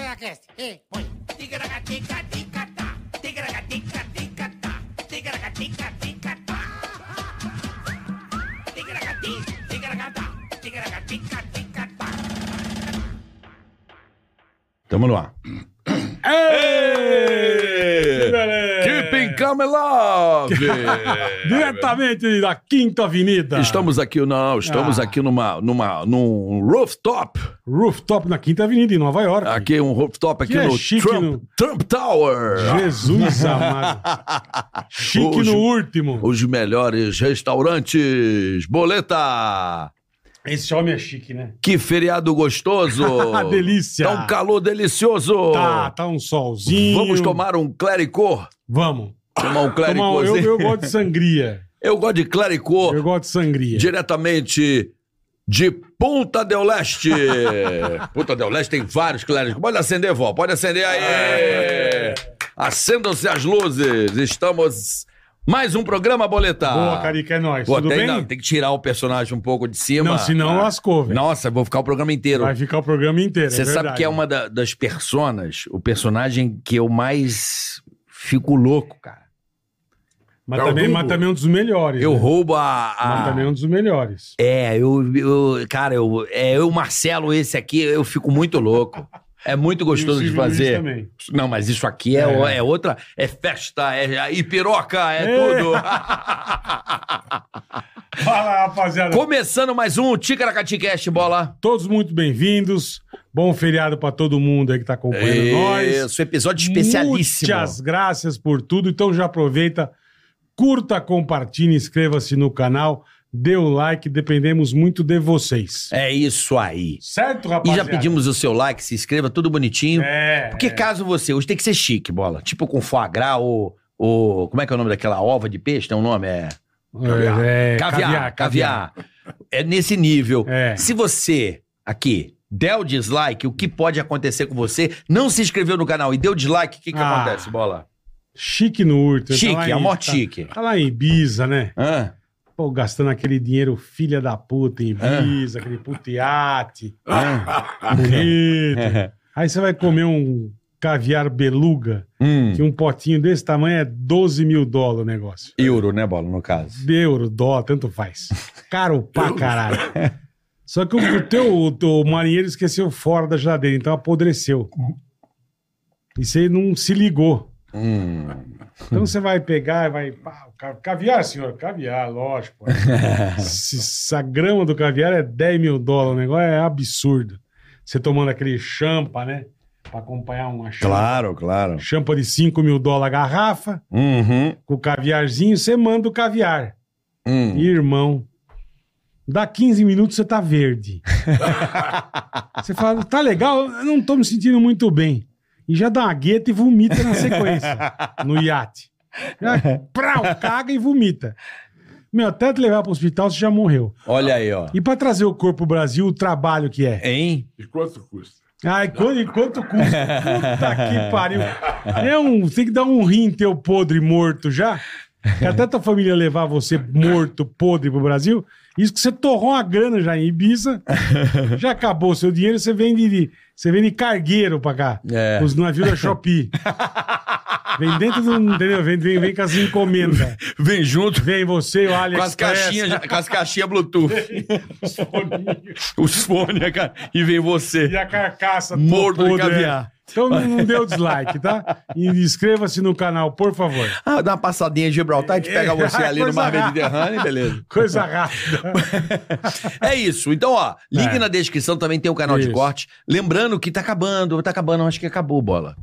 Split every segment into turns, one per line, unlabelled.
Tigracast, e põe.
Ticaracatica-ticatá, ticaracatica-ticatá, ticaracatica-ticatá. Ticaracati, ticaracatá, ticaracatica-ticatá.
Tamo no ar. Ê! Keeping coming love!
Diretamente da Quinta Avenida.
Estamos aqui, não, estamos
Ah.
aqui numa, numa, num rooftop.
Rooftop na Quinta Avenida, em Nova York.
Aqui, um rooftop aqui
Que é
no,
chique
Trump,
no-
Trump Tower.
Jesus amado. Chique
Hoje-
no último.
Os melhores restaurantes. Boleta!
Esse homem é chique, né?
Que feriado gostoso!
Ah, Delícia.
Tá um calor delicioso!
Tá, tá um solzinho.
Vamos tomar um clericô?
Vamos.
Tomar um
Tomar,
clericô.
eu, eu gosto de sangria.
eu gosto de clericô.
Eu gosto de sangria.
diretamente de Punta del Leste. Punta del Leste tem vários clérigos. Pode acender, vó, pode acender aí. Acendam-se as luzes. Estamos mais um programa boletar.
Boa, Carica, é nóis.
Pô,
Tudo
tem,
bem?
não, tem que tirar o personagem um pouco de cima.
Não, senão lascou, velho.
Nossa, vou ficar o programa inteiro.
Vai ficar o programa inteiro.
Você sabe
verdade.
que é uma da- das personas, o personagem que eu mais fico louco, cara.
Mas
É o
também,
Hugo.
mas também é um dos melhores.
Eu
né?
roubo a. a-
Mas também é um dos melhores.
É, eu, eu- cara, eu, é, eu, Marcelo, esse aqui, eu fico muito louco. É muito gostoso
E o
de
Silvio Luiz
fazer.
também.
Não, mas isso aqui é,
É.
é outra, é festa, é, é ipiroca, é,
É.
tudo.
Fala, rapaziada.
Começando mais um Ticaracatecast, bola.
Todos muito bem-vindos. Bom feriado pra todo mundo aí que tá acompanhando nós.
Isso, episódio especialíssimo.
Muitas graças por tudo. Então já aproveita, curta, compartilhe, inscreva-se no canal, dê o like, dependemos muito de vocês.
É isso aí.
Certo,
E já
rapaziada?
pedimos um o seu like, se inscreva, tudo bonitinho.
É.
Porque caso você, hoje tem que ser chique, bola. Tipo com foie gras ou, ou como é que é o nome daquela ova de peixe? Tem um nome, é...
É, é,
Caviar, caviar. É nesse nível.
É.
Se você, aqui, der o dislike, o que pode acontecer com você? Não se inscreveu no canal e deu dislike, o que, que
Ah.
acontece, bola?
Chique no Urto.
chique,
tá lá
é a
em-
morte
tá-
chique.
Tá lá em Ibiza, né?
Hã?
Pô, gastando aquele dinheiro filha da puta em
Ah.
Ibiza, aquele putiate, Ah.
Hã?
bonito. Aí você vai comer um caviar beluga.
Hum.
Que um potinho desse tamanho é 12 mil dólares o negócio.
Euro, né, bola, no caso?
De Euro, dólar, tanto faz. Caro pra caralho. Só que o, o teu o, teu marinheiro esqueceu fora da geladeira, então apodreceu. E você não se ligou.
Hum.
Então você vai pegar e vai. pá, ca- caviar, senhor, caviar, lógico. pô. Se- se a grama do caviar é 10 mil dólares, o negócio é absurdo. Você tomando aquele champa, né? Pra acompanhar uma champa.
Claro, claro.
Champa de 5 mil dólares a garrafa.
Uhum.
com o caviarzinho, você manda o caviar.
Hum.
Irmão, dá 15 minutos você tá verde. você fala, tá legal, eu não tô me sentindo muito bem. E já dá uma gueta e vomita na sequência, no iate. Já, prau, caga e vomita. Meu, até te levar pro hospital você já morreu.
Olha aí, ó.
E pra trazer o corpo pro Brasil, o trabalho que é.
Hein?
E quanto custa?
Ai, quanto, e quanto custa? Puta que pariu. É um, tem que dar um rim teu podre morto já. Que até tua família levar você morto, podre pro Brasil. Isso que você torrou uma grana já em Ibiza. Já acabou o seu dinheiro, você vende de, você vende cargueiro pra cá.
É.
Os navios da Shopee. Vem dentro do. Entendeu? Vem, vem, vem com as encomendas.
Vem junto
Vem você, o Alex.
com as caixinhas, com as caixinhas Bluetooth. Os fones, cara. E vem você.
E a carcaça
Morto de
toda podre,
caviar.
é. Então não não dê o dislike, tá? E inscreva-se no canal, por favor.
Ah, dá uma passadinha em Gibraltar, a gente pega você ali no
É, Coisa
Mar
rara.
Mediterrâneo, beleza.
Coisa rápida.
É isso. Então, ó, link
É.
na descrição também tem o canal de
Isso.
corte. Lembrando que tá acabando, tá acabando, acho que acabou, bola.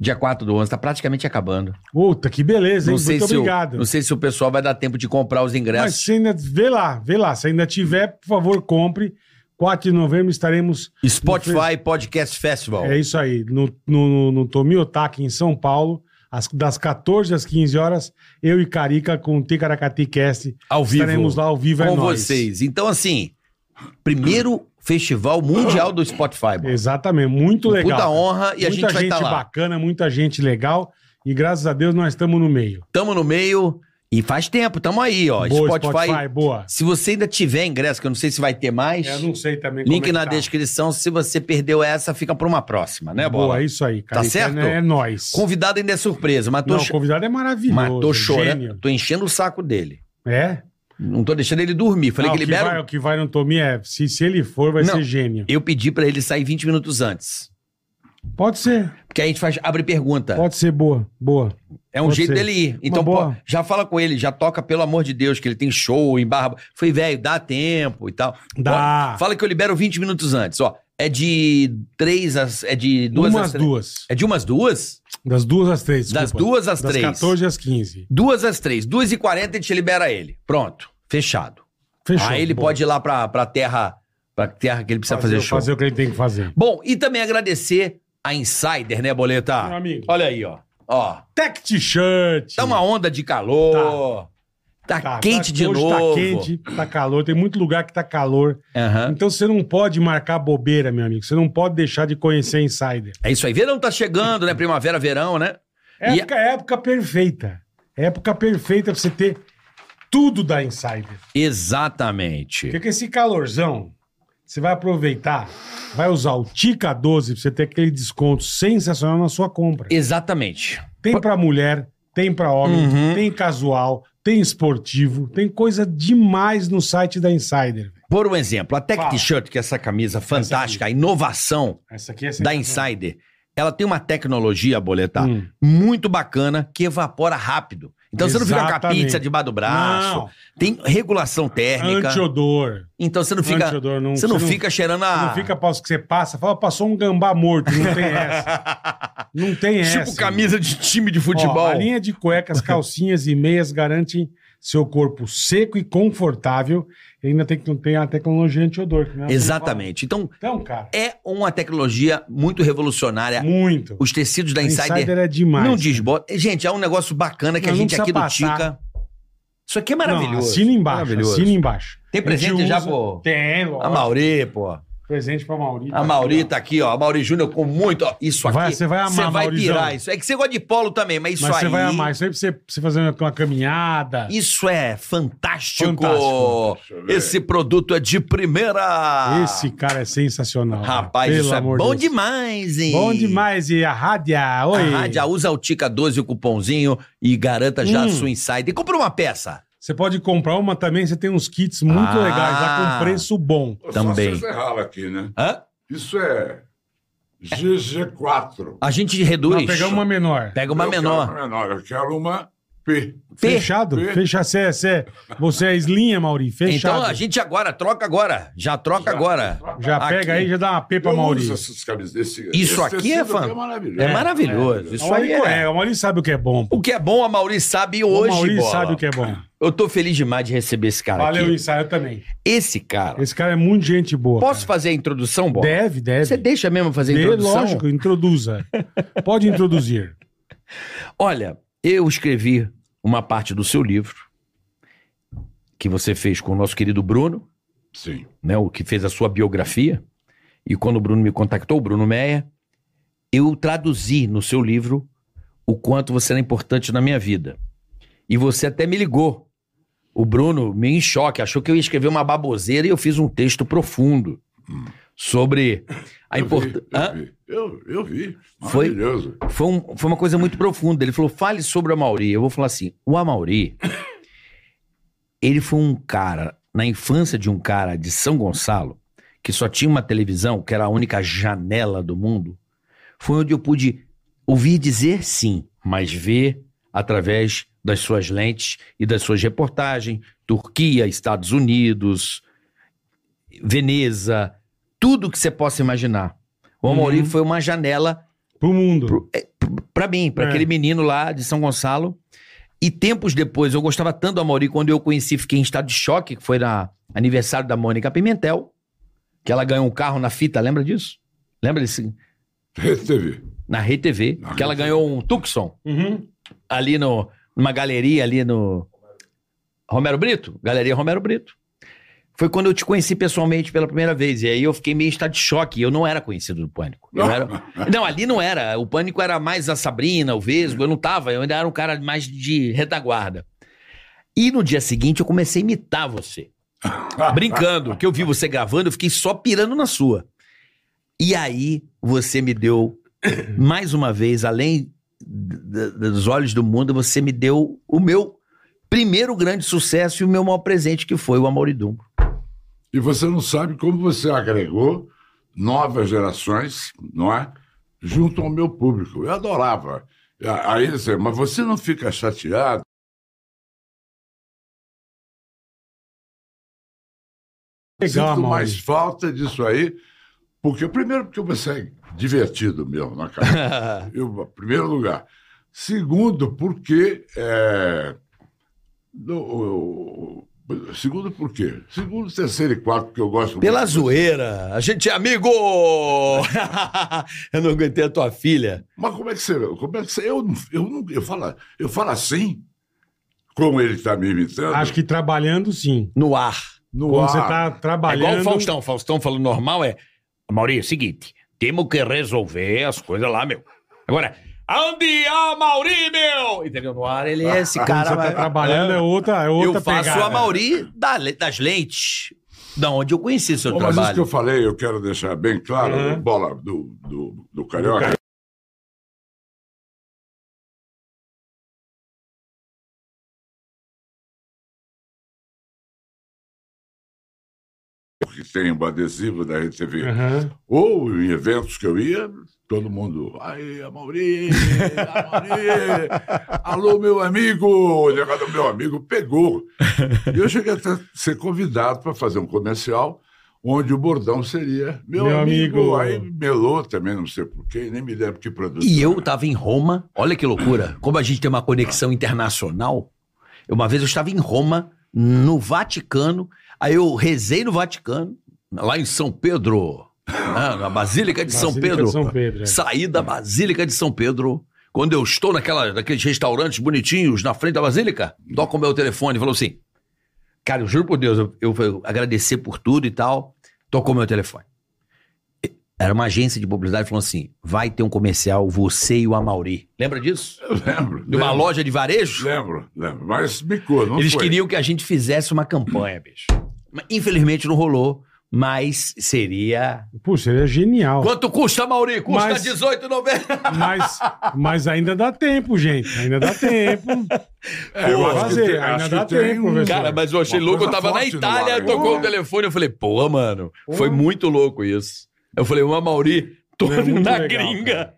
Dia 4 do 11, tá praticamente acabando.
Puta, que beleza,
Não
hein?
sei,
Muito
se o,
obrigado.
não sei se o pessoal vai dar tempo de comprar os
Mas
ingressos.
se ainda. Vê lá, vê lá. Se ainda tiver, por favor, compre. 4 de novembro estaremos.
Spotify Podcast Festival.
É isso aí. No, no, no, no Tomi Otaki, em São Paulo. às- das 14 às 15 horas, eu e Carica com o Ticaracati Cast
ao vivo.
estaremos lá ao vivo é
com
nóis.
vocês. Então, assim, primeiro festival mundial do Spotify. bola.
Exatamente, muito legal.
Puta honra e a
muita
gente vai estar lá.
bacana, muita gente legal. E graças a Deus nós estamos no meio.
Tamo no meio. E faz tempo, tamo aí, ó.
Boa,
Spotify.
boa.
Se você ainda tiver ingresso, que eu não sei se vai ter mais,
É, Eu não sei também como
link
é que
na
tá.
descrição. Se você perdeu essa, fica pra uma próxima, né, Bola?
Boa, é isso aí, cara.
Tá
Isso
certo?
É, é nóis.
Convidado ainda é surpresa, mas tô,
Não, o
cho-
convidado é maravilhoso.
mas tô chorando.
gênio.
Tô enchendo o saco dele.
É?
Não tô deixando ele dormir. Falei
Não,
que
o, que
libera.
vai, o que vai no Tomi é, se, se ele for, vai
Não.
ser gênio.
Eu pedi pra ele sair 20 minutos antes.
Pode ser,
Porque a gente faz, abre pergunta.
pode ser boa, boa.
É um
Pode
jeito
ser.
dele ir. Então, pô,
boa.
já fala com ele, já toca, pelo amor de Deus, que ele tem show em barra. Falei, velho, dá tempo e tal.
Dá.
Ó, fala que eu libero 20 minutos antes, ó. É de três às. É de duas
Umas
às três.
duas.
É de umas duas?
Das duas às três, desculpa.
Das duas às
Das
três.
14 às 15.
Duas às três. Duas e quarenta a gente libera ele. Pronto. Fechado.
Fechou.
Aí Ah, ele
Boa.
pode ir lá pra, pra terra. Pra terra que ele precisa fazer, show.
Fazer o que ele tem que fazer.
Bom, e também agradecer a Insider, né, Boleta?
Meu amigo.
Olha aí, ó. Ó.
Tech T-shirt.
Tá uma onda de calor. Tá,
Tá,
quente
tá-
de
hoje
novo.
Tá quente, tá calor. Tem muito lugar que tá calor.
Aham.
Então você não pode marcar bobeira, meu amigo. Você não pode deixar de conhecer a Insider.
É isso aí. Verão tá chegando, né? Primavera, verão, né? E-
Época, época perfeita. Época perfeita pra você ter tudo da Insider.
Exatamente.
Porque com esse calorzão, você vai aproveitar, vai usar o Tica 12 pra você ter aquele desconto sensacional na sua compra.
Exatamente.
Tem pra mulher, tem pra homem,
Uhum.
tem casual, tem esportivo, tem coisa demais no site da Insider. velho.
Por um exemplo, a Tech
Fala.
T-shirt, que é essa camisa fantástica, a inovação
Essa aqui é
da
sensacional.
Insider, tá? ela tem uma tecnologia, boletar,
Hum.
muito bacana que evapora rápido. Então você não fica com a
Exatamente.
pizza debaixo do braço,
Não.
tem regulação térmica.
Antiodor.
Então você não fica.
Antiodor, não-
você não
um- você não-
fica cheirando a.
Você Não fica para que você passa, fala, passou um gambá morto, não tem essa. Não tem essa.
tipo camisa de time de
Ó,
futebol.
a linha de cuecas, calcinhas e meias garante seu corpo seco e confortável. E ainda tem que tem a tecnologia antiodor. que não é-
Exatamente. Então,
Então, cara,
é uma tecnologia muito revolucionária.
muito.
Os tecidos da
A
Insider,
é demais.
não desbota. Gente, é um negócio bacana que
Não,
a
não
gente aqui do
precisa passar.
Tica. Isso aqui é
Não,
maravilhoso.
assina embaixo,
Maravilhoso.
assina embaixo.
Tem presente
A gente
já,
usa-
pô?
Tem,
A
lógico.
Mauri, pô.
Presente pra Mauri.
A Mauri tá aqui, ó. A Mauri Júnior com muito. Ó, isso aqui.
Vai, você vai amar,
Você vai
Maurizão.
pirar isso. É que você gosta de polo também, mas isso
Mas
aí.
você vai amar. Isso aí pra você, pra você fazer uma, uma caminhada.
Isso é fantástico.
Fantástico.
Esse produto é de primeira.
Esse cara é sensacional.
ah. Rapaz,
velho.
isso é
amor de
bom
Deus.
demais, hein?
Bom demais. E a rádio.
A
Oi.
rádio usa o Tica 12, o cupomzinho, e garanta já a
Hum.
sua insider. E compra uma peça.
Você pode comprar uma também, você tem uns kits muito
Ah.
legais, lá com preço bom.
Também.
Só se errar aqui, né?
Hã?
Isso é GG4.
A gente reduz.
Nós pegamos uma menor.
Pega É uma
Eu quero
menor.
uma menor. Eu quero uma P.
Fe-
Fechado?
Fe-
Fecha, você é, você é, você é eslinha, Mauri. Fechado.
Então a gente agora, troca agora. Já troca
Já.
agora.
Já
aqui.
pega aí, já dá uma P pra
Eu
Mauri.
uso essas camisas- esse-
Isso
esse
aqui é
tecido
fan-
É maravilhoso.
É, maravilhoso.
O
Isso aí
Mauri, é,
é.
o Mauri sabe o que é bom. pô.
O que é bom, a Mauri sabe
O
hoje,
Mauri
bola.
sabe o que é bom.
Eu tô feliz demais de receber esse cara
Valeu o
aqui.
ensaio também.
Esse cara.
Esse cara é muito gente boa.
Posso
cara.
fazer a introdução, Bola?
Deve, deve.
Você deixa mesmo fazer a
Dê,
introdução?
lógico, introduza. Pode introduzir.
Olha, eu escrevi uma parte do seu livro que você fez com o nosso querido Bruno,
Sim.
né, o que fez a sua biografia. E quando o Bruno me contactou, o Bruno Meia, eu traduzi no seu livro o quanto você era importante na minha vida. E você até me ligou. O Bruno, meio em choque, achou que eu ia escrever uma baboseira e eu fiz um texto profundo sobre a
Hum. eu
importância.
Vi, eu, vi. Eu, eu vi.
Foi?
Maravilhoso.
Foi, um- foi uma coisa muito profunda. Ele falou: fale sobre o Amauri. Eu vou falar assim: o Amauri, ele foi um cara, na infância de um cara de São Gonçalo, que só tinha uma televisão, que era a única janela do mundo, foi onde eu pude ouvir dizer sim, mas ver através das suas lentes e das suas reportagens. Turquia, Estados Unidos, Veneza, tudo que você possa imaginar. O Amauri
Uhum.
foi uma janela
Pro mundo.
Pra mim, pra
É.
aquele menino lá de São Gonçalo. E tempos depois, eu gostava tanto do Amaury, quando eu o conheci, fiquei em estado de choque, que foi na aniversário da Mônica Pimentel, que ela ganhou um carro na fita, lembra disso? Lembra desse?
Recebi.
Na Rede TV,
Na
que ela
Rede
ganhou um Tucson,
Uhum.
ali no, numa galeria, ali no... Romero Brito? Galeria Romero Brito. Foi quando eu te conheci pessoalmente pela primeira vez, e aí eu fiquei meio em estado de choque, eu não era conhecido do Pânico. Eu era... Não, ali não era. O pânico era mais a Sabrina, o Vesgo. Eu não tava. Eu ainda era um cara mais de retaguarda. E no dia seguinte eu comecei a imitar você. Brincando, que eu vi você gravando, eu fiquei só pirando na sua. E aí você me deu, mais uma vez, além d- d- dos olhos do mundo, você me deu o meu primeiro grande sucesso e o meu maior presente, que foi o Amoridum.
E você não sabe como você agregou novas gerações, não é? Junto ao meu público. Eu adorava. E a- Aí eles diziam, mas você não fica chateado?
Legal,
Sinto
Mauro.
mais falta disso aí. Porque, primeiro, porque você é divertido mesmo na cara. Eu, primeiro lugar. Segundo, porque. É, no- o- o- segundo, por quê? Segundo, terceiro e quarto, porque eu gosto
Pela
muito.
zoeira, a gente é amigo! eu não aguentei a tua filha.
Mas como é que você. Como é que você eu, não- eu, não- eu, falo, eu falo assim, como ele está me imitando.
Acho que trabalhando, sim.
No ar.
no
Quando
ar.
você tá
É igual
trabalhando...
o Faustão. Faustão falando normal é. Maurício, seguinte, temos que resolver as coisas lá, meu. Agora, onde a Mauri, meu? Entendeu? No ar ele é esse
quando
cara.
você tá
vai-
trabalhando, é outra, é outra
eu faço
pegada.
a Mauri da le- das lentes. Da onde eu conheci seu
Bom, mas isso que eu
trabalho.
falei, eu quero deixar bem claro,
Uhum.
bola do, do, do Carioca. Que tem o adesivo da
Uhum.
RTV.
Aham.
Ou em eventos que eu ia, todo mundo. Aí, Amauri, Amauri, alô, meu amigo. O negócio do meu amigo pegou. E eu cheguei até a ser convidado para fazer um comercial onde o bordão seria meu,
Meu
amigo.
amigo.
Aí melou também, não sei porquê, nem me lembro que produto.
E eu tava em Roma. Olha que loucura. Como a gente tem uma conexão internacional. Uma vez eu estava em Roma, no Vaticano. Aí eu rezei no Vaticano, lá em São Pedro. né, na Basílica de São
Basílica
Pedro.
de São Pedro, é.
Saí da Basílica de São Pedro. Quando eu estou naquela, naqueles restaurantes bonitinhos na frente da Basílica, toca o meu telefone e falou assim: Cara, eu juro por Deus, eu, eu, eu agradecer por tudo e tal. Tocou meu telefone. Era uma agência de publicidade falando assim: vai ter um comercial, você e o Amauri. Lembra disso?
Eu lembro.
De uma
lembro,
loja de varejo?
Lembro, lembro. Mas micou, não
Eles
foi.
queriam que a gente fizesse uma campanha, bicho. Mas, Infelizmente não rolou, mas seria.
Puxa, ele é genial.
Quanto custa, Mauri? Custa
Mas-
R$18,90.
Mas, mas ainda dá tempo, gente. Ainda dá tempo.
É, eu
Pô,
acho
fazer,
que tem,
ainda
acho
dá
que tem
tempo,
um-
velho.
Cara, mas eu achei
Uma
louco. Eu
coisa
tava na
forte no
Itália,
ar,
tocou
né?
o telefone. Eu falei, pô, mano, foi
Pô.
muito louco isso. Eu falei, o Amauri, tô
É muito
na
legal,
gringa.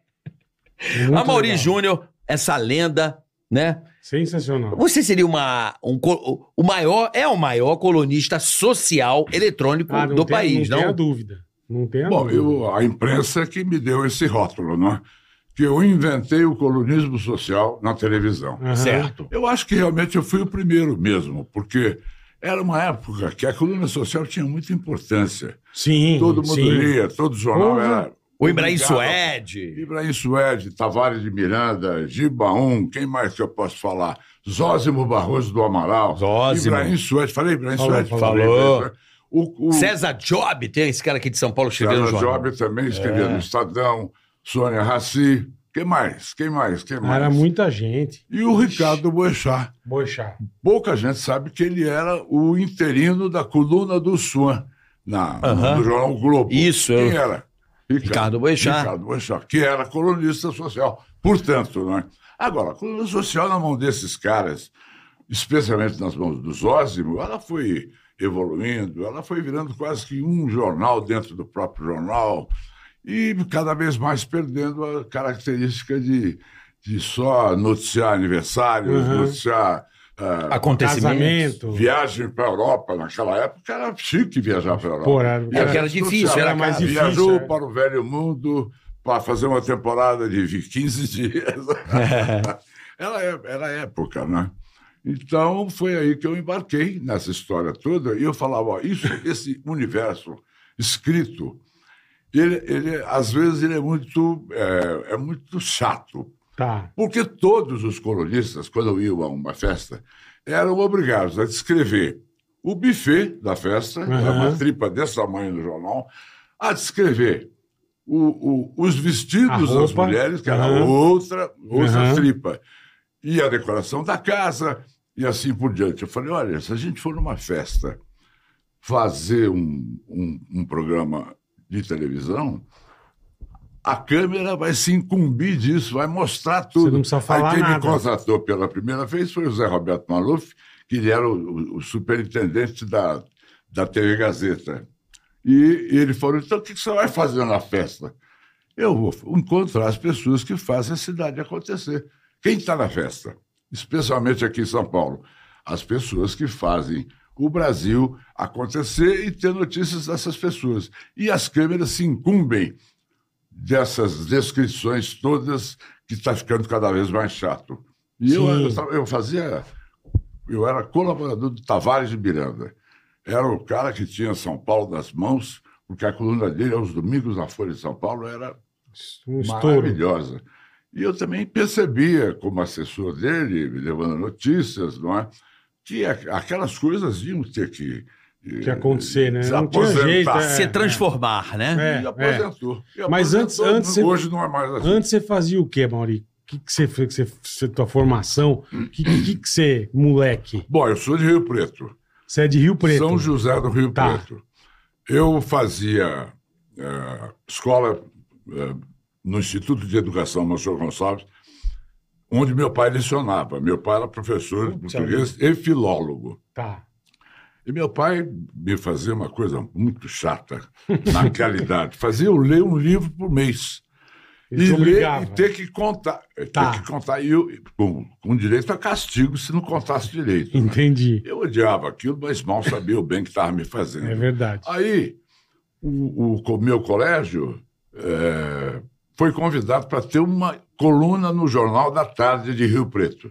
É Muito
Amauri
legal.
Júnior, essa lenda, né?
Sensacional.
Você seria uma, um co- o maior, é o maior colunista social eletrônico
Ah,
do
tem-
país,
Não tem a
não?
dúvida. Não tem a
Bom,
dúvida.
eu, a imprensa que me deu esse rótulo, não é? Que eu inventei o colunismo social na televisão.
Aham.
Certo.
Eu acho que realmente eu fui o primeiro mesmo, porque era uma época que a coluna social tinha muita importância.
Sim.
Todo mundo
sim.
lia, todo jornal
Porra.
era.
O Ibrahim
obrigado.
Suede.
Ibrahim Suede, Tavares de Miranda, Gibaum, quem mais que eu posso falar? Zózimo Barroso do Amaral.
Zósimo.
Ibrahim Suede, falei Ibrahim
Falou,
Suede?
falou.
Falei Ibrahim Suede. O, o
César Job, tem esse cara aqui de São Paulo escrevendo
César
jornal.
Job também escrevia no Estadão, Sônia Raci. Quem mais? Quem mais? Quem mais?
Era muita gente.
E o Ricardo Boechat.
Boixá.
Pouca gente sabe que ele era o interino da coluna do Swan, na,
Aham.
no Jornal Globo.
Isso,
Quem
eu-
era?
Ricardo Boechat.
Ricardo Boechat, que era colunista social. Portanto, não é? Agora, a coluna social na mão desses caras, especialmente nas mãos do Zózimo, ela foi evoluindo, ela foi virando quase que um jornal dentro do próprio jornal e cada vez mais perdendo a característica de, de só noticiar aniversários,
Uhum.
noticiar... ah,
Acontecimento.
Casamento.
Viagem para a Europa naquela época era chique viajar para a Europa.
Pô, era-
É
Viajava
porque era
tudo,
difícil, né?
sabe?
era
Era mais
mais
difícil.
Viajou
é.
para o Velho Mundo para fazer uma temporada de vi- 15 dias. era, é- era época, né? Então foi aí que eu embarquei nessa história toda e eu falava: ó, isso, esse universo escrito, ele, ele às vezes ele é muito, é, é muito chato,
Tá.
porque todos os colonistas, quando iam a uma festa, eram obrigados a descrever o buffet da festa, era uma
Aham.
tripa desse tamanho no jornal, a descrever o- o- os vestidos
A
das
roupa,
mulheres, que era
aham.
outra, outra
Aham.
tripa, e a decoração da casa, e assim por diante. Eu falei, olha, se a gente for numa festa fazer um, um, um programa de televisão, a câmera vai se incumbir disso, vai mostrar tudo.
não precisa falar
Aí quem
nada.
me contratou pela primeira vez foi o Zé Roberto Maluf, que ele era o, o- o superintendente da, da TV Gazeta. E, ele falou, então o que que você vai fazer na festa? Eu vou encontrar as pessoas que fazem a cidade acontecer. Quem está na festa? Especialmente aqui em São Paulo. As pessoas que fazem o Brasil acontecer e ter notícias dessas pessoas. E as câmeras se incumbem dessas descrições todas que está ficando cada vez mais chato. E eu,
Sim.
eu, tava- eu fazia. Eu era colaborador do Tavares de Miranda. Era o cara que tinha São Paulo nas mãos, porque a coluna dele, aos domingos na Folha de São Paulo, era
Um estouro.
maravilhosa. E eu também percebia, como assessor dele, me levando notícias, não é? que a- aquelas coisas iam ter que, eh,
Que ia acontecer, né?
Se
Não tinha
aposentar.
jeito. é.
Se transformar, né?
É,
e
é.
aposentou. E
Mas antes-
aposentou,
antes você-
hoje não é mais assim.
Antes você fazia o quê, Mauri? O que, que você fez? Que você- você- tua formação? O que, que, que você, moleque?
Bom, eu sou de Rio Preto.
Você é de Rio Preto.
São José do Rio
Tá.
Preto. Eu fazia eh, escola eh, no Instituto de Educação Monsenhor Gonçalves, onde meu pai lecionava. Meu pai era professor de
Putz,
português e filólogo.
Tá.
E meu pai me fazia uma coisa muito chata, na realidade. Fazia eu ler um livro por mês.
Ele
e
te
ler
obrigava.
e ter que contar. eh,
Tá.
Ter que contar. E eu, com, com direito a castigo se não contasse direito.
Entendi.
Eu odiava aquilo, mas mal sabia o bem que estava me fazendo.
É verdade.
Aí, o, o co- meu colégio eh, foi convidado para ter uma coluna no Jornal da Tarde de Rio Preto.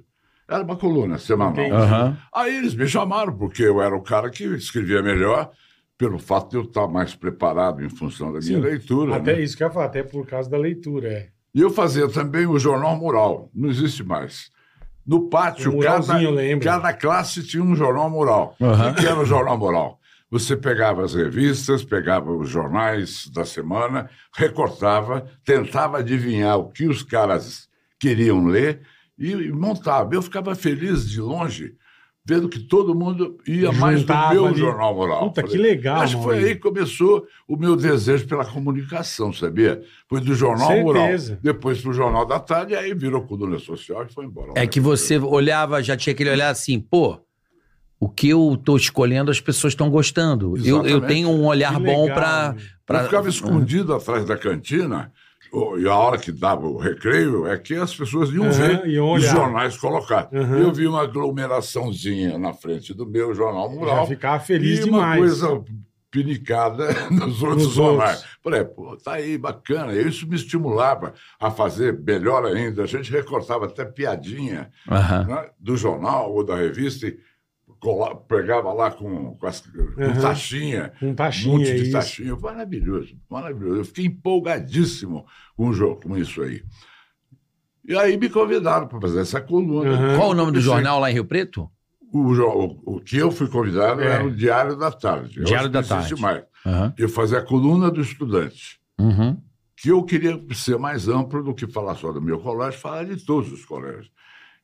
Era uma coluna semanal.
Entendi.
Aham.
Aí eles me chamaram, porque eu era o cara que escrevia melhor, pelo fato de eu estar mais preparado em função da minha
Sim.
leitura. né?
Até isso que eu ia falar, até por causa da leitura, é.
E eu fazia também o Jornal Mural, não existe mais. No
O
pátio, cada,
Um muralzinho, eu lembro.
cada classe tinha um jornal mural.
Aham.
O que era o jornal mural? Você pegava as revistas, pegava os jornais da semana, recortava, tentava adivinhar o que os caras queriam ler e, e montava. Eu ficava feliz de longe, vendo que todo mundo ia mais do
Juntava
meu
ali.
jornal mural.
Puta, que legal,
Acho que foi
Maurício.
aí que começou o meu desejo pela comunicação, sabia? Foi do jornal
Certeza.
mural. Depois pro Jornal da Tarde, aí virou coluna social e foi embora.
É que você olhava, já tinha aquele olhar assim, pô, o que eu tô escolhendo as pessoas estão gostando. Eu, eu
Exatamente.
tenho um olhar
Que
bom
legal,
pra.
meu.
pra... é.
Eu ficava escondido atrás da cantina, o- e a hora que dava o recreio é que as pessoas iam
Aham,
ver
iam
os
olhar.
jornais colocar.
Aham.
Eu vi uma aglomeraçãozinha na frente do meu jornal
Já
mural.
ficava feliz
e
demais.
uma coisa pinicada nos outros
Nos
jornais.
outros.
Falei, pô, tá aí, bacana. Isso me estimulava a fazer melhor ainda. A gente recortava até piadinha.
Aham.
né, do jornal ou da revista e cola- pegava lá com, com, as, com
Uhum.
taxinha,
Um
um
taxinha
monte de
aí.
taxinha. Maravilhoso, maravilhoso. Eu fiquei empolgadíssimo com o jogo, com isso aí. E aí me convidaram para fazer essa coluna.
Uhum.
Qual o nome do
Esse-
jornal lá em Rio Preto?
O, jo- o- o que eu fui convidado
É.
era o Diário da Tarde. Eu
Diário
acho que
da
não
Tarde.
existe Mais.
Aham.
Eu fazia a coluna do estudante.
Uhum.
que eu queria ser mais amplo do que falar só do meu colégio, falar de todos os colégios.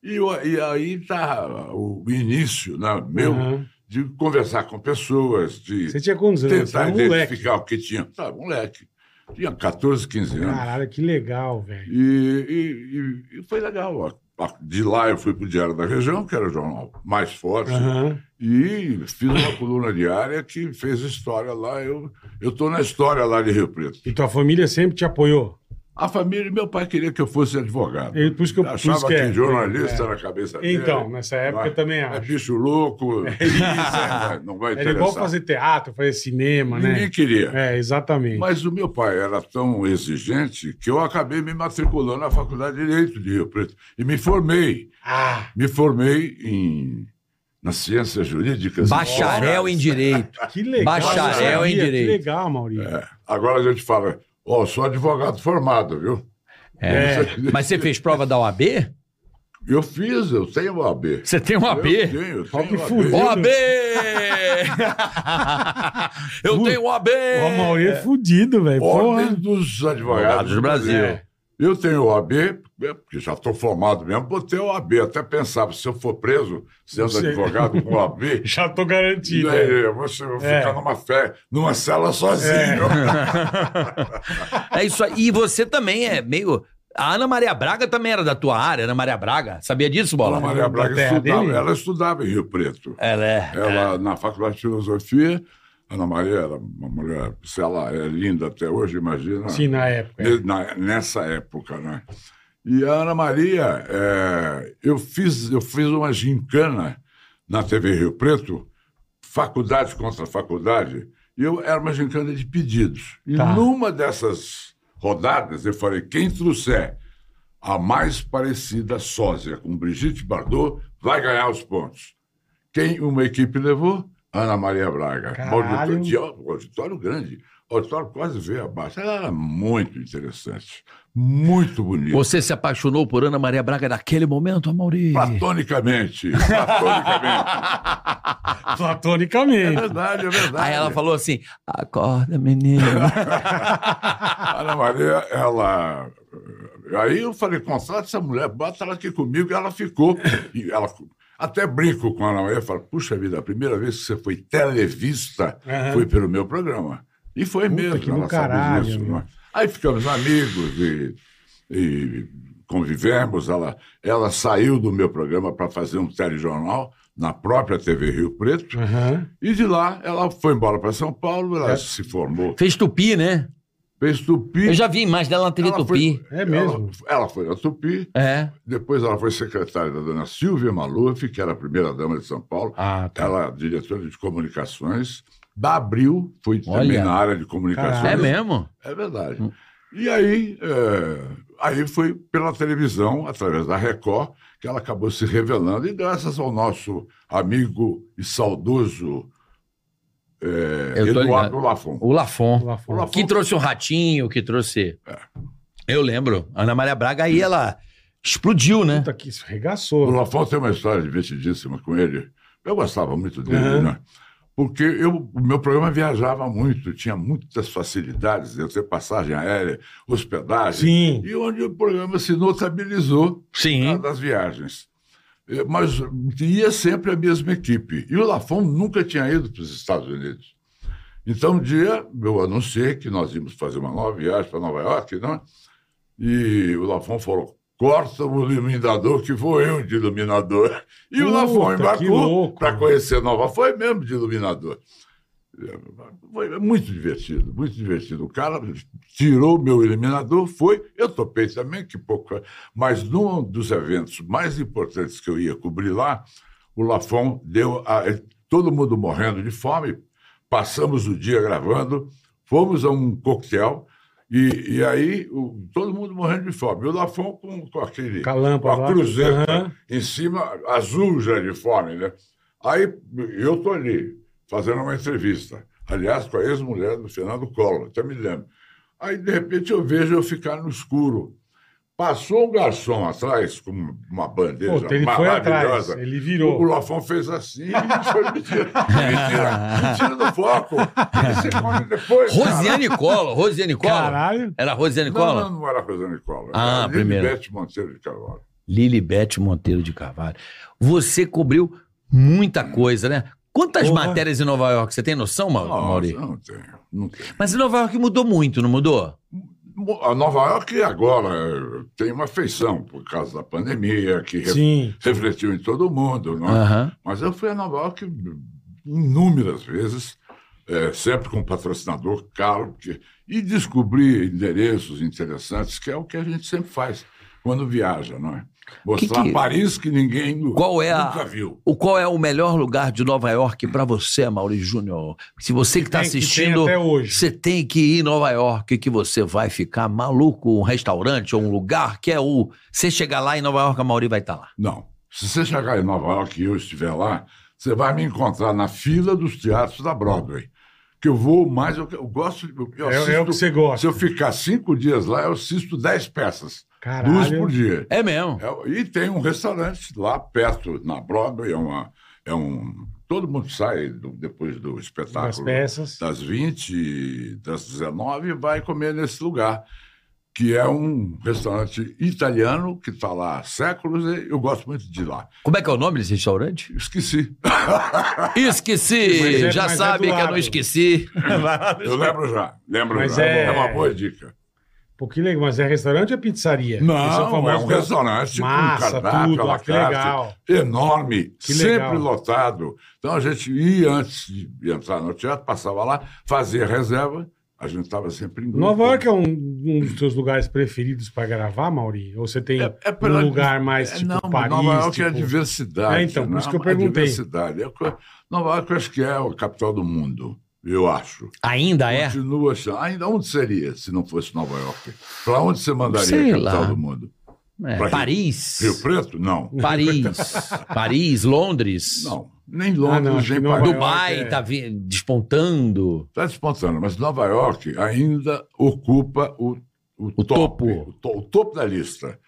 E, eu- e aí está o início né, meu
Aham.
de conversar com pessoas, de
Você tinha quantos anos? Você
tentar
era um moleque.
identificar o que tinha. Tá, moleque. Tinha 14, 15 anos.
Caralho, que legal, velho.
E, e- e- e foi legal. ó. A- De lá eu fui para o Diário da Região, que era o jornal mais forte,
Aham.
e fiz uma coluna diária que fez história lá. Eu estou na história lá de Rio Preto.
E tua família sempre te apoiou?
A família, meu pai queria que eu fosse advogado.
Ele- por isso que eu- por
achava
isso que
que,
é.
jornalista
É.
era a cabeça dele.
Então, nessa época eu também
É
acho.
bicho louco. É isso, é, não vai
Era
interessar.
igual fazer teatro, fazer cinema,
Ninguém
né?
queria.
É, exatamente.
Mas o meu pai era tão exigente que eu acabei me matriculando na Faculdade de Direito de Rio Preto. E me formei.
Ah,
Me formei em, nas ciências jurídicas.
Bacharel em Direito.
que legal.
Bacharel em
Sabia?
direito.
Que legal, Maurício.
É, Agora a gente fala, ó, sou advogado formado, viu?
É.
É.
Mas você fez prova da OAB?
Eu fiz, eu tenho OAB.
Você tem um uma
Eu
OAB?
tenho, eu
Ó, que
tenho OAB.
fudido.
OAB! Eu tenho OAB! um
O Maurício é fudido, velho.
Ordem
Porra.
dos
Advogados
Advogados
do Brasil.
É. Eu tenho OAB, é, porque já estou formado mesmo, botei OAB. Até pensava, se eu for preso, sendo
Você-
advogado com OAB,
Já tô garantido.
né, eu vou se- eu vou
É.
ficar numa, fé, numa cela sozinho.
É isso aí. E você também é meio. A Ana Maria Braga também era da tua área, Ana Maria Braga. Sabia disso,
Ana
Bola?
Maria
Da
Braga
terra
estudava,
dele?
ela estudava em Rio Preto.
Ela é.
Ela, na faculdade de filosofia, Ana Maria era uma mulher, se ela é linda até hoje, imagina.
Sim, na época. é.
Ne- na- nessa época, né? E a Ana Maria, é, eu, fiz, eu fiz uma gincana na TV Rio Preto, faculdade contra faculdade, e eu era uma gincana de pedidos. E
Tá.
numa dessas rodadas, eu falei: quem trouxer a mais parecida sósia com Brigitte Bardot vai ganhar os pontos. Quem uma equipe levou? Ana Maria Braga.
Caralho.
Um Auditório, de- um auditório grande. Auditório quase veio abaixo. Ela era muito interessante. Muito bonita.
Você se apaixonou por Ana Maria Braga naquele momento, Amaury?
Platonicamente. Platonicamente. é
Platonicamente.
verdade, é verdade.
Aí ela falou assim: acorda, menino.
Ana Maria, ela. Aí eu falei, contrata essa mulher, bota ela aqui comigo, e ela ficou. E ela até brinco com a Ana Maria, falo, puxa vida, a primeira vez que você foi televista
Aham.
foi pelo meu programa. E foi
Puta, que
mesmo,
do
ela
caralho,
sabe disso.
meu.
não é? Aí ficamos amigos e, e convivemos. Ela, ela saiu do meu programa para fazer um telejornal na própria TV Rio Preto.
Aham.
E de lá ela foi embora para São Paulo, ela se formou,
Fez tupi, né?
fez tupi.
Eu já vi mais dela na TV
Ela
Tupi.
foi-
É mesmo.
Ela, ela foi da Tupi,
É.
depois ela foi secretária da dona Silvia Maluf, que era a primeira-dama de São Paulo.
Ah, tá.
Ela, diretora de comunicações. Da Abril, foi também
Olha.
na área de comunicações.
É mesmo?
É verdade. E aí, é, aí foi pela televisão, através da Record, que ela acabou se revelando. E graças ao nosso amigo e saudoso é,
Eu tô
Eduardo Lafon.
O Lafon.
Lá fora.
Que trouxe um ratinho, que trouxe. Eu lembro. Ana Maria Braga, aí ela explodiu, né?
Puta que isso
O
regaçou.
Lafon tem uma história divertidíssima com ele. Eu gostava muito dele,
Uhum.
né? Porque eu, o meu programa viajava muito, tinha muitas facilidades, eu ter passagem aérea, hospedagem.
Sim.
E onde o programa se notabilizou
Sim.
das viagens. Eh, Mas ia sempre a mesma equipe. E o Lafon nunca tinha ido para os Estados Unidos. Então, um dia, eu anunciei que nós íamos fazer uma nova viagem para Nova York, né? e o Lafon falou: corta o iluminador, que vou eu de iluminador. E o
Puta,
Lafon
que
embarcou
louco.
para conhecer Nova. Foi mesmo de iluminador. Eh, Foi muito divertido, muito divertido. O cara tirou meu iluminador, foi. Eu topei também, que pouco. é. Mas num dos eventos mais importantes que eu ia cobrir lá, o Lafon deu. a- todo mundo morrendo de fome, passamos o dia gravando, fomos a um coquetel, e, e aí o- todo mundo morrendo de fome. E o Lafon com, com aquele.
Com a lâmpada
com
lá.
a cruzeta
Aham.
em cima, azul já de fome, né? Aí eu estou ali, fazendo uma entrevista. Aliás, com a ex-mulher do Fernando Collor, até me lembro. Aí, de repente, eu vejo eu ficar no escuro. Passou um garçom atrás com uma bandeja
Puta, ele foi atrás.
maravilhosa.
Ele
O
virou.
Lafon fez assim e foi me tirar, me tira do foco. Você come depois. cara.
Rosiane Collor, Rosiane Collor.
Caralho.
Era Rosiane
Não,
Collor?
não, não era coisa Nicola.
Ah,
era
primeiro.
Beth Monteiro de Carvalho.
Lilibete Monteiro de Carvalho. Você cobriu muita coisa, né? Quantas
Porra.
matérias em Nova York? Você tem noção, Mau-
Nossa,
Mauri?
não tenho. Não tenho.
Mas em Nova York mudou muito, não mudou?
Mo- A Nova York agora eh, tem uma feição por causa da pandemia que re-
Sim.
refletiu em todo mundo. Não é?
Aham.
Mas eu fui a Nova York inúmeras vezes, eh, sempre com um patrocinador caro, porque- e descobri endereços interessantes, que é o que a gente sempre faz quando viaja, não é? Mostrar
que-
Paris que ninguém nu-
Qual é a-
nunca viu.
O qual é o melhor lugar de Nova York pra você, Mauri Júnior? Se você que tá
Tem- que tem
assistindo,
até hoje.
você tem que ir em Nova York que você vai ficar maluco, um restaurante ou um lugar que é o você chegar lá em Nova York, a Mauri vai estar lá.
Não. Se você chegar em Nova York e eu estiver lá, você vai me encontrar na fila dos teatros da Broadway. Que eu vou mais, eu, eu gosto. de- Eu, eu
É- é o que você gosta.
Se eu ficar cinco dias lá, eu assisto dez peças.
Caralho.
Duas por dia.
É mesmo.
É, e tem um restaurante lá perto, na Broadway, é, uma, é um. Todo mundo sai do- depois do
Das
espetáculo
peças.
das 20, das 19, e vai comer nesse lugar. que é um restaurante italiano que está lá há séculos e eu gosto muito de ir lá.
Como é que é o nome desse restaurante?
Esqueci.
Esqueci!
Mas é-
Já
mas é
sabe
do
que eu
lado.
não esqueci.
Eu lembro já. Lembro
Mas
já.
é-
É... uma boa dica.
Pô, que legal. Mas é restaurante ou é pizzaria? Eles são
Não, é
famosos
um
por-
restaurante
Massa,
com cardápio,
tudo,
à la
ah, que
carte,
legal.
enorme,
Que
sempre
legal.
lotado. Então a gente ia antes de entrar no teatro, passava lá, fazia reserva, a gente estava sempre em grupo.
Nova York é um, um dos seus lugares preferidos pra gravar, Mauri? Ou você tem
É- é pela-
um lugar mais
É,
tipo
não,
Paris?
Nova York é a
tipo-
diversidade.
É, então, por
né?
isso que eu
A
perguntei.
Diversidade. É co- Nova York eu acho que é a capital do mundo, eu acho.
Ainda é?
Continua achando. Ainda onde seria se não fosse Nova York? Para onde você mandaria
Sei
a capital
lá.
do mundo?
É,
Pra-
Paris.
Rio Preto? Não.
Paris. Paris, Londres.
Não. Nem
Ah, não, acho
Londres,
que
nem
Nova
Paris.
York.
Dubai
é.
tá vi- despontando.
Está Tá despontando, mas Nova York ainda ocupa o, o,
O
top,
topo.
O, to- o topo da lista.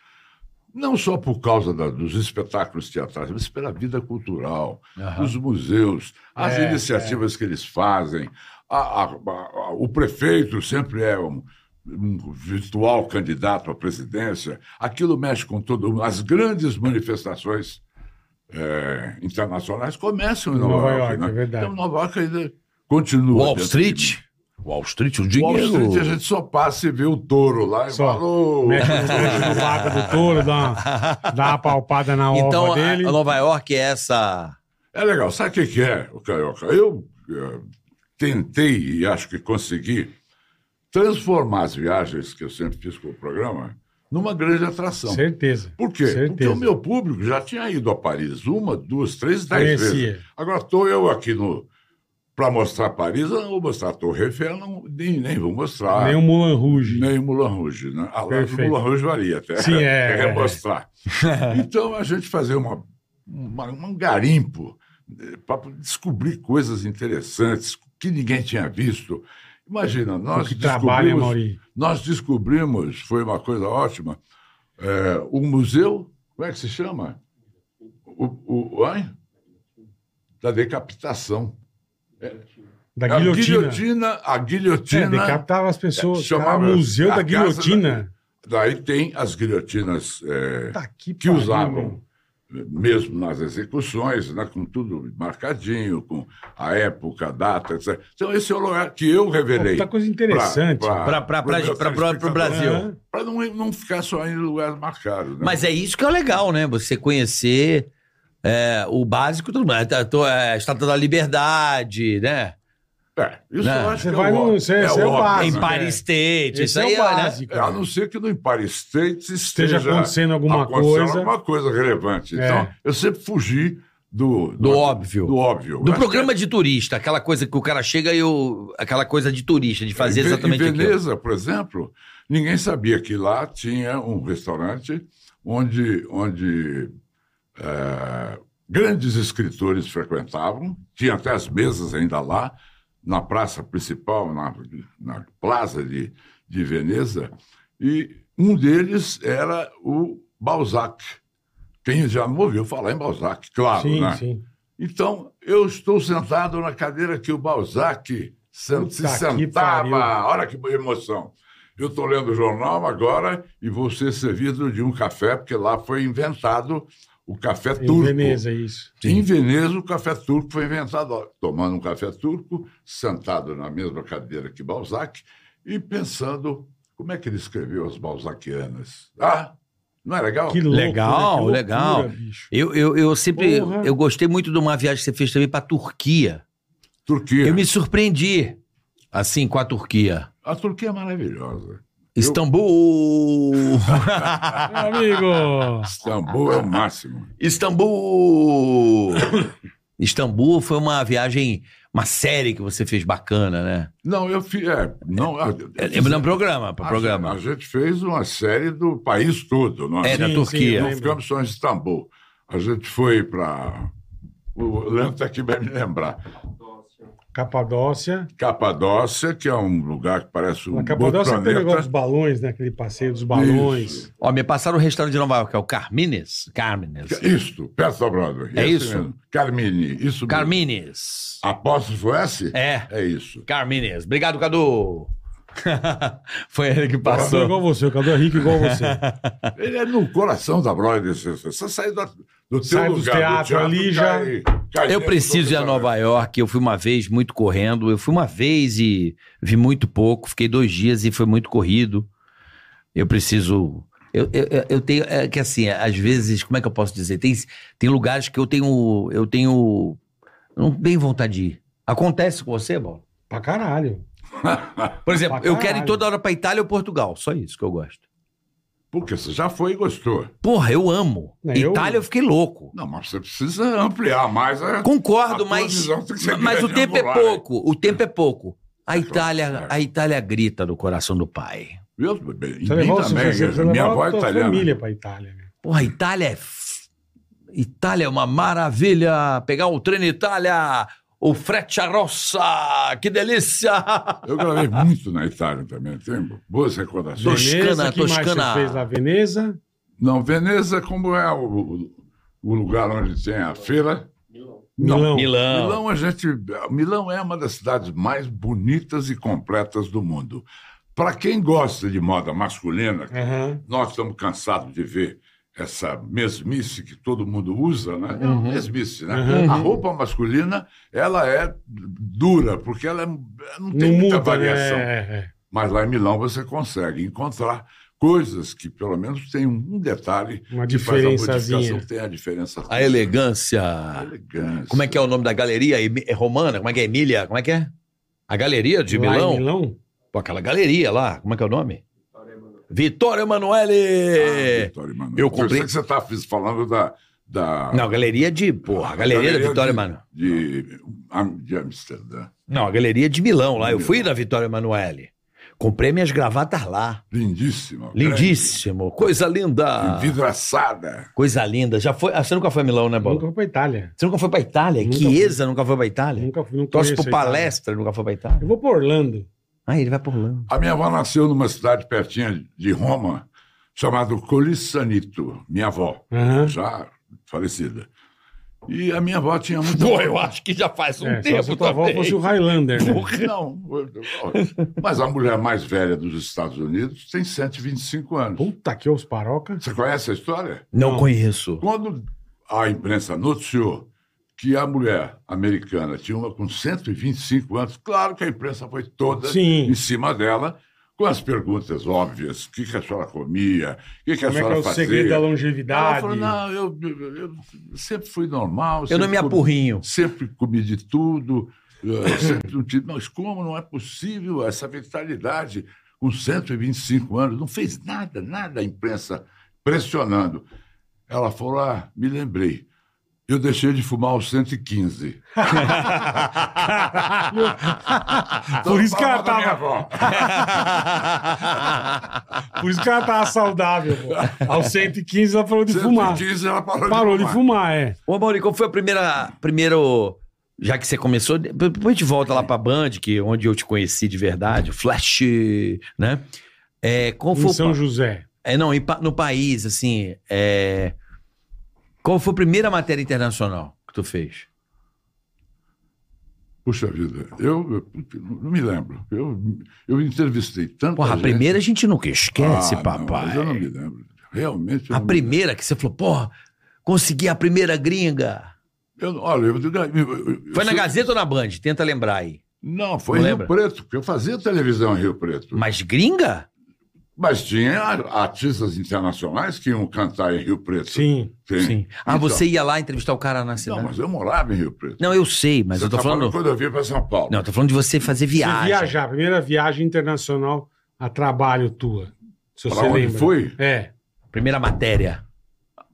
Não só por causa da- dos espetáculos teatrais, mas pela vida cultural, os museus, as
É,
iniciativas que eles fazem. A- a- a- o prefeito sempre é um, um virtual candidato à presidência. Aquilo mexe com todo mundo. As grandes manifestações eh, internacionais começam em Nova,
Nova
York.
York,
né?
é verdade.
Então, Nova York ainda continua.
Wall
dentro
Street?
de-
Wall Street, o
Wall
dinheiro.
Street a gente só passa e vê o touro lá e
Só.
fala. "Ô,
Mexe no dedo do lado do touro, dá uma, dá uma palpada na
Então,
ova
a-
dele.
a Nova York é essa.
É legal. Sabe o que, que é, o Carioca? Eu eh, tentei e acho que consegui transformar as viagens que eu sempre fiz com o programa numa grande atração.
Certeza.
Por quê?
Certeza.
Porque o meu público já tinha ido a Paris uma, duas, três, dez
Conhecia.
vezes. Agora estou eu aqui no. Para mostrar Paris, eu não vou mostrar a Torre Eiffel, não, nem, nem vou mostrar.
Nem o Mulan Rouge.
Nem o Moulin Rouge, né? A live do
Perfeito.
Moulin Rouge varia até.
Sim, é.
Quer mostrar. então, a gente fazer uma, uma- um garimpo para descobrir coisas interessantes que ninguém tinha visto. Imagina,
O
nós
que trabalha,
descobrimos-
Mauri.
nós descobrimos, foi uma coisa ótima, é, o museu, como é que se chama? O, o, o- hein? Da decapitação.
Da
A
guilhotina.
É, guilhotina, a
É,
guilhotina
decapitava as pessoas.
É, chamava-
Cara, museu
a
da
casa
guilhotina.
Daí tem as guilhotinas é,
Tá aqui,
que usavam, mesmo nas execuções, né, com tudo marcadinho, com a época, a data, etc. Então, esse é o lugar que eu revelei.
Puta coisa interessante.
tá Pra- pra- pra- pra- pra- pro Brasil.
Aham.
Para É, não, não ficar só em lugares marcados. Né?
Mas é isso que é legal, né? Você conhecer é, o básico, tudo mais. Tá, tô, é, A Estátua da Liberdade, né?
É, isso
Não,
eu acho
você
que
vai
é o,
no- você-
é
você é o
óbvio,
básico.
né?
Em Paris State,
Esse
isso
é o
aí, né?
básico.
É, a não ser que no Empire State esteja,
acontecendo alguma
acontecendo
coisa.
alguma coisa relevante.
É.
Então, eu sempre fugi do, do,
óbvio.
Do óbvio.
Do
Acho que é.
programa de turista, aquela coisa que o cara chega e o. aquela coisa de turista, de fazer
Em Ve-
exatamente
Em
aquilo.
Veneza, por exemplo, ninguém sabia que lá tinha um restaurante onde, onde eh, grandes escritores frequentavam, tinha até as mesas ainda lá, na praça principal, na, na plaza de, de Veneza, e um deles era o Balzac. Quem já não ouviu falar em Balzac, claro,
Sim,
né?
sim.
Então, eu estou sentado na cadeira que o Balzac sen-
Puta
se
que pariu.
sentava. Olha que emoção. Eu estou lendo o jornal agora e vou ser servido de um café, porque lá foi inventado o café
Em
turco.
Veneza, é isso.
Em Veneza, o café turco foi inventado. ó, Tomando um café turco, sentado na mesma cadeira que Balzac e pensando como é que ele escreveu as balzaquianas. Ah, não é legal?
Que louco,
Legal,
né? Que loucura,
legal.
bicho.
Eu, eu, eu sempre.
Porra.
Eu gostei muito de uma viagem que você fez também pra Turquia.
Turquia.
Eu me surpreendi, assim, com a Turquia.
A Turquia é maravilhosa.
Istambul!
Meu amigo!
Istambul é o máximo.
Istambul! Istambul foi uma viagem, uma série que você fez bacana, né?
Não, eu fiz. É, Ah, não, eu,
É, Lembra um programa, pra
A
programa.
gente fez uma série do país todo. Nós
É, da
Sim, sim, eu
Turquia.
não
lembro.
ficamos só em Istambul. A gente foi para. O Leandro está aqui vai me lembrar.
Capadócia.
Capadócia, que é um lugar que parece um.
Na Capadócia
outro
tem o
planeta.
negócio dos balões, né? Aquele passeio dos balões.
Isso.
Ó, me passaram o restaurante de Nova York, é o Carmines. Carmines.
Isto, perto da Broadway.
É
Esse
isso?
mesmo. Carmine, isso mesmo.
Carmines.
Apóstolo foi esse?
É,
É isso.
Carmines. Obrigado, Cadu.
Foi ele que
Sou
passou.
igual você, o Cadu é rico igual você.
Ele é no coração da Broadway. Você, você sai do, do teu
Sai dos
lugar,
teatros ali, já-
Eu preciso ir a Nova York. Eu fui uma vez muito correndo. Eu fui uma vez e vi muito pouco. Fiquei dois dias e foi muito corrido. Eu preciso. Eu, eu, eu- eu tenho. É que assim, às vezes, como é que eu posso dizer? Tem, tem lugares que eu tenho. Eu tenho. Não tenho vontade de ir. Acontece com você, Bola?
Pra caralho.
Por exemplo,
Pra
eu quero ir
caralho.
toda hora pra Itália ou Portugal. Só isso que eu gosto.
Porque você já foi e gostou.
Porra, eu amo.
É, eu-
Itália eu fiquei louco.
Não, mas você precisa ampliar mais a.
Concordo,
A
mas,
previsão tem que ser
mas o
grande,
tempo é
angular, hein?
pouco. O tempo é pouco. A
É claro,
Itália,
claro.
a Itália grita no coração do pai.
Eu, bem, em
Você
mim
levou você-
também.
você-
eu-
você
minha
levou
avó é
a tua
italiana.
família pra Itália. né?
Porra, a Itália é. f- Itália é uma maravilha! Pegar o trem na Itália, o Frete a Rossa, que delícia!
Eu gravei muito na Itália também. Tenho boas recordações.
Toscana,
Veneza, que mais você
Toscana.
fez lá? Veneza?
Não, Veneza, como é o, o lugar onde tem a feira?
Milão.
Milão.
Milão, a gente, Milão é uma das cidades mais bonitas e completas do mundo. Para quem gosta de moda masculina,
Aham.
nós estamos cansados de ver essa mesmice que todo mundo usa, né? É uma mesmice, né?
Uhum.
A roupa masculina, ela é dura, porque ela é- não tem
Não muda,
muita
né?
variação.
É, é.
Mas lá em Milão você consegue encontrar coisas que pelo menos tem um detalhe
Uma
que faz a
diferençazinha.
modificação, tem a diferença.
A elegância.
A elegância.
Como é que é o nome da galeria? Emi- É romana? Como é que é? Emília? Como é que é? A galeria de
Lá em
Milão?
Milão?
Pô, aquela galeria lá. Como é que é o nome? Vitória Emanuele!
Ah, Vitório Emanuel.
É. eu comprei-
sei que você está falando da... da...
Não, galeria de. Porra, a galeria, da Vitória
de-
Emanuele.
De, Am- de Amsterdã.
Não, a galeria de Milão lá. Eu
Milão.
fui na Vitória Emanuele. Comprei minhas gravatas lá.
Lindíssima.
Lindíssimo. Coisa linda.
Ah.
grande, Envidraçada.
Coisa linda. Já foi. Ah, você nunca foi a Milão, né, Bola?
Nunca fui pra Itália.
Você nunca foi pra Itália?
Nunca
Chiesa nunca foi pra Itália?
Nunca fui, não
Torce
conheço
pro
a Itália.
palestra, nunca foi pra
Eu
Itália?
vou pra Orlando.
Ah, ele vai por lá.
A minha avó nasceu numa cidade pertinha de Roma, chamada Colissanito, minha avó,
Aham.
já falecida. E a minha avó tinha muita...
Pô, eu acho que já faz um
É, só se
tempo
a tua avó
também.
fosse o Highlander, né?
Não, mas a mulher mais velha dos Estados Unidos tem 125 anos.
Puta que os paroca.
Você conhece a história?
Não, conheço.
Quando a imprensa noticiou que a mulher americana tinha uma com 125 anos, claro que a imprensa foi toda
Sim.
em cima dela, com as perguntas óbvias: o que, que a senhora comia, o que, que
Como
a
é que
senhora
é o
fazia.
segredo da
Ela
longevidade?
falou: não, eu, eu- eu sempre fui normal.
Eu não me
apurrei.
apurrinho.
sempre comi de tudo, eh, sempre não tive. Mas como não é possível essa vitalidade com 125 anos? Não fez nada, nada a imprensa pressionando. Ela falou: ah, me lembrei. Eu deixei de fumar aos 115.
Por isso que ela tava-
Então, fala da minha avó.
Por isso que ela tava saudável, pô. Aos 115 ela falou de fumar.
115 ela parou,
Parou de fumar, é.
Ô, Mauri, qual foi a primeira. Primeiro. Já que você começou, de- depois de volta lá pra Band, que é onde eu te conheci de verdade, Flash, né? É, qual
Em
foi o
São
pa-
José.
É, não, em pa- no país, assim, é, qual foi a primeira matéria internacional que tu fez?
Puxa vida, eu, eu não me lembro. Eu, eu entrevistei tanto.
Porra, a primeira a gente nunca esquece,
é. Ah, Não,
papai.
mas eu não me lembro. Realmente. eu
A
não me
primeira que você falou, porra, consegui a primeira gringa.
Eu, olha, eu, eu, eu- eu-
Foi na
eu-
Gazeta ou na Band? Tenta lembrar aí.
Não, foi
Não
em
lembra?
Rio Preto, porque eu fazia televisão em Rio Preto. Mas,
Mas gringa?
tinha a- artistas internacionais que iam cantar em Rio Preto.
Sim.
Tem.
Ah,
Então,
você ia lá entrevistar o cara na cidade?
Não,
Não,
mas eu morava em Rio Preto.
eu sei, mas
Você
eu tô
tá
falando.
Quando eu vim para São Paulo.
Não, eu tô falando de você fazer viagem.
Você viajar, primeira viagem internacional a trabalho tua. Se
Pra
você
onde
lembra.
foi?
É.
Primeira matéria.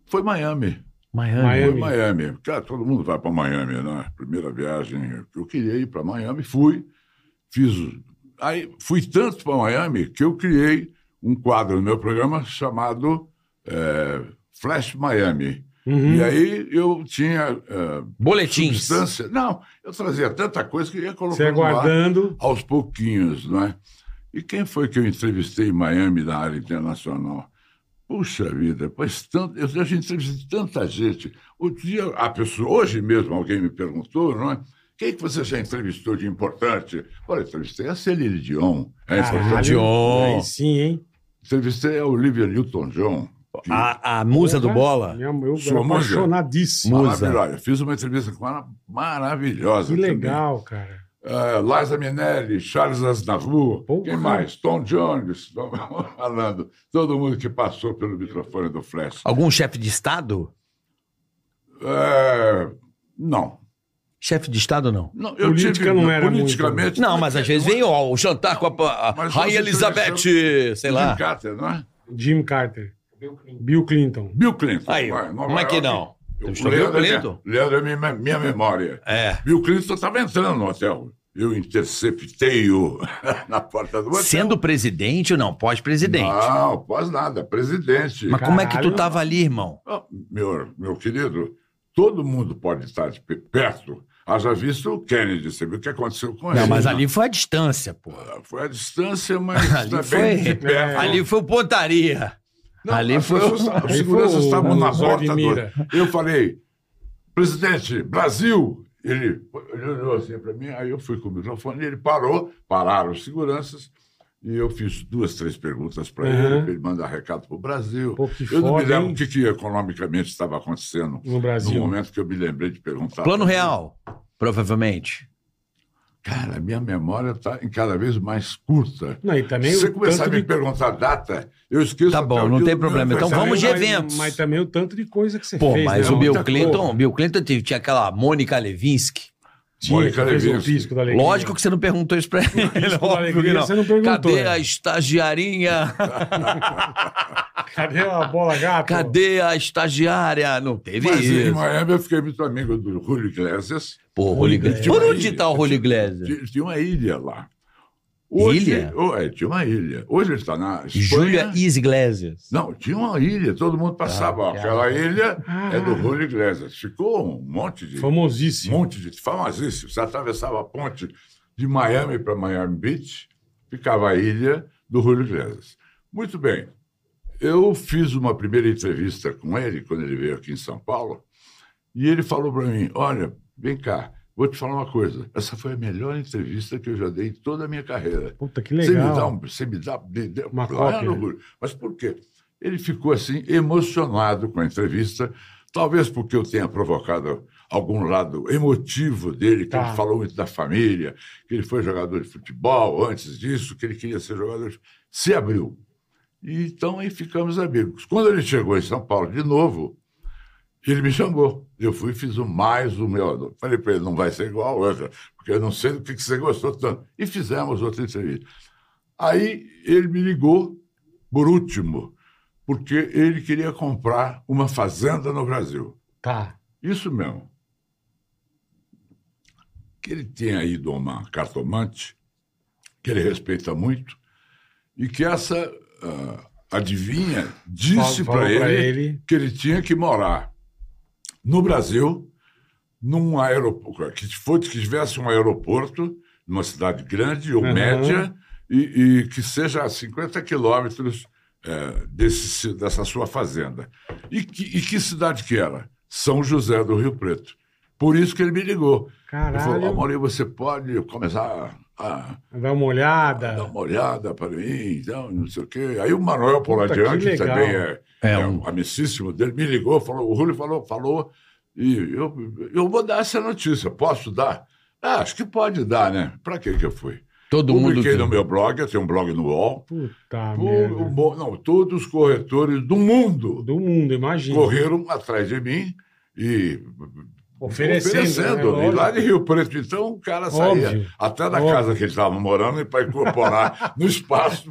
Foi Miami.
Miami.
Miami.
Foi É, Miami. Cara, todo mundo vai para Miami, né? Primeira viagem. Eu queria ir para Miami, fui, fiz. Aí fui tanto para Miami que eu criei um quadro no meu programa chamado eh, Flash Miami.
Uhum.
E aí eu tinha eh,
Boletins.
substância. Não, eu trazia tanta coisa que ia
Você é
colocando lá
aguardando.
aos pouquinhos, não é? E quem foi que eu entrevistei em Miami da área internacional? Puxa vida, pois tanto, eu já entrevistei tanta gente. Outro dia, a pessoa, hoje mesmo alguém me perguntou, não é? Quem que você já entrevistou de importante? Olha, entrevistei a Celine Dion. É importante.
John.
Aí sim, hein?
Entrevistei a Olivia Newton-John. que-
Ah,
A, a musa do
Porra,
bola.
Minha mãe, eu
Sua
era
mãe,
apaixonadíssimo.
Musa.
Maravilhosa. Fiz uma entrevista com ela maravilhosa.
Que legal, cara.
Uh, Liza Minelli, Charles Aznavour,
Porra.
quem mais? Tom Jones, Tom- falando. Todo mundo que passou pelo microfone do Flash.
Algum chefe de Estado?
É, não.
Chefe de Estado, não.
não
Política não era muito.
politicamente, é
Não, mas às vezes vem ó, o jantar com a, a
Mas
Rainha
você
Elizabeth, sei lá.
Jimmy Carter, não é?
Jim Carter. Bill Clinton.
Bill Clinton.
Aí,
vai, Nova
como é que
York.
não?
Eu,
Entrevistou Bill
Leandro, é minha-
Clinton?
Leandro é minha, minha memória.
É.
Bill Clinton estava entrando no hotel. Eu interceptei-o na porta do hotel.
Sendo presidente ou não? Pós-presidente.
Não, pós nada, presidente.
Mas como é que tu
Caralho.
tava ali, irmão?
Ah, Meu, meu querido, todo mundo pode estar de pe- perto. Haja visto o Kennedy, você viu o que aconteceu com ele.
Não, mas
né?
ali foi a distância, pô.
Foi a distância, mas
Ali
também
foi-
de perto.
Ali foi pontaria.
Não,
ali
as
foi-
pessoas- Os
Aí
seguranças
foi o-
estavam na
o
porta
Vladimir.
do... Eu falei, presidente, Brasil! Ele, ele olhou assim para mim, aí eu fui com o microfone, ele parou, pararam os seguranças, e eu fiz duas, três perguntas para ele,
Uhum.
para ele mandar recado para o Brasil.
Pô, que
eu não me
foda,
lembro
hein?
o que, que economicamente estava acontecendo
No Brasil.
no momento que eu me lembrei de perguntar.
Plano real, provavelmente.
Cara, minha memória está cada vez mais curta.
Não, e também
Se você
o É
começar a
tanto
me
de-
perguntar a data, eu esqueço.
Tá
até
bom,
o
não
dia
tem
do
problema.
meu
Então
aniversário.
vamos de
mas-
eventos.
Mas também o tanto de coisa que você
Pô,
fez.
mas
né?
o Bill
Muita
Clinton,
coisa.
o Bill Clinton tinha tinha aquela Mônica Levinsky.
Tinha
Mônica
que fez o
Lewinsky.
físico da alegria.
Lógico que você não perguntou isso pra ele.
da
óbvio
alegria
que
você não perguntou,
Cadê
né?
a estagiarinha?
Cadê a bola gato?
Cadê a estagiária? Não teve
Mas em
isso.
Miami eu fiquei muito amigo do Julio Iglesias.
Pô, Rulio Iglesias. Por
Tinha uma
onde
ilha.
tá o Rulio Iglesias?
Tinha tinha uma ilha lá.
Ilha?
Oh, é, tinha uma ilha. Hoje ele está na tipo, Espanha.
Júlia Ah, Iglesias.
Não, tinha uma ilha. Todo mundo passava. ó,
tá.
aquela ilha é
Ah.
do Julio Iglesias. Ficou um monte de... Um
Famosíssimo.
monte de... Famosíssimo. Você atravessava a ponte de Miami para Miami Beach. Ficava a ilha do Julio Iglesias. Muito bem. Eu fiz uma primeira entrevista com ele, quando ele veio aqui em São Paulo, e ele falou para mim: Olha, vem cá, vou te falar uma coisa. Essa foi a melhor entrevista que eu já dei em toda a minha carreira.
Puta, que
Você me dá,
legal.
um, você me dá me deu-
Uma
Claro,
cópia.
orgulho. Mas por quê? Ele ficou assim emocionado com a entrevista, talvez porque eu tenha provocado algum lado emotivo dele, que
Tá.
ele falou muito da família, que ele foi jogador de futebol antes disso, que ele queria ser jogador. de- Se abriu. E então aí ficamos amigos. Quando ele chegou em São Paulo de novo, ele me chamou. Eu fui e fiz o mais o meu. Falei para ele, não vai ser igual a outra, porque eu não sei do que, que você gostou tanto. E fizemos outra entrevista. Aí ele me ligou, por último, porque ele queria comprar uma fazenda no Brasil.
Tá.
Isso mesmo. Que ele tinha ido a uma cartomante, que ele respeita muito, e que essa ah, adivinha disse
Falou-
para
falou pra
ele
ele.
que ele tinha que morar no Brasil, num aeroporto, que fosse que tivesse um aeroporto, numa cidade grande ou
Aham.
média, e, e que seja a 50 quilômetros eh, desse ci- dessa sua fazenda. E que, e que cidade que era? São José do Rio Preto. Por isso que ele me ligou. Ele falou,
Caralho.
Amorim, você pode começar a
Dá uma olhada.
dar uma olhada para mim, então, não sei o quê. Aí o Manuel
Puta, que
Poladiante, que
legal.
também é,
É,
é
um-
um amicíssimo dele, me ligou, falou, o Rúlio falou, falou, e eu, eu vou dar essa notícia, posso dar? Ah, acho que pode dar, né? Para que que eu fui?
Todo mundo.
Publiquei no meu blog, eu tenho um blog no UOL,
Puta
o- o
Ah, merda.
mo- não, todos os corretores do mundo
Do mundo, imagina.
correram atrás de mim e
Oferecendo. né?
e
Lógico.
lá de Rio Preto, então, o cara saía
Óbvio.
até da
Óbvio.
casa que ele estava morando para incorporar no espaço.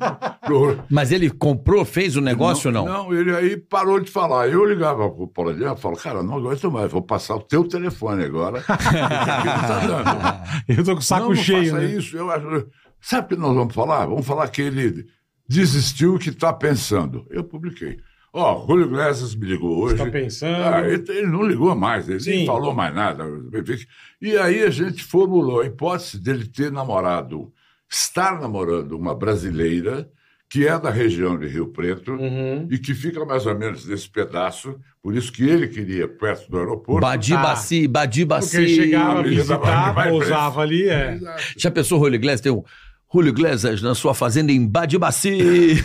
Do...
Mas ele comprou, fez o negócio ou não?
Não, ele aí parou de falar. Eu ligava pro Paulo Adriano e falava, cara, não aguento mais, vou passar o teu telefone agora. porque não tá dando.
Eu tô com o saco
Não, não
cheio,
faça
né?
isso. Eu acho... Sabe o que nós vamos falar? Vamos falar que ele desistiu o que está pensando. Eu publiquei. Ó, Julio Iglesias me ligou hoje.
Tá pensando.
Ah, ele, ele não ligou mais, ele
Sim.
nem falou mais nada. E aí a gente formulou a hipótese dele ter namorado, estar namorando uma brasileira que é da região de Rio Preto
Uhum.
e que fica mais ou menos nesse pedaço, por isso que ele queria perto do aeroporto.
Badi
Ah.
Baci, Badi
Porque
Baci.
ele chegava,
Avenida Barra de
visitava,
Vai
pousava ali, é.
Exato.
Já pensou, Julio Iglesias? Tem um Julio Iglesias na sua fazenda em Badi Baci.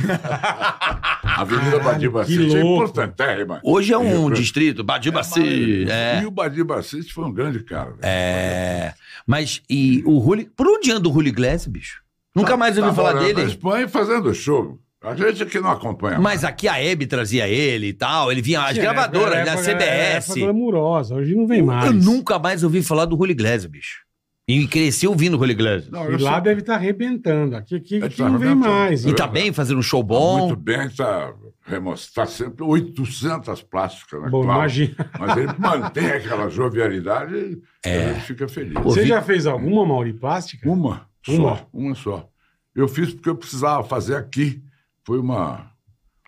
A Avenida Badi
que
Bacete é
louco.
importantérrima.
Hoje é
Rio
um
Preto.
distrito, Badi Baci. É.
E o Badi Bacete foi um grande cara. velho.
É. Mas e o Julio... Por onde anda o Julio Iglesias, bicho? Nunca mais ouvi
Tá
falar
morando Na
dele.
Espanha e fazendo show. A gente aqui não acompanha.
Mas aqui a Hebe trazia ele e tal. Ele vinha às
Tinha, né?
gravadoras,
Era
na
época- era
CBS.
época glamurosa, hoje não vem mais.
Eu nunca mais ouvi falar do Julio Iglesias, bicho. E cresci ouvindo o Julio Iglesias.
Não,
E
eu
lá
sou-
deve estar arrebentando. Aqui, aqui,
É,
aqui
tá
não vem
arrebentando.
mais.
E tá bem, fazendo um show bom.
Muito bem, está tá sempre 800 plásticas, né?
Bom,
claro.
imagina.
Mas ele mantém aquela jovialidade e
É.
a gente fica feliz.
Você já fez alguma mauriplástica?
Uma,
Uma.
só, uma só. Eu fiz porque eu precisava fazer aqui. Foi uma,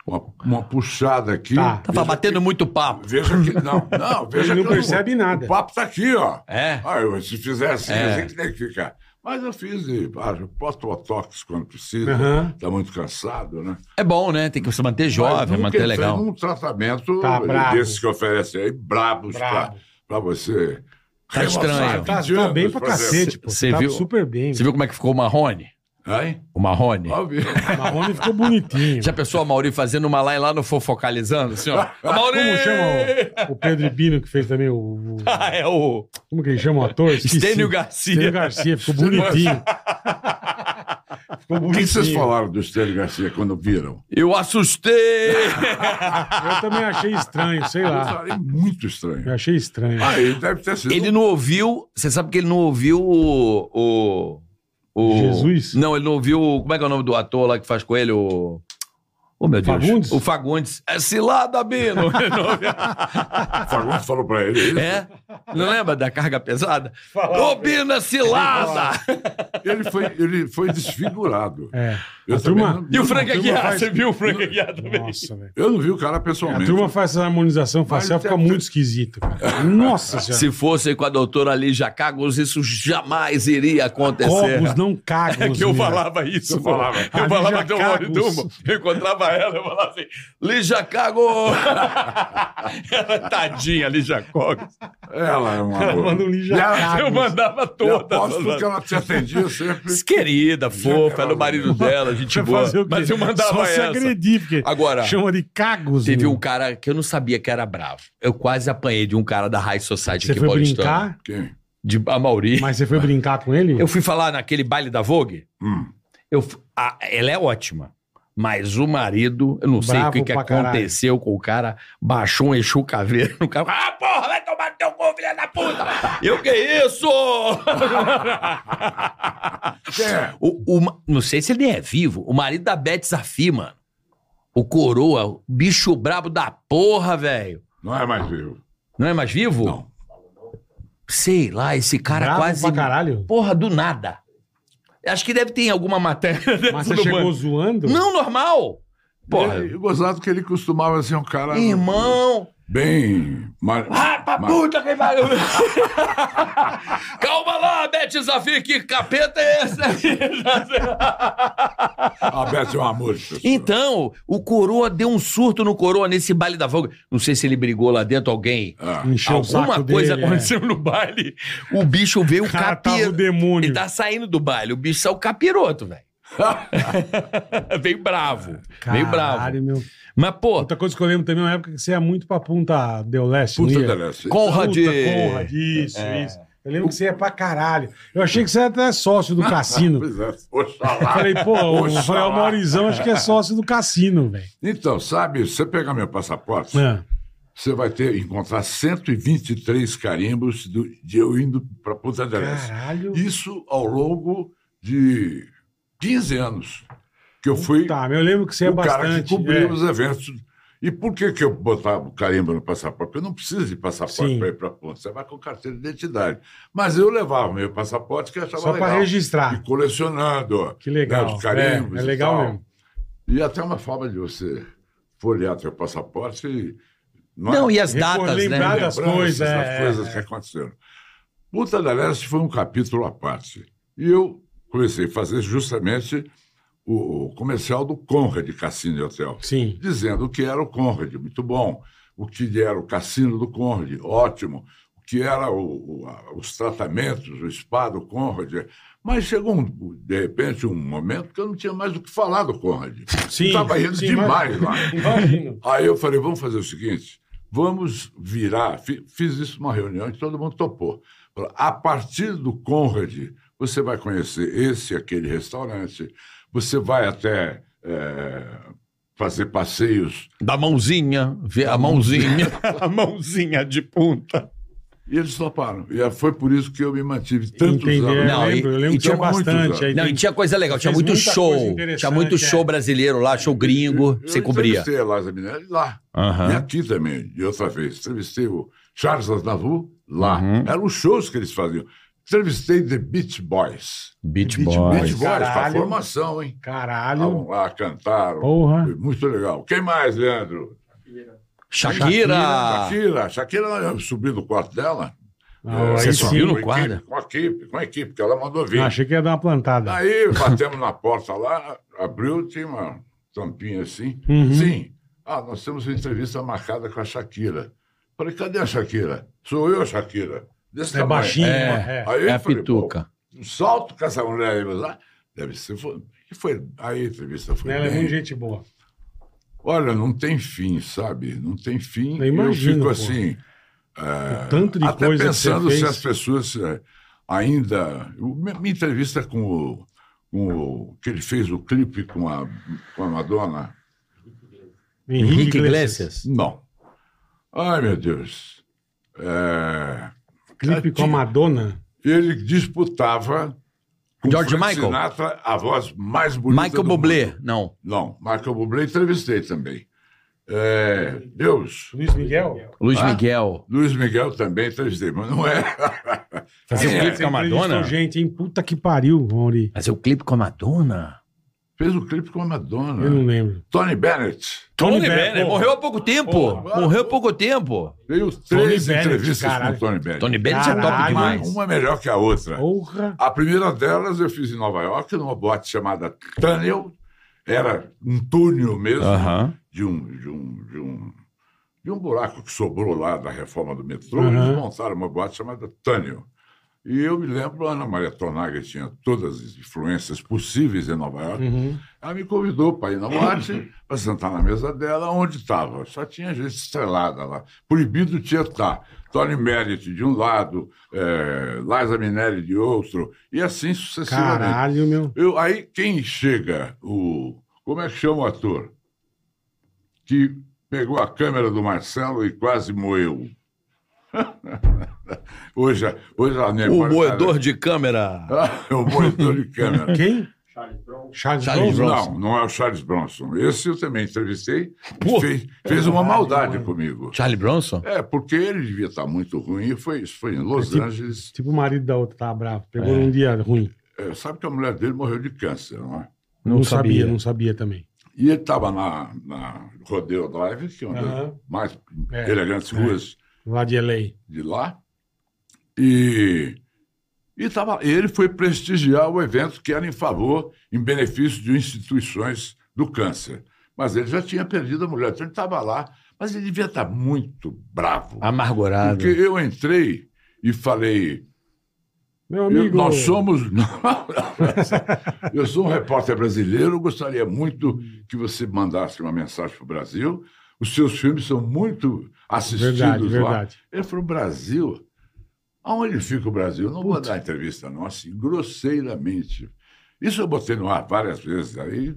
uma, uma puxada aqui.
Tá.
Tava batendo muito papo.
Veja que não, não, veja
Ele não
que eu
percebe nada.
O papo tá aqui, ó.
É.
Ah, eu, se fizer assim,
É.
a gente tem que ficar. Mas eu fiz, e, ah, eu boto o tox quando precisa.
Aham.
Tá muito cansado, né?
É bom, né? Tem que se manter
Mas
jovem,
nunca
manter
fez
legal.
um tratamento
Tá brabo.
desses que oferecem aí, brabos pra,
Brabo.
pra você.
Tá
remoçar
estranho.
Tá,
20
tá bem
anos,
pra
por exemplo.
cacete, pô.
Cê
Você tá
viu?
super bem.
Você viu como é que ficou o Marrone?
Hein?
O Marrone?
Óbvio.
Marrone ficou bonitinho.
Já pensou a Mauri fazendo uma lá e lá no fofocalizando, assim, ó? A Mauri!
Como chama o, o Pedro Ibino, que fez também o. o-
Ah, é o
como que ele chama o ator? Esqueci.
Estênio Garcia.
Estênio Garcia, ficou bonitinho. ficou
O que vocês
bonitinho.
falaram do Estélio Garcia quando viram?
Eu assustei!
Eu também achei estranho, sei
Eu
lá.
falei muito
Eu
estranho.
achei estranho.
Ah, ele deve ter sido.
ele não ouviu. Você sabe que ele não ouviu o. o, o-
Jesus?
Não, ele não ouviu. o- Como é que é o nome do ator lá que faz com ele? O. Oh, meu Deus.
Fagundes?
O Fagundes. É cilada, Bino! Ele não ouviu.
O Fagundes falou pra ele isso.
é? Não lembra da carga pesada? Ô, Bino, é cilada!
Ele, foi, ele foi desfigurado.
É.
Eu
A
também
turma-
não-
E o Frank
A turma
Aguiar?
faz-
Você viu o Frank Aguiar também?
Nossa, velho.
Eu não vi o cara
A
pessoalmente.
turma faz essa harmonização facial,
Mas
fica
deve-
muito esquisito, cara. Nossa senhora.
é Se fosse com a doutora Lígia Cagos, isso jamais iria acontecer.
Cobos não cagam.
É que eu
menina.
falava isso, pô.
falava.
Eu
A
falava
Lígia
que eu moro em
Cagos.
Dumbo. Eu encontrava ela, eu falava assim, Lígia Cago! ela tadinha, Lígia Cagos.
Ela é uma.
Ela manda um tá
E
lija
ela-
cagos.
Eu mandava
Eu
todas.
aposto que ela te atendia sempre.
Querida, fofa, era o marido dela, gente
Pra
boa.
fazer o quê?
Mas eu mandava
Só se
essa.
agredir, porque
Agora,
chama de cagos.
teve
meu.
um cara que eu não sabia que era bravo. Eu quase apanhei de um cara da High Society
Você
aqui
foi
paulistano.
brincar,
Quem?
De Amauri.
mas você foi brincar com ele?
Eu fui falar naquele baile da Vogue.
Hum.
Eu, f- a- ela é ótima. Mas o marido, eu não sei o
Bravo
que, que
pra caralho.
aconteceu com o cara, baixou um Exu caveira no carro. Ah, porra, vai tomar no teu cu, filha da puta! Eu que isso?
Quem é?
O- o ma- não sei se ele é vivo. O marido da Beth Zafi, mano. O coroa, o bicho brabo da porra, velho.
Não é mais eu.
Não é mais vivo?
Não.
Sei lá, esse cara
Bravo
quase.
pra caralho.
Porra, do nada. Acho que deve ter alguma matéria. dentro
Mas você
do
chegou
banco.
zoando?
Não, normal. Porra.
Ele, gozado que ele costumava ser um cara.
Irmão.
Bem. Mar...
Ah, pra
mar-
puta que pariu. Calma lá, Bete Zafi, que capeta é esse?
A Beth é um amor. de pessoa.
então, o Coroa deu um surto no Coroa nesse baile da Vogue. Não sei se ele brigou lá dentro, alguém.
Ah,
Encheu o saco
Alguma coisa
dele, é.
aconteceu no baile. O bicho veio
Cara, tava o
capiroto.
demônio.
Ele tá saindo do baile. O bicho saiu capiroto, velho. veio bravo.
Caralho,
veio bravo.
meu.
Mas, pô,
Outra coisa que eu lembro também, é uma época que você ia muito pra Punta Del Leste. não
Puta
ia?
interesse.
Conrad.
Puta, Conrad, isso,
É.
isso. Eu lembro que você ia pra caralho. Eu achei que você era até sócio do cassino.
Pois é. Oxalá.
Falei, pô, o
Oxalá.
Rafael Maurizão acho que é sócio do cassino, velho.
Então, sabe, se você pegar meu passaporte,
É.
você vai ter encontrar 123 carimbos do- de eu indo para Punta del Este.
Caralho.
Isso ao longo de 15 anos que eu fui
Tá, mas eu lembro que você é
o cara
bastante.
que cobriu
é.
os eventos. E por que, que eu botava o carimbo no passaporte? Porque eu não preciso de passaporte
Sim.
para ir para Ponta. Você vai com carteira de identidade. Mas eu levava meu passaporte que eu achava
Só
legal.
pra
E
registrar.
colecionando
Que legal.
né, os carimbos.
é, é
e
legal
tal.
mesmo.
E até uma forma de você folhear teu passaporte e...
Não, e as
Recor-
datas, né?
lembrar das
Lembranças das
coisas,
coisas,
é, é.
que aconteceram. Puta da Leste foi um capítulo à parte. E eu comecei a fazer justamente o, o comercial do Conrad Cassino e Hotel,
Sim.
dizendo o que era o Conrad, muito bom, o que era o cassino do Conrad, ótimo, o que era o- o- a- os tratamentos, o spa do Conrad. Mas chegou, um- de repente, um momento que eu não tinha mais o que falar do Conrad.
Sim,
Estava indo
sim,
demais lá.
Imagino.
Aí eu falei, vamos fazer o seguinte, vamos virar, fi- fiz isso numa reunião e todo mundo topou. Falou, A partir do Conrad, você vai conhecer esse e aquele restaurante, você vai até eh, fazer passeios.
Da mãozinha, vê a mãozinha, a mãozinha de punta.
E eles toparam. E é, foi por isso que eu me mantive tantos
Entendi.
anos.
Eu
Não, e-
lembro, eu lembro
e
que tinha
tinha muitos,
bastante.
ó.
Aí
Não,
tem-
e tinha coisa legal, tinha
Fez
muito
muita coisa
show.
interessante,
Tinha muito
é.
show brasileiro lá, show gringo, você cobria.
entrevistei Né? a Liza Minelli lá.
Aham.
E aqui também, de outra vez. Entrevistei o Charles Aznavour lá.
Uhum.
Eram os shows que eles faziam. Entrevistei The Beach Boys.
Beach
Beach
Boys.
Boys, pra
Caralho.
formação, hein?
Caralho.
Estavam lá, cantaram.
Porra.
Foi muito legal. Quem mais, Leandro?
Ah. Shakira.
Shakira. Shakira, eu subi no quarto dela.
Ah,
Eh,
Você
aí
só
sim.
viu no
com a
quarto?
equipe, Com a equipe, com a equipe, que ela mandou vir.
Ah, achei que ia dar uma plantada.
Aí batemos na porta lá, abriu, tinha uma tampinha assim.
Uhum.
Sim. Ah, nós temos uma entrevista marcada com a Shakira. Falei, cadê a Shakira? Sou eu, Shakira. Desse
É
tamanho.
baixinho.
É.
É.
Aí
É a
eu falei,
pituca.
pô, Um salto com essa mulher aí, mas lá, deve ser. Foi, e foi, aí a entrevista foi.
Ela é
bem.
muito gente boa.
Olha, não tem fim, sabe? Não tem fim.
Eu imagino,
fico
pô.
assim.
O tanto de
até
coisa que você
pensando se
fez.
as pessoas eh, ainda. o- mi- Minha entrevista com o, com o- que ele fez o clipe com a, com a Madonna.
Henrique Iglesias.
Não. Ai, meu Deus. Eh,
Clipe com a Madonna.
ele disputava com
George
Frank
Michael.
Sinatra a voz mais bonita.
Michael
do
Bublé.
mundo.
Não.
Não, Michael Bublé entrevistei também. Eh, Deus.
Luiz Miguel?
Luiz
Ah?
Miguel.
Luiz Miguel também entrevistei, mas não é.
Fazer
Cara,
o clipe
você
É. com a Madonna?
entrevistou gente, hein? Puta que pariu, Mauri.
Fazer o clipe com a Madonna?
Fez o clipe com a
Eu não
Madonna.
lembro.
Tony Bennett.
Tony,
Tony
Bennett.
Bennett,
Morreu há pouco tempo.
Porra.
Morreu há pouco tempo.
Veio três
Bennett,
entrevistas
caralho.
com o Tony Bennett.
Tony Bennett é top
Caralho.
demais.
Uma melhor que a outra.
Porra.
A primeira delas eu fiz em Nova York, numa boate chamada Tunnel. Era um túnel mesmo,
Aham.
de, um, de, um, de, um, de um buraco que sobrou lá da reforma do metrô.
Aham.
Eles montaram uma boate chamada Tunnel. E eu me lembro, a Ana Maria Tonaga tinha todas as influências possíveis em Nova York.
Uhum.
Ela me convidou para ir na boate, para sentar na mesa dela, onde estava. Só tinha gente estrelada lá. Proibido tietar. Tony Merritt de um lado, eh, Liza Minelli de outro, e assim sucessivamente.
Caralho, meu.
Eu, aí quem chega, o. Como é que chama o ator? Que pegou a câmera do Marcelo e quase moeu. hoje, a- hoje a
O moedor de câmera.
o moedor de câmera.
Quem? Charles Bronson.
Charles Bronson.
Não, não é o Charles Bronson. Esse eu também entrevistei.
Pô,
fez, fez uma maldade comigo.
Charlie Bronson?
É, porque ele devia estar muito ruim. Foi isso, foi em Los
tipo-
Angeles.
Tipo o marido da outra, tava bravo. Pegou num dia ruim.
É, sabe que a mulher dele morreu de câncer, não é?
Não, sabia. não sabia também.
E ele estava na, na Rodeo Drive, que é uma das
Aham.
mais
É,
elegantes
é.
ruas
Lá de LA.
de lá. E, e tava, ele foi prestigiar o evento que era em favor, em benefício de instituições do câncer. Mas ele já tinha perdido a mulher, então ele estava lá. Mas ele devia estar muito bravo.
Amargurado.
Porque eu entrei e falei,
Meu
eu-
amigo.
nós somos. eu sou um repórter brasileiro, gostaria muito que você mandasse uma mensagem para o Brasil. Os seus filmes são muito assistidos
Verdade,
lá.
verdade.
Ele falou, Brasil? Aonde fica o Brasil? Não vou dar entrevista, não, assim, grosseiramente. Isso eu botei no ar várias vezes, aí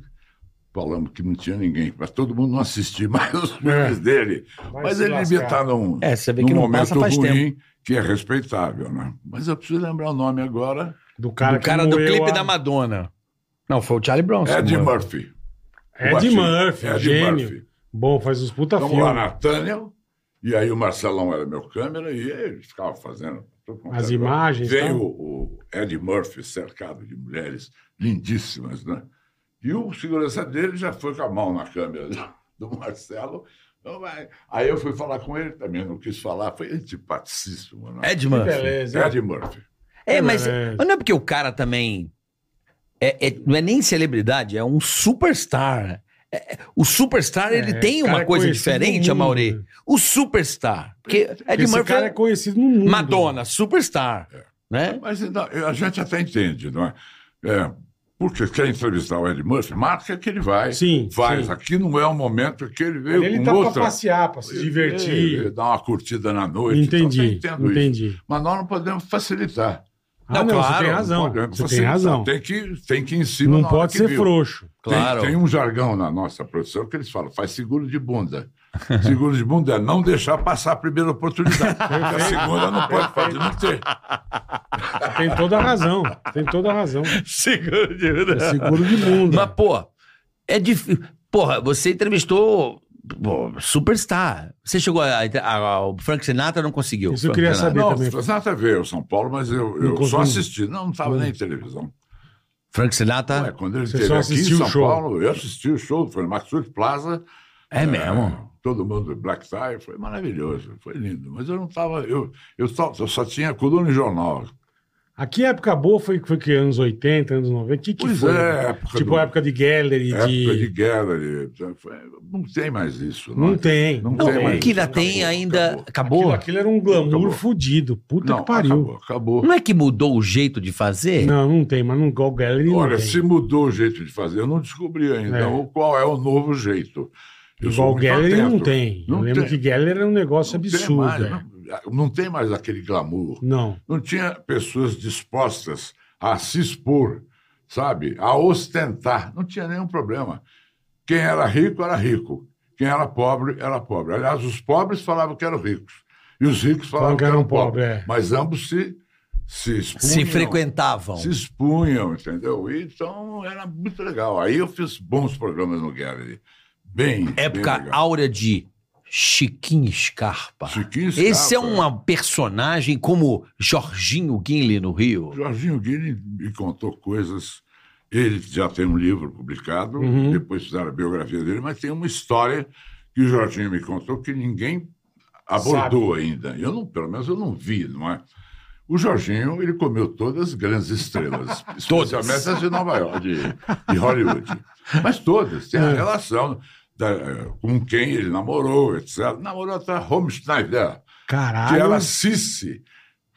falamos que não tinha ninguém, para todo mundo não assistir mais os filmes dele.
É. Vai
Mas
se
ele devia
lascar.
estar num,
É, você vê
num
que não
momento
passa faz
ruim,
tempo.
que é respeitável, né? Mas eu preciso lembrar o nome agora.
Do cara,
o cara
que
do
moeu
clipe
a-
da Madonna. Não, foi o Charlie Bronson.
Ed
mano.
Murphy. O
Ed
baixinho.
Murphy,
Ed
gênio. Tá
Murphy. Então,
Bom, faz os puta
Vamos lá, né?
filmes.
Nathaniel. E aí o Marcelão era meu câmera e ele ficava fazendo. tudo com o
As
computador.
imagens,
Veio
tal.
o, o Ed Murphy cercado de mulheres lindíssimas, né? E o segurança dele já foi com a mão na câmera do Marcelo. Então, vai. Aí eu fui falar com ele também, não quis falar, foi
É,
antipaticíssimo. Né?
Ed Murphy.
Beleza.
Ed Murphy.
É, mas
É.
mas não é porque o cara também é- é- não é nem celebridade, é um superstar. É- é- o superstar, ele
É,
tem
o cara
uma
é
coisa
conhecido
diferente,
no
a Maurê.
mundo.
O superstar. Porque Ed
Esse
Murphy
cara é
é
conhecido É. no mundo.
Madonna, superstar. Né?
Mas ainda- a gente até entende, não é? É, porque quer entrevistar o Ed Murphy, marca que ele vai.
Sim,
Faz.
sim.
Aqui não é o momento que ele veio
Ele
com
tá
outra...
pra passear, pra se
É, é,
divertir.
dar uma curtida na noite.
Entendi,
Então, eu entendo isso.
entendi.
Mas nós não podemos facilitar.
Ah, não, você tem
não tá
razão.
podemos
Você tem
facilitar.
razão.
Tem que, tem que ir em cima
Não
na hora
pode
que
ser
viu.
frouxo.
Tem-
Claro.
Tem, um jargão na nossa profissão que eles falam, faz seguro de bunda. Seguro de bunda é não deixar passar a primeira oportunidade. porque a segunda não pode fazer, não ter.
Tem toda a razão. Tem toda a razão.
Seguro de
É seguro de mundo.
um Mas, pô, é difícil. Porra, você entrevistou pô, superstar. Você chegou a, a- a- O Frank Sinatra não conseguiu.
Isso eu queria
Frank Sinatra.
saber.
Não,
também.
não nada a ver, o São Paulo, mas eu, eu
confundo.
só assisti. Não, não estava nem em televisão.
Frank
Ué,
Sinatra?
quando ele
Você
esteve
só
aqui em
assistiu o
São
show.
Paulo, eu assisti o show, foi no Maxwell Plaza.
É, mesmo.
Todo mundo de black tie, foi maravilhoso, foi lindo. Mas eu não estava, eu, eu, só, eu só tinha coluna em jornal.
A que época boa foi, foi que? Anos 80, anos 90? Que que
Pois
foi?
é, época
tipo
do-
a época de Gallery,
Época
de...
de guerra, de- foi- não tem mais isso.
Não tem.
Não é?
Não,
tem mais.
o que ainda
Acabou,
tem ainda.
acabou.
Acabou.
Aquilo, aquilo era um glamour
Acabou.
fudido. Puta
Não,
que pariu.
acabou, acabou.
Não é que mudou o jeito de fazer?
Não, não tem, mas não, igual o Gallery não
Olha,
tem.
se mudou o jeito de fazer, eu não descobri ainda
É.
o- qual é o novo jeito. Eu sou
Igual o
muito
Gallery não
atento.
tem.
Não
Eu lembro
tem.
que Gallery era um negócio
Tem
absurdo.
mais,
é.
não, não tem mais aquele glamour.
Não.
Não tinha pessoas dispostas a se expor, sabe? A ostentar. Não tinha nenhum problema. Quem era rico era rico. Quem era pobre era pobre. Aliás, os pobres falavam que eram ricos. E os ricos falavam que eram,
pobres,
pobres.
é.
Mas ambos se, se expunham.
Se frequentavam.
Se expunham, entendeu? E, Então era muito legal. Aí eu fiz bons programas no Gallery. Bem. bem
Época
legal.
áurea de Chiquinho Scarpa.
Chiquinho
Esse é
Scarpa.
um personagem como Jorginho Guinle no Rio.
Jorginho Guilherme me contou coisas. Ele já tem um livro publicado,
Uhum.
depois fizeram a biografia dele, mas tem uma história que o Jorginho me contou que ninguém abordou ainda. Eu não, pelo menos eu não vi, não é? O Jorginho, ele comeu todas as grandes estrelas, especialmente as de Nova York, de, de Hollywood. Mas todas, tem a relação da- com quem ele namorou, etc. Namorou até Home Schneider que
Caralho.
era Cici.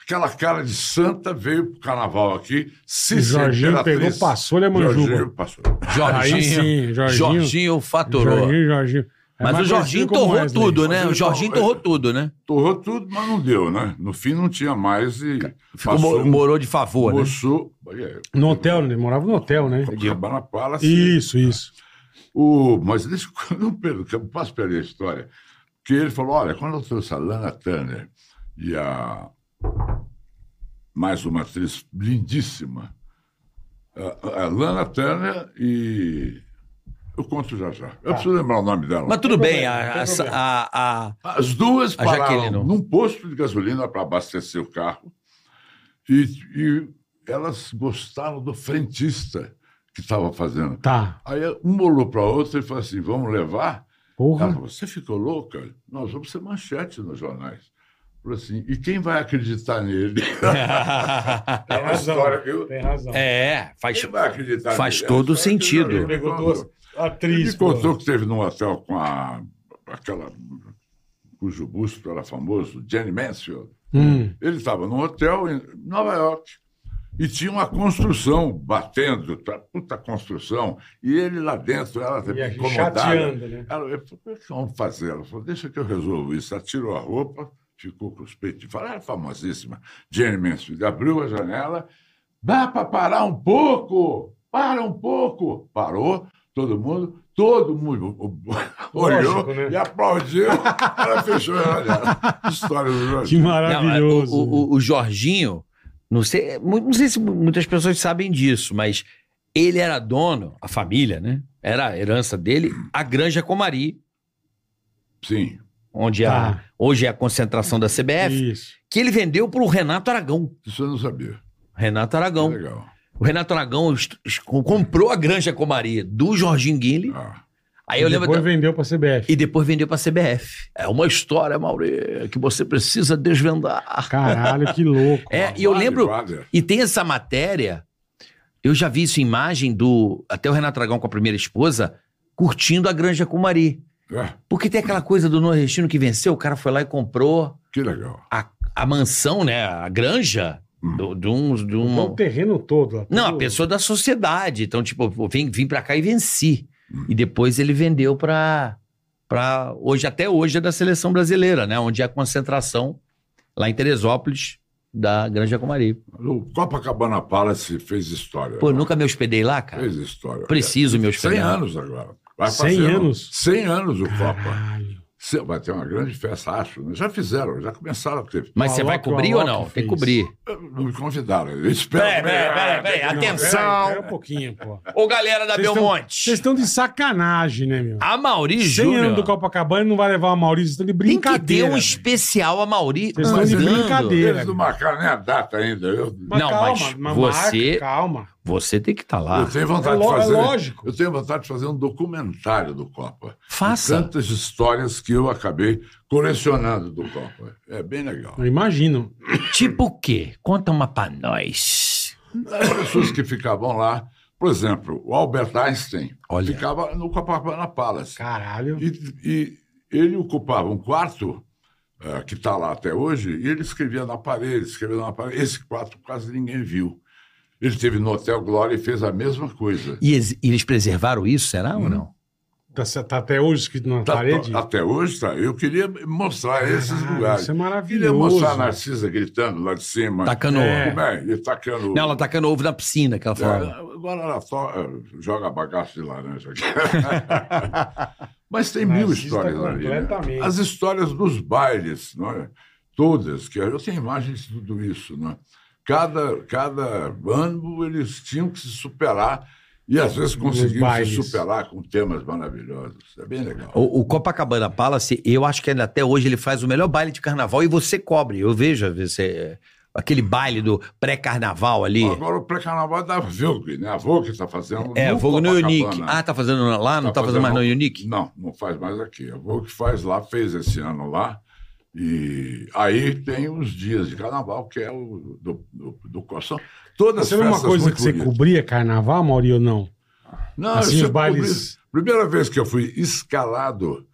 Aquela cara de santa veio pro carnaval aqui. Cici,
Jorginho
imperatriz.
pegou, passou-lhe a manjuba.
Jorginho passou.
Jorginho.
Aí sim, Jorginho.
Jorginho faturou.
Jorginho, Jorginho. É
Mas o
mais
Jorginho
conhecido como
torrou
Wesley.
tudo, né? O
Mas ele
Jorginho
torrou-
torrou tudo, né?
Torrou tudo, mas não deu, né? No fim não tinha mais e
Ficou-
passou um
mo- morou de favor, né?
moço, olha,
No hotel, ele morava no hotel, né?
Copacabana Palace.
Isso, isso.
O, mas deixa, eu não perdo, que eu posso perder a história. Que ele falou: olha, quando eu trouxe a Lana Turner e a. Mais uma atriz lindíssima. A, a Lana Turner e. Eu conto já já. Eu preciso lembrar o nome dela.
Tá. Mas tudo bem,
problema,
a-
não tem
a-
problema.
a- a-
As duas
A
pararam
Jaqueline.
num posto de gasolina para abastecer o carro e, e elas gostaram do frentista que estava fazendo.
Tá.
Aí uma olhou para a outra e falou assim: vamos levar? Ela
Porra.
falou, você ficou louca? Nós vamos ser manchete nos jornais. Falou assim, e quem vai acreditar nele? é uma história, viu?
Tem razão.
é, faz.
Quem vai acreditar
Faz
nele?
todo
É a história que
sentido.
ele me
Pegou
contou.
duas
Ele
atrizes.
me contou que teve num hotel com a, aquela cujo busto era famoso, Jenny Mansfield.
Hum.
Ele estava num hotel em Nova York e tinha uma construção batendo, tá, puta construção, e ele lá dentro, ela
E
estava
aqui
incomodada.
chateando, né?
Ela, eu falei, o que vamos fazer? Ela falou, deixa que eu resolvo isso. Ela tirou a roupa, ficou com os peitos de fora. Era famosíssima. Jenny Mansfield abriu a janela. Dá para parar um pouco! Para um pouco! Parou, todo mundo, todo mundo o- o- olhou
Lógico, né?
e aplaudiu. Ela fechou a janela. História do Jorge.
Que maravilhoso.
Não, é, o, o- o Jorginho, não sei, mu- não sei se mu- muitas pessoas sabem disso, mas ele era dono, a família, né? Era a herança dele, a Granja Comari,
Sim,
onde a-
Tá.
hoje é a concentração da CBF,
Isso.
que ele vendeu para o Renato Aragão.
isso eu não sabia.
Renato
Que
Aragão.
Legal.
O Renato Aragão est- est- comprou a Granja Comari do Jorginho Guinle.
Ah,
Aí eu
E
lembro.
Depois
da-
vendeu pra CBF.
E depois vendeu pra CBF. É uma história, Mauri, que você precisa desvendar.
Caralho, que louco.
É, e eu
vale,
lembro.
vale.
E tem essa matéria. Eu já vi isso em imagem do. Até o Renato Dragão com a primeira esposa, curtindo a Granja Cumari.
É,
Porque tem aquela coisa do nordestino que venceu, o cara foi lá e comprou
que legal.
a, a mansão, né? A granja do, de um. De uma...
O terreno todo. lá,
Não, a
tudo-
pessoa da sociedade. Então, tipo, pô, vim, vim pra cá e venci. E depois ele vendeu pra, pra. Hoje, até hoje, é da seleção brasileira, né? Onde é a concentração, lá em Teresópolis, da Granja Comari.
O Copacabana Palace fez história.
Pô, nunca me hospedei lá, cara.
Fez história.
Preciso me
100
hospedar.
anos agora. Vai
100
fazer
anos?
100 anos o Copa.
Caralho.
Cê- Vai ter uma grande festa, acho. né? Já fizeram, já começaram. Porque...
Mas você
O
vai
Alok, o
cobrir ou
Alok
não? Tem
fez.
que cobrir.
Não me convidaram. Eu espero.
Peraí,
É,
peraí, peraí, peraí.
Pera,
É, Atenção.
pera um pouquinho, pô.
Ô, galera da
Vocês tão-
Belmonte.
Vocês estão de sacanagem, né, meu?
A Mauri
100 anos do
Júnior
Copacabana não vai levar o Maurício, estão de
tem que ter
brincadeira.
um
velho.
especial a Mauri
Vocês estão de
andando.
brincadeira.
Eles não marcaram nem a data ainda. Eu,
Não, mas você-
calma.
Você tem que estar
eu
lá.
tenho vontade
É
de
lo- é
fazer.
lógico.
Eu tenho vontade de fazer um documentário do Copa.
Faça.
Tantas histórias que eu acabei colecionando do Copa. É bem legal.
Eu imagino.
Tipo o quê? Conta uma pra nós.
As pessoas que ficavam lá, por exemplo, o Albert Einstein
Olha.
ficava no Copacabana Palace.
Caralho.
E, e ele ocupava um quarto, eh, que está lá até hoje, e ele escrevia na parede, escrevia na parede. Esse quarto quase ninguém viu. Ele teve no Hotel Glória e fez a mesma coisa.
E eles, eles preservaram isso, será ou não?
Tá, tá até hoje escrito na
Tá-
parede?
até hoje, tá? Eu queria mostrar esses
Caralho,
lugares.
Isso é
Queria
maravilhoso.
mostrar a Narcisa gritando lá de cima.
Tacando
É.
Como é? E tacando.
tá
Não, ela tacando ovo na piscina, que ela
É,
falava.
agora ela só eh, joga bagaço de laranja aqui. Mas tem mil
Narcisa
histórias ali. né?
completamente.
As histórias dos bailes, não é? todas. Que eu tenho imagens de tudo isso. Não é? cada, cada ano eles tinham que se superar e às vezes conseguiam se
bailes.
superar com temas maravilhosos. É bem legal.
O, o Copacabana Palace, eu acho que ainda até hoje ele faz o melhor baile de carnaval e você cobre. Eu vejo às vezes, é, aquele baile do pré-carnaval ali.
Agora o pré-carnaval da Vogue, né? A Vogue está fazendo.
é, Vogue no
Copacabana.
Unique. Ah, tá fazendo lá? Não tá, fazendo, mais no Unique?
Não, não faz mais aqui. A Vogue faz lá, fez esse ano lá. E aí tem os dias de carnaval, que é o do, do, do Coção. Todas
Você
as
lembra é uma
festas
coisa
muito Ah,
que você
bonitas.
cobria carnaval, Maurício, ou não?
Não,
assim,
eu
os
sempre cobri
bailes-
isso. Primeira vez que eu fui escalado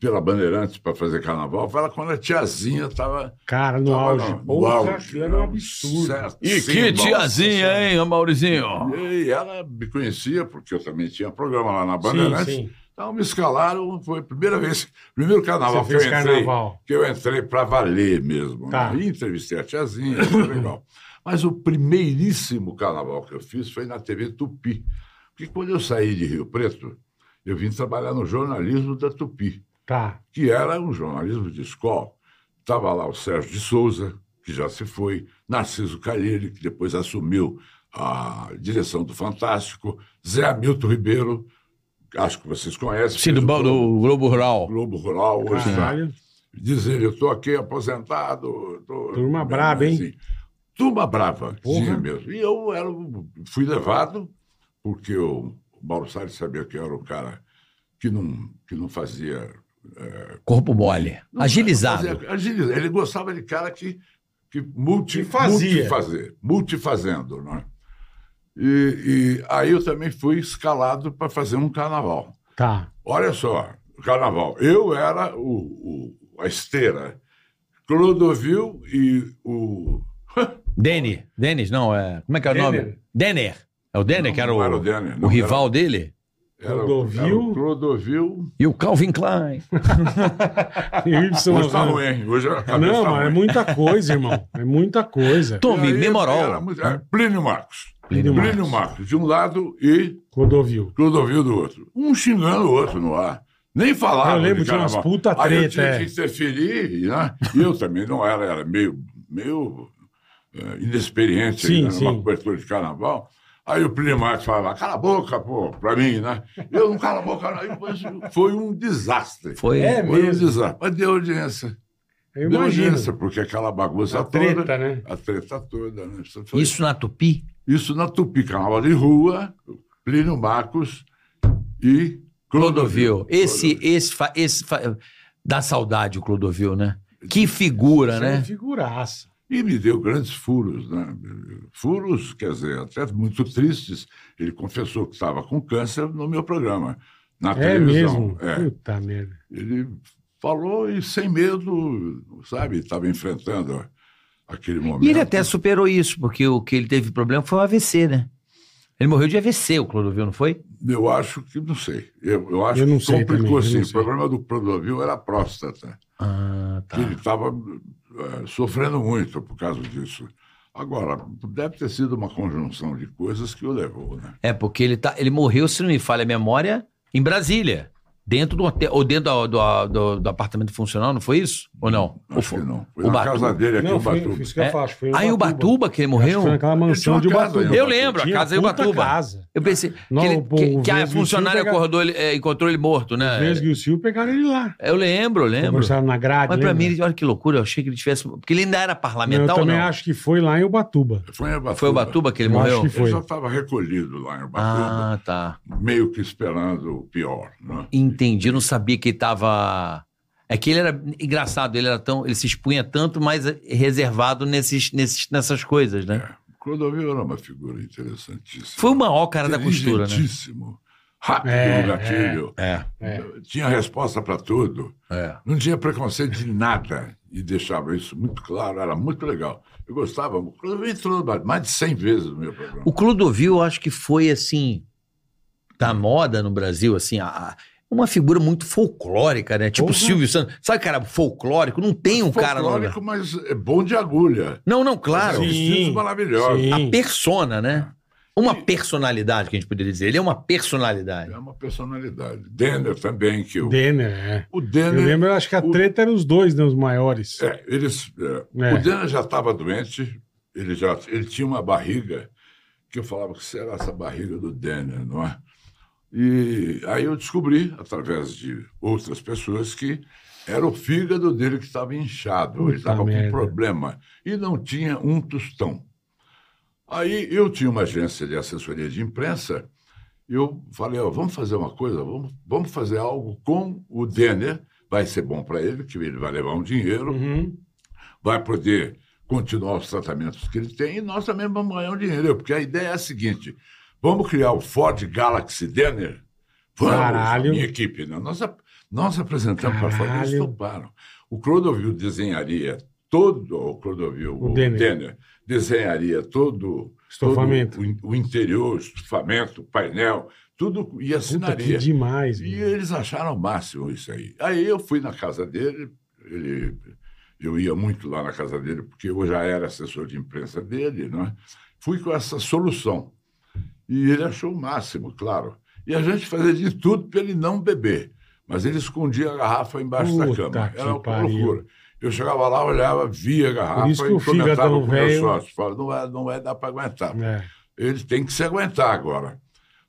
pela Bandeirantes para fazer carnaval, foi lá quando a tiazinha estava...
Cara, no auge. Porra, aquilo
né?
era um absurdo.
E que tiazinha, hein, Maurizinho?
E ela me conhecia, porque eu também tinha programa lá na
Sim,
Bandeirantes.
sim.
Então me escalaram, foi a primeira vez, primeiro carnaval
Você
que eu
fez
entrei,
carnaval.
que eu entrei para valer mesmo.
Tá.
Né? E entrevistei a tiazinha, foi legal. Mas o primeiríssimo carnaval que eu fiz foi na TV Tupi. Porque quando eu saí de Rio Preto, eu vim trabalhar no jornalismo da Tupi,
Tá.
que era um jornalismo de escola. Estava lá o Sérgio de Souza, que já se foi, Narciso Calheiro, que depois assumiu a direção do Fantástico, Zé Hamilton Ribeiro, acho que vocês conhecem.
Sim, do,
fez o
ba- do Globo Rural.
Globo Rural hoje. Tá.
Caralho.
Diz ele, eu estou aqui aposentado. tô-
Turma braba, hein?
Assim, Turma brava, dizia
Porra.
mesmo. E eu era, o- fui levado, porque o Mauro Salles sabia que eu era um cara que não, que não fazia...
Corpo mole.
não
Agilizado.
fazia- agiliza- Ele gostava de cara que, que multi,
Que fazia.
multifazer, multifazendo. Né? E, e aí eu também fui escalado para fazer um carnaval.
Tá.
Olha só, carnaval. Eu era o, o- a esteira. Clodovil e o.
Denny. Denis, não, é. Como é que é o
Denner.
nome? Denner. É o Denner,
Não,
que era
não
o,
era o Denner,
o
não,
rival dele?
era o-
Clodovil?
era o Clodovil.
E o Calvin Klein.
E o Y-
Hoje tá ruim, hein? Hoje a cabeça
Então, né? Não,
tá
mas é
ruim.
muita coisa, irmão. É muita coisa.
Tome,
E aí
Memorol.
era muito- é, Plínio Marcos.
Plínio
Plínio,
Marcos.
Marcos. de um lado e
Clodovil.
Clodovil do outro. Um xingando o outro no ar. Nem falava.
Eu lembro,
de
tinha umas
carnaval.
puta
Aí eu
treta,
tinha
é.
que interferir, né? E eu também não era, era meio, meio eh, inexperiente
Sim,
né,
sim.
numa cobertura de carnaval. Aí o Primax falava, cala a boca, pô, pra mim, né? Eu não cala a boca, não. Aí, mas Foi um desastre.
Foi.
É
Foi um
mesmo.
desastre. Mas deu audiência.
Eu
deu
imagino.
audiência, porque aquela bagunça
Tá
A
toda.
treta, né?
A treta toda, né? Isso foi-
Isso na Tupi?
isso na Tupi, Carnaval de Rua, Plínio Marcos e
Clodovil. Esse, esse, fa- esse fa- dá saudade o Clodovil, né? Que figura,
Isso é uma
né?
Figuraça.
E me deu grandes furos, né? Furos, quer dizer, até muito tristes. Ele confessou que estava com câncer no meu programa, na
É
televisão.
mesmo?
É.
Puta merda.
Ele falou e sem medo, sabe? Estava enfrentando aquele momento.
E
né?
ele até superou isso, porque o que ele teve problema foi o AVC, né? Ele morreu de AVC, o Clodovil, não foi?
Eu acho que, não sei. Eu, eu acho
Eu não
que
sei também,
complicou
eu
sim.
não
O
sei.
problema do Clodovil era a próstata.
Ah,
que Ele estava sofrendo muito por causa disso. Agora, deve ter sido uma conjunção de coisas que o levou, né?
É, porque ele, tá, ele morreu, se não me falha a memória, em Brasília. Dentro do hotel, ou dentro da- do, do- do apartamento funcional, não foi isso? Ou não? Ou
Acho
foi?
que não. Foi
o
na
Batuba.
casa dele aqui
Não,
em
foi,
Batuba.
foi isso que eu
É.
falo, acho que foi
Aí o Batuba, que ele
Acho que
morreu,
Foi naquela mansão
Ele
de
tinha uma
Ubatuba.
casa,
Eu lembro, a
Tinha
casa em
puta
Ubatuba.
casa.
eu pensei
Não,
que, ele-
pô,
que-
o
que a
Vesgo
funcionária
Silva-
acordou ele- é, encontrou ele morto, né?
Vesgo e o Silvio pegaram ele lá.
É, Eu lembro, eu lembro.
Conversaram na grade.
Mas pra
lembra?
mim, ele- olha que loucura, eu achei que ele tivesse... Porque ele ainda era
Não,
parlamentar
né? eu
ou
também
não?
acho que foi lá em Ubatuba.
Foi em Ubatuba.
Foi o Batuba que ele
Eu acho
morreu?
que foi.
Ele já estava recolhido lá em Batuba,
Ah, tá.
meio que esperando o pior, né?
Entendi, eu não sabia que ele tava. É que ele era engraçado, ele era tão. Ele se expunha tanto, mas reservado nesses, nesses, nessas coisas, né?
É.
O Clodovil era uma figura interessantíssima.
Foi o maior cara da costura, né?
Inteligentíssimo, Rápido
É,
no gatilho.
É.
É.
Tinha resposta para tudo.
É.
Não tinha preconceito de nada. E deixava isso muito claro. Era muito legal. Eu gostava. O Clodovil entrou mais de 100 vezes no meu programa.
O Clodovil, eu acho que foi assim. Da moda no Brasil, assim, a- a- uma figura muito folclórica, né? Tipo
Porra.
Silvio Santos. Sabe, cara, folclórico? Não tem um cara.
É Folclórico,
No...
mas é bom de agulha. É um
Não, não, claro.
São vestidos maravilhosos.
Sim.
A persona, né? Uma personalidade, que a gente poderia dizer. Ele é uma personalidade.
É uma personalidade. Denner também, que o,
Denner, é.
o
Eu
Denner.
lembro, eu acho que a
o-
treta eram os dois, né? Os maiores.
É, eles, é,
É.
O Denner já estava doente, ele, já, ele tinha uma barriga que eu falava que será essa barriga do Denner, não é? E aí eu descobri, através de outras pessoas, que era o fígado dele que estava inchado,
Puta
ele estava com
merda.
problema e não tinha um tostão. Aí eu tinha uma agência de assessoria de imprensa eu falei, ó, vamos fazer uma coisa, vamos, vamos fazer algo com o Denner, vai ser bom para ele, que ele vai levar um dinheiro,
Uhum.
vai poder continuar os tratamentos que ele tem e nós também vamos ganhar um dinheiro, porque a ideia é a seguinte, vamos criar o Ford Galaxy Denner? Vamos,
Caralho.
a minha equipe, né? Nós, ap- nós apresentamos para a Ford, eles
Caralho.
toparam. O Clodovil desenharia todo, o Clodovil,
O
o,
Denner.
Denner. desenharia todo...
Estofamento.
todo o, o interior, estofamento, painel, tudo e
Puta, que
assinaria.
demais.
E
mano.
eles acharam o máximo isso aí. Aí eu fui na casa dele, ele, eu ia muito lá na casa dele, porque eu já era assessor de imprensa dele, né? Fui com essa solução. E ele achou o máximo, claro. E a gente fazia de tudo para ele não beber. Mas ele escondia a garrafa embaixo da
Puta
cama.
que
Era uma
pariu.
loucura. Eu chegava lá, olhava, via a garrafa
isso que o
e comentava
fígadão
com meus
velho-
sócios. Falava, não vai, não vai dar para aguentar
É.
ele tem que se aguentar agora.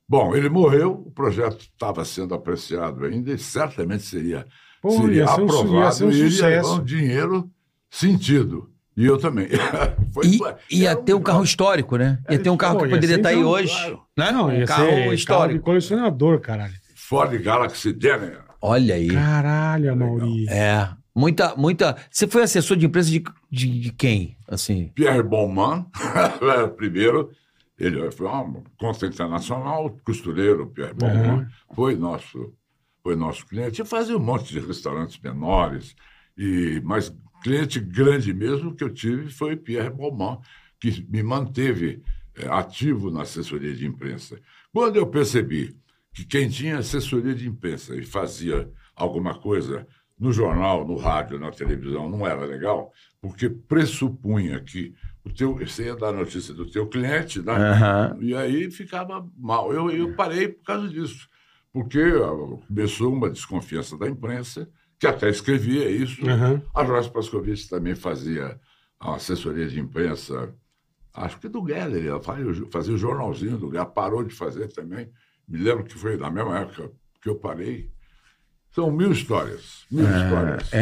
Bom, ele morreu, o projeto estava sendo apreciado ainda e certamente seria,
Pô,
seria
ia ser um su- ia
aprovado
ser um
e ele ia levar
sucesso.
um dinheiro sentido. E eu também. Foi-
E
foi-
ia
era
ter um
negócio.
carro histórico, né? Ia ter um carro
Pô,
que
ia
poderia
ser
estar aí
então,
hoje.
claro.
Né?
Não,
um
ia
carro
ser carro de
histórico.
colecionador, caralho.
Ford Galaxy Denner.
Olha aí.
Caralho, Mauri.
É. Muita, muita. Você foi assessor de imprensa de, de, de quem? Assim.
Pierre Bonman, primeiro, ele foi uma conta internacional, costureiro Pierre Bonman, foi nosso foi nosso cliente. Eu fazia um monte de restaurantes menores, e mas cliente grande mesmo que eu tive foi Pierre Bonman, que me manteve eh, ativo na assessoria de imprensa. Quando eu percebi que quem tinha assessoria de imprensa e fazia alguma coisa no jornal, no rádio, na televisão, não era legal, porque pressupunha que o teu, você ia dar notícia do teu cliente, né?
Aham.
E aí ficava mal. Eu,
É.
eu parei por causa disso. Porque ah, começou uma desconfiança da imprensa, que até escrevia isso.
Aham.
A Jorge Pascovitch também fazia a assessoria de imprensa, acho que do Geller, ela fazia, o jo- fazia o jornalzinho do Geller, parou de fazer também. Me lembro que foi na mesma época que eu parei. São mil histórias, mil histórias.
É,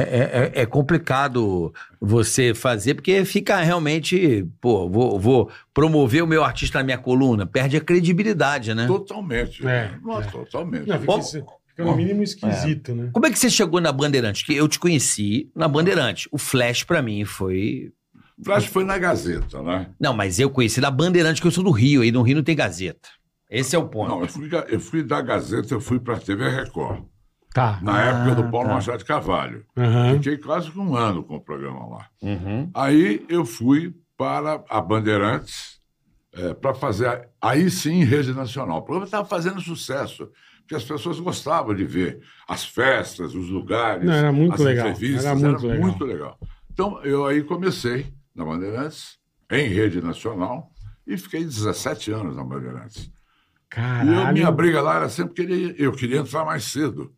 é- é- é complicado você fazer, porque fica realmente, pô, vou, vou promover o meu artista na minha coluna. Perde a credibilidade, né?
Totalmente.
É,
Nossa,
é.
totalmente.
Não, fica, esse- fica no mínimo esquisito, né?
é Como é que você chegou na Bandeirante? Que eu te conheci na Bandeirante. O Flash, pra mim, foi
Flash foi na Gazeta, né?
Não, mas eu conheci da Bandeirante, que eu sou do Rio, aí no Rio não tem Gazeta. Esse é o ponto.
Não, eu fui, da- eu fui da Gazeta, eu fui para a TV Record.
Tá.
Na época do Paulo Machado de Carvalho.
Aham.
Fiquei quase que um ano com o programa lá.
Uhum.
Aí eu fui para a Bandeirantes para fazer, a- aí sim, rede nacional. O programa estava fazendo sucesso, porque as pessoas gostavam de ver as festas, os lugares,
Não, era muito
as
legal,
entrevistas,
era
era
muito
muito,
legal.
legal. Então, eu aí comecei na Bandeirantes, em rede nacional, e fiquei 17 anos na Bandeirantes. E eu,
Caralho.
minha briga lá era sempre que ele- eu queria entrar mais cedo.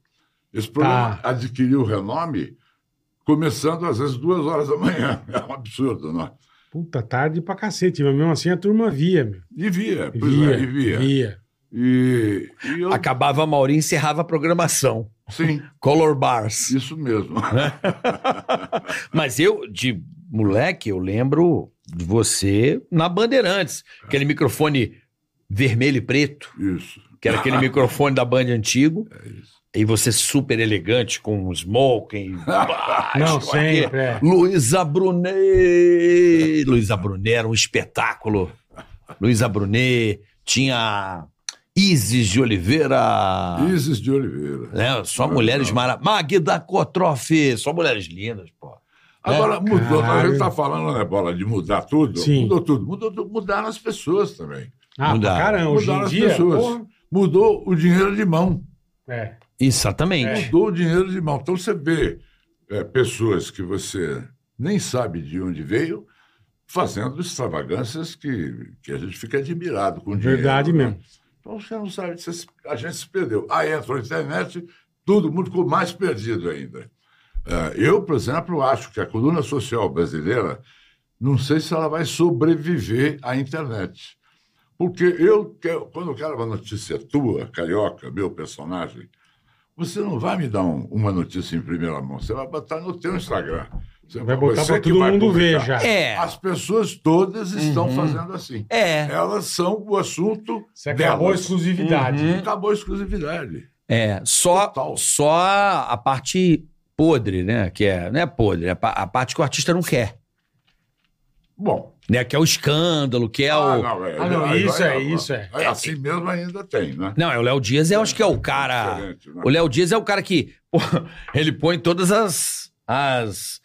Esse programa
Tá.
adquiriu renome começando às vezes duas horas da manhã. É um absurdo, não é?
Puta, tarde pra cacete. Mas mesmo assim a turma via, meu.
E via, pois
Via,
é, e via.
via.
E, e eu,
Acabava a Mauri e encerrava a programação.
sim,
Color Bars.
isso mesmo.
É?
Mas eu, de moleque, eu lembro de você na Bandeirantes. Aquele microfone vermelho e preto,
Isso.
que era aquele microfone da Band antigo.
É isso.
E você super elegante, com um smoking. baixo,
Não,
aqui.
sempre, é.
Luísa Brunet. Luísa Brunet era um espetáculo. Luísa Brunet tinha Isis de Oliveira.
Isis de Oliveira.
Né? Só mulheres maravilhosas. Magda Kotroff. Só mulheres lindas, pô.
Agora
É,
mudou,
Caralho.
a gente está falando, né, Bola, de mudar tudo?
Sim.
Mudou tudo. Mudou, tudo. mudaram as pessoas também.
Ah, pra
Mudaram.
caramba, hoje
mudaram
em
as
dia.
pessoas.
porra.
Mudou o dinheiro de mão.
É.
Exatamente.
mudou o dinheiro de mão. Então você vê é, pessoas que você nem sabe de onde veio fazendo extravagâncias que, que a gente fica admirado com o dinheiro.
Verdade
né?
mesmo.
Então você não sabe, você se- a gente se perdeu. Aí entrou a internet, todo mundo ficou mais perdido ainda. É, eu, por exemplo, acho que a coluna social brasileira, não sei se ela vai sobreviver à internet. Porque eu, quero- quando eu quero uma notícia tua, carioca, meu personagem, você não vai me dar um- uma notícia em primeira mão, você vai botar no teu Instagram. Você
Vai botar
você
pra
que
todo
vai
mundo ver
publicar.
já.
É.
As pessoas todas estão fazendo assim.
É.
Elas são o assunto
Uhum. Você acabou a
delas.
é
Uhum.
exclusividade.
Acabou a exclusividade.
É. Só,
Total.
só a parte podre, né? Que é, não é podre, é a pa- a parte que o artista não quer.
Bom,
Né? Que é o escândalo, que é
ah,
o.
não, é,
Ah, não,
aí
isso
vai-
é, isso é.
aí Assim mesmo ainda tem, né?
Não, é o Léo Dias, eu acho que é o
É
cara.
diferente, né?
O Léo Dias é o cara que. pô, ele põe todas as. as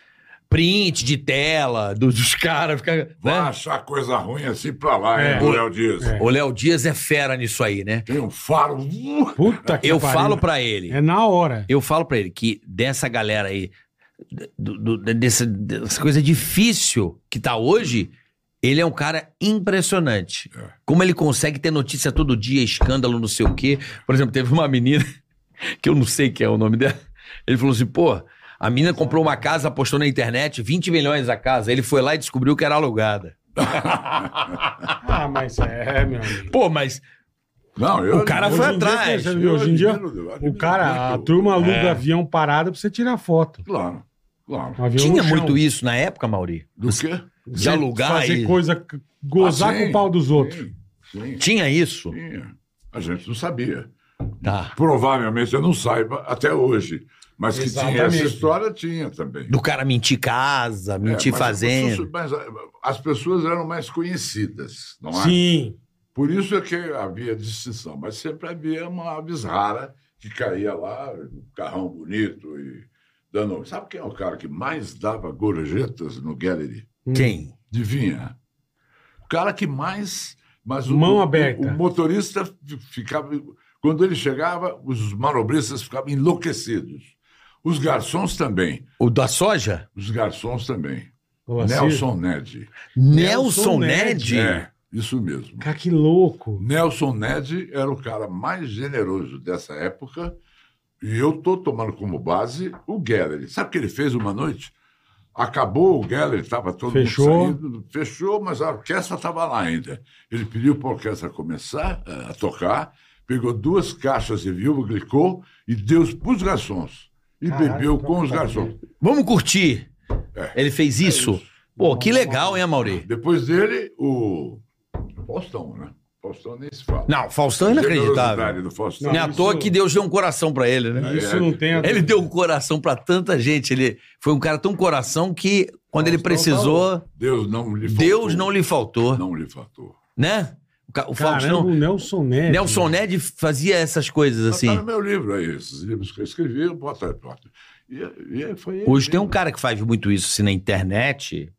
print de tela do- dos caras. Fica, né?
Vai achar coisa ruim assim pra lá,
É.
hein, o Léo Dias.
É.
O Léo Dias é fera nisso aí, né?
Tem um faro. uh,
Puta que
Eu
pariu.
falo pra ele.
É na hora.
Eu falo pra ele que dessa galera aí, do- do- dessa, dessa coisa difícil que tá hoje, ele é um cara impressionante. Como ele consegue ter notícia todo dia, escândalo, não sei o quê. Por exemplo, teve uma menina, que eu não sei que é o nome dela, ele falou assim, pô, a menina comprou uma casa, postou na internet, 20 milhões a casa. Ele foi lá e descobriu que era alugada.
Ah, mas é, meu amigo.
Pô, mas
Não, eu.
o cara
eu-
foi
hoje em dia
atrás.
tem essa- Hoje em dia,
admiro, admiro
O cara, a
é muito.
turma aluga avião parado pra você tirar foto.
Claro, claro.
Um avião
Tinha
no chão.
muito isso na época, Mauri?
Do quê?
De
Você
alugar
Fazer
e...
coisa, gozar
Ah, sim,
com o pau dos outros.
Sim, sim,
Tinha isso?
tinha. A gente não sabia.
Tá.
Provavelmente eu não saiba até hoje. Mas que tinha essa
Exatamente.
história, tinha também.
Do cara mentir casa,
É,
mentir
mas
fazenda.
as pessoas- mas eh, as pessoas eram mais conhecidas, não é?
Sim.
Por isso é que havia distinção, mas sempre havia uma aves rara que caía lá, um carrão bonito e dando. Sabe quem é o cara que mais dava gorjetas no Gallery?
Quem?
Adivinha? O cara que mais. Mas o,
Mão
o-
aberta.
O, motorista fi- ficava. Quando ele chegava, os manobristas ficavam enlouquecidos. Os garçons também.
O da soja?
Os garçons também.
Ô, Assis,
Nelson Ned.
Nelson,
Nelson
Ned?
Ned.
É, isso mesmo.
Cara, que louco.
Nelson Ned era o cara mais generoso dessa época e eu estou tomando como base o Gallery. Sabe o que ele fez uma noite? Acabou o Gallery, estava todo
Fechou.
mundo saindo, fechou, mas a orquestra estava lá ainda. Ele pediu para a orquestra começar eh, a tocar, pegou duas caixas de viúva, glicou e deu para os garçons. E
Caralho,
bebeu
que
com os
loucura.
garçons.
Vamos curtir.
É.
Ele fez isso? Pô, que legal, hein, Amaury?
Depois dele, o Faustão, né? Faustão nem se fala.
Não, Faustão é inacreditável.
Generosidade do Faustão. É,
Não é à
Isso-
toa que Deus deu um coração pra ele, né?
Isso não tem a
Ele deu um coração pra tanta gente. Ele foi um cara tão coração que quando ele precisou,
Deus não lhe faltou.
Deus não lhe faltou,
Não lhe faltou.
né? O ca- O
Caramba, o
Faustão,
Nelson Ned.
Nelson Ned fazia essas coisas
Assim. Tá no
assim.
meu livro aí, esses livros que eu escrevi, bota, bota. E, e foi ele
Hoje tem um
mesmo.
cara que faz muito isso assim, na internet,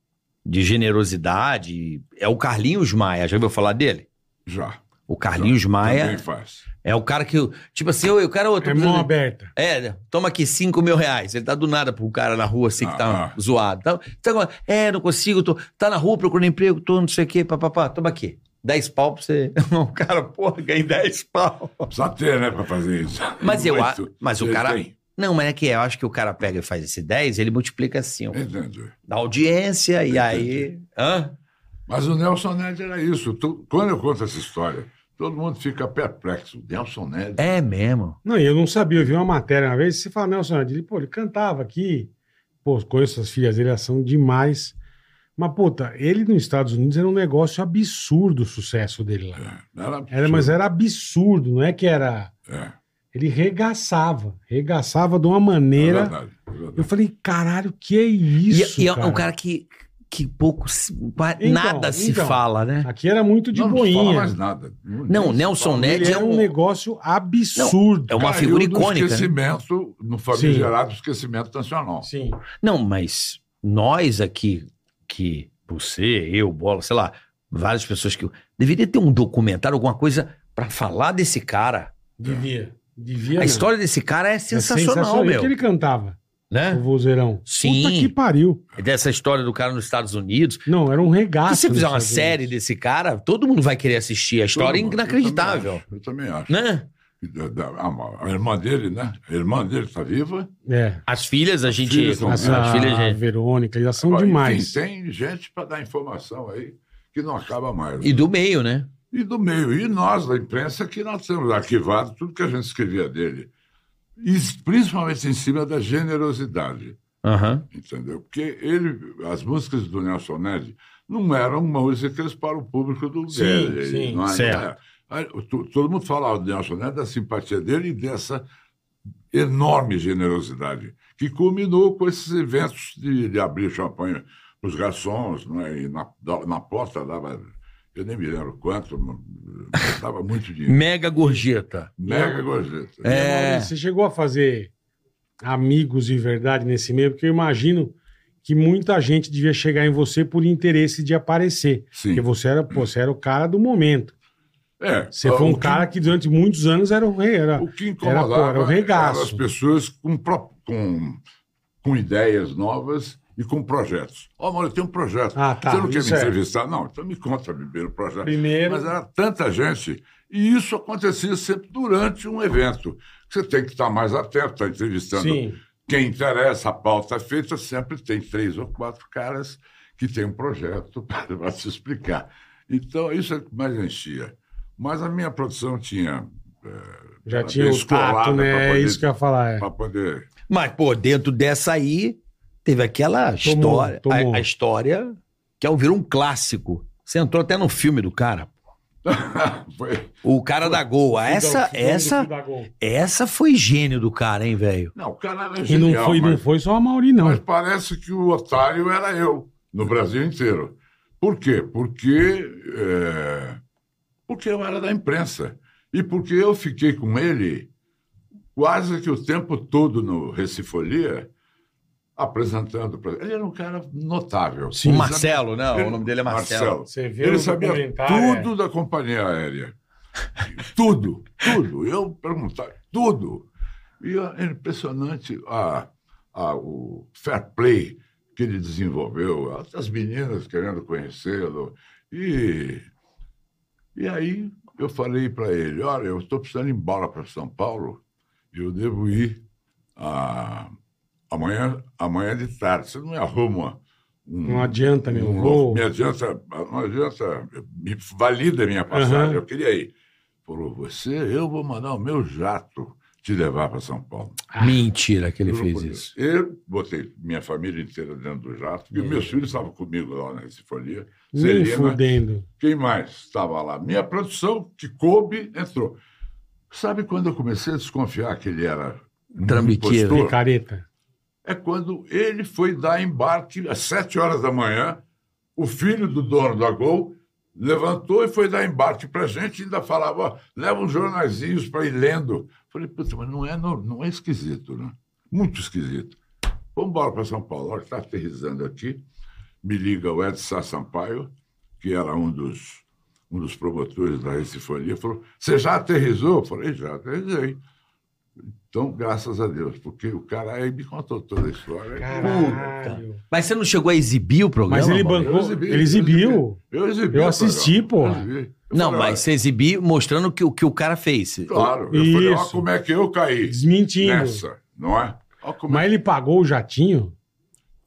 de generosidade, é o Carlinhos Maia. Já ouviu falar dele?
Já.
O Carlinhos Maia
Também faz.
Ah, é o cara que, tipo assim, "Oi, o cara... ô, tô
É
precisando-
mão aberta.
É, né? toma aqui 5 mil reais. Ele tá do nada pro cara na rua, assim, que tá
Ah.
zoado. Tá, tá com- é, não consigo, tô, tá na rua procurando emprego, tô não sei o quê, papapá, toma aqui. 10 pau pra você. O cara, porra, ganhei 10 pau.
Precisa ter, né, pra fazer isso.
Mas eu a-
Muito.
mas o
Ele
cara-
tem.
Não, mas é que é, eu acho que o cara pega e faz esse 10, ele multiplica assim, ó,
Entendeu?
da audiência, e aí. Hã?
Mas o Nelson Ned era isso. Tu- quando eu conto essa história, todo mundo fica perplexo. Nelson Ned.
É mesmo.
Não, e eu não sabia. Eu vi uma matéria uma vez. Você fala, Nelson Ned. Ele, pô, ele cantava aqui. Pô, conheço as filhas dele, elas são demais. Mas, puta, ele nos Estados Unidos era um negócio absurdo o sucesso
É.
dele lá.
é, Era,
Era, mas era absurdo, não é que era.
É,
Ele regaçava. Regaçava de uma
é
maneira.
verdade, é
eu
verdade.
falei, caralho, que é isso?
e e é
cara?
um cara que, que pouco. se-
Então,
nada se
então.
fala, né?
Aqui era muito de
não, Não fala
boinha.
mais nada.
Não,
nem
o
se
Nelson
fala.
Ned
Ele
é
era um
um.
negócio absurdo.
É uma
Caiu
figura
no
icônica. né?
esquecimento, no famigerado esquecimento nacional.
Sim.
Não, mas nós aqui, que você, eu, Bola, sei lá, várias pessoas que. Deveria ter um documentário, alguma coisa pra falar desse cara.
Devia. Devia.
A
não.
história desse cara é sensacional,
E o
meu.
que ele cantava, o
Né?
vozeirão.
Sim.
Puta que pariu.
Dessa história do cara nos Estados Unidos.
Não, era um regaço.
Ah,
Se você fizer
nos
uma
Estados
série
Unidos.
desse cara, todo mundo vai querer assistir. A história é
Todo mundo,
inacreditável.
Eu também acho. Eu também acho.
Né?
Da- da- a, a irmã dele, né? A irmã dele está viva.
É.
As filhas, a gente.
filhas Ah. são-
as
Essa,
filhas,
a
gente.
Verônica, eles são
Ó,
demais.
Enfim, tem gente para dar informação aí que não acaba mais.
E do meio, né?
E do meio. E nós, da imprensa, que nós temos arquivado tudo que a gente escrevia dele. E principalmente em cima da generosidade,
Aham.
entendeu? Porque ele, as músicas do Nelson Ned não eram músicas para o público do
Sim,
dele.
sim.
não é-
Certo.
Aí, to- Todo mundo falava do Nelson Ned, da simpatia dele e dessa enorme generosidade, que culminou com esses eventos de, de abrir champanhe para os garçons, não é? e na, da- na porta dava, eu nem me lembro quanto, mas dava muito dinheiro.
Mega gorjeta.
Mega gorjeta.
É.
Maurício, Você chegou a fazer amigos de verdade nesse meio? Porque eu imagino que muita gente devia chegar em você por interesse de aparecer.
Sim.
Porque você era, pô, você era o cara do momento.
É,
Você
o
foi um
que-
cara que durante muitos anos era o rei. Era...
O que
Era, pô,
incomodava
era o regaço.
eram as pessoas com, pro- com, com ideias novas e com projetos. Ó, Mauro, eu tenho um projeto.
Ah, tá,
Você não quer
isso
me
é.
entrevistar? Não, então me conta primeiro o projeto.
Primeiro-
Mas era tanta gente. E isso acontecia sempre durante um evento. Você tem que estar mais atento, está entrevistando
Sim.
quem interessa, a pauta é feita, sempre tem três ou quatro caras que têm um projeto para se explicar. Então, isso é o que mais enchia. Mas a minha produção tinha.
Já
Era
tinha
bem
o tato,
escolada pra
né? É
poder-
isso que eu ia falar. é.
para poder.
Mas, pô, dentro dessa aí, teve aquela história. a-
tomou.
A, história que é, virou um clássico. Você entrou até no filme do cara.
Foi-
O cara da Goa.
Fidão,
Essa,
Fidão do
essa,
Fidagol.
essa foi gênio do cara, hein, velho?
Não, o cara era
E
genial,
não foi, não
mas,
foi só a Mauri, não.
mas parece que o otário era eu, no Brasil inteiro. Por quê? Porque, é, porque eu era da imprensa. E porque eu fiquei com ele quase que o tempo todo no Recifolia, apresentando. pra- Ele era um cara notável.
o
Ele
Marcelo, né? O nome dele é Marcelo.
Você vê
Ele
o
sabia
documentário, é.
tudo da companhia aérea. tudo, tudo. Eu perguntava, tudo. E é impressionante a, a- o fair play que ele desenvolveu, as meninas querendo conhecê-lo. E, e aí eu falei para ele, olha, eu estou precisando ir embora para São Paulo, eu devo ir ah, amanhã, amanhã de tarde. Você não me arruma um,
Não adianta, meu.
não,
voo.
me adianta, não adianta, me valida a minha passagem,
Aham.
eu queria ir. Falou, você, eu vou mandar o meu jato te levar para São Paulo.
Ah.
Mentira que ele
Juro
fez
por
isso. É.
Deus. Eu botei minha família inteira dentro do jato, porque meus filhos estavam comigo lá na Sinfonia.
Nem
Serena,
fudendo.
quem mais estava lá? Minha produção, que coube, entrou. Sabe quando eu comecei a desconfiar que ele era um
Trambiqueiro.
impostor?
Picareta.
É quando ele foi dar embarque às sete horas da manhã. O filho do dono da Gol levantou e foi dar embarque para gente e ainda falava: ó, leva uns jornaizinhos para ir lendo. Falei, puta, mas não é, nor- não é esquisito, né? Muito esquisito. Vamos embora para São Paulo. A hora que está aterrissando aqui, me liga o Ed Sá Sampaio, que era um dos, um dos promotores da Recifonia, falou: Você já aterrissou? Eu falei: Já aterrissei. Então, graças a Deus, porque o cara aí me contou toda a história.
Caralho.
Mas você não chegou a exibir o programa?
Mas ele
Mauro?
bancou.
exibi,
ele exibiu.
Eu exibi.
Eu
o
assisti,
programa,
porra.
eu exibi. Eu
Não,
falei,
mas você exibir mostrando o que, o que o cara fez.
"Olha, Claro, eu falei, ó,
Isso.
como é que eu caí
Desmentindo.
nessa, não é? Ó, como
Mas
é.
ele pagou o jatinho?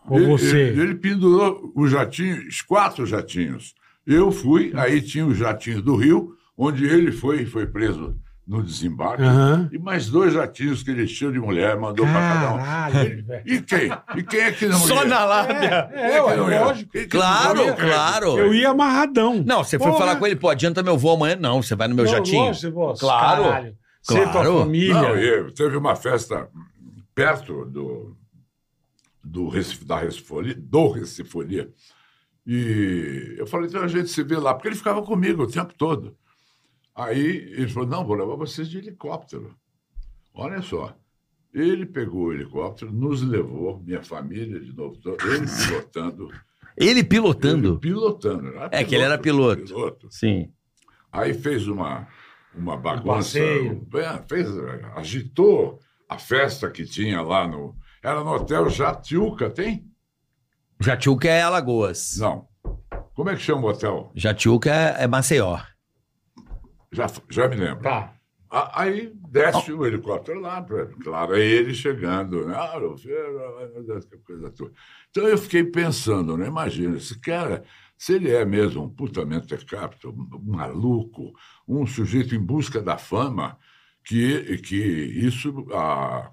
Ou
Ele-
você?
Ele, ele pendurou os jatinhos, quatro jatinhos. Eu fui, aí tinha o jatinho do Rio, onde ele foi foi preso no desembarque.
Aham.
E mais dois jatinhos que ele encheu de mulher, mandou para cada um.
Caralho, velho.
E quem? E quem é que não ia?
lábia.
Quem é,
né, É,
que
ué,
não ia?
lógico.
Quem que não
Claro,
ia?
claro.
Eu ia amarradão.
Não, você foi
Porra.
falar com ele, pô, adianta meu voo amanhã. Não, você vai no meu
Não,
jatinho.
lógico, você falou,
Claro.
caralho, Você e tua
Claro.
família.
Não, e teve uma festa perto do, do Recife, da Recifolia, do Recifolia. E eu falei, então a gente se vê lá, porque ele ficava comigo o tempo todo. Aí ele falou, não, vou levar vocês de helicóptero. Olha só. Ele pegou o helicóptero, nos levou, minha família de novo, to- ele pilotando.
Ele
Ele
pilotando.
pilotando. era
É que ele era piloto.
piloto.
Sim.
Aí fez uma, uma bagunça.
passeio.
é, fez, agitou a festa que tinha lá no. Era no hotel Jatiuca, tem?
Jatiuca é Alagoas.
Não. Como é que chama o hotel?
Jatiuca é, é Maceió.
Já, já me lembro.
Tá.
A- Aí desce o helicóptero lá, pra- claro, é ele chegando, né? Ah, meu filho, essa coisa toda. Então eu fiquei pensando, né? Imagina, esse cara, se ele é mesmo um puta mente capto, um maluco, um sujeito em busca da fama, que, que isso a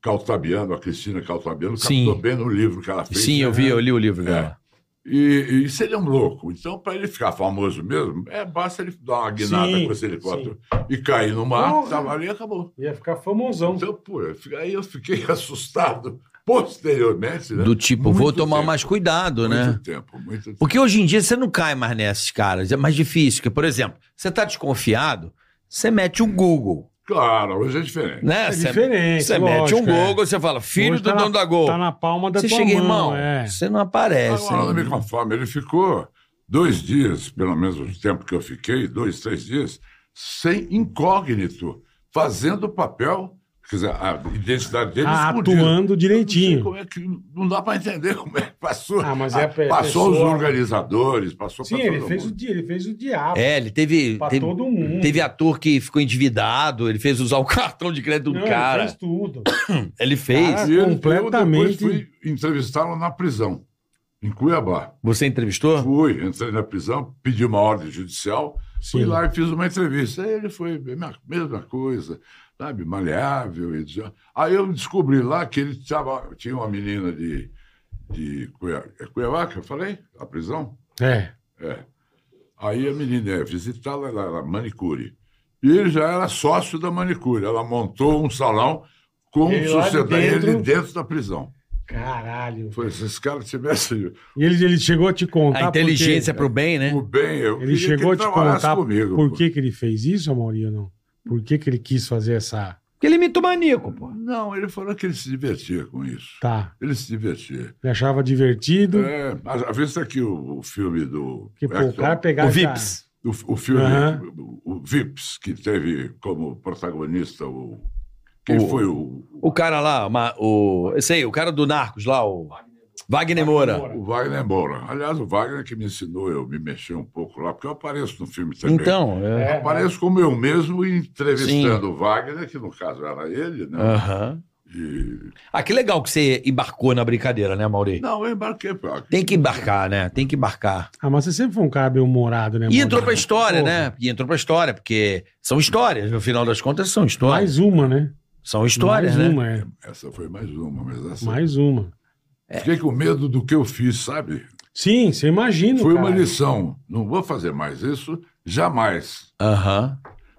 Caltabiano, a Cristina Caltabiano,
Sim.
captou bem no livro que ela fez.
Sim, eu vi, eu li o livro
É.
dela.
E, e se ele é um louco, então para ele ficar famoso mesmo, é basta ele dar uma guinada
Sim,
com esse helicóptero e cair no mar,
Porra.
estava ali e acabou.
Ia ficar famosão.
Então, pô, eu fi- aí eu fiquei assustado posteriormente, né?
Do tipo,
Muito
vou tomar
tempo,
mais cuidado,
muito
né?
tempo, muito tempo.
Porque hoje em dia você não cai mais nesses caras. É mais difícil. Porque, por exemplo, você tá desconfiado, você mete o Google.
Claro, hoje é diferente.
Né?
É
Você-
diferente,
Você
lógico,
mete um
é.
Google, você fala, filho
Hoje
do
tá
dono
na-
da Gol.
Tá na palma da
você
tua
chega,
mão.
irmão,
é.
você não aparece.
Agora, não
né?
me conformo, ele ficou dois dias, pelo menos o tempo que eu fiquei, dois, três dias, sem incógnito, fazendo o papel, quer dizer, a identidade dele
Ah,
escondida.
atuando direitinho.
Eu Não, sei como é que, não dá para entender como é que passou.
Ah, mas é a pe-
passou os
pessoa-
organizadores, passou
Sim,
pra todo
ele fez, o,
mundo.
di- ele fez o diabo.
É, ele teve.
Pra
teve,
todo mundo.
teve ator que ficou endividado, ele fez usar o cartão de crédito do
Não,
cara.
Ele fez tudo.
Ele fez.
Cara-
E ele- eu
completamente-
depois fui entrevistá-lo na prisão, em Cuiabá.
Você
Ah.
entrevistou?
Fui, entrei na prisão, pedi uma ordem judicial, fui
Sim.
lá e fiz uma entrevista. Aí ele foi a mesma- mesma coisa, sabe, maleável. E dizia- Aí eu descobri lá que ele tava, tinha uma menina de, de Cuiabá, é Cuiabá que eu falei? A prisão?
É.
É. Aí a menina ia visitá-la, ela era manicure. E ele já era sócio da manicure. Ela montou um salão com
Ele lá de
sociedade, ele
dentro-
dentro da prisão.
Caralho.
Foi, se esse cara tivesse
E ele, ele chegou a te contar.
a inteligência
porque-
pro bem, né?
o bem, eu
Ele
queria que
chegou a
ele
te
trabalhasse
contar
comigo.
por que, que ele fez isso, Amaury, ou não? Por que, que ele quis fazer essa.
Porque ele imitou maníaco, pô.
Não, ele falou que ele se divertia com isso.
Tá.
Ele se divertia.
Ele achava divertido.
É, mas a vez aqui o, o filme do.
Que pô, o cara pegar.
O
essa-
Vips.
o, o filme,
Aham.
o, o Vips, que teve como protagonista o. Quem
O-
foi o,
O cara lá, ma- o. Eu sei, o cara do Narcos lá, o. Wagner Moura.
o Wagner Moura? Aliás, o Wagner que me ensinou eu me mexer um pouco lá, porque eu apareço no filme também.
Então, é. Ah.
Eu apareço como eu mesmo entrevistando o Wagner, que no caso era ele, né?
Aham.
E E-
Ah, que legal que você embarcou na brincadeira, né, Mauri?
Não, eu embarquei pra aqui.
Tem que embarcar, né? Tem que embarcar.
Ah, mas você sempre foi um cara bem-humorado, né?
E
Mauro?
entrou pra história,
Porra,
né? E entrou pra história, porque são histórias, no final das contas são histórias.
Mais uma, né?
são histórias,
mais
né?
uma, é.
Essa foi mais uma, mas essa.
Mais uma.
Fiquei com medo do que eu fiz, sabe?
Sim, você imagina,
Foi uma
cara.
lição. Não vou fazer mais isso, jamais.
Aham.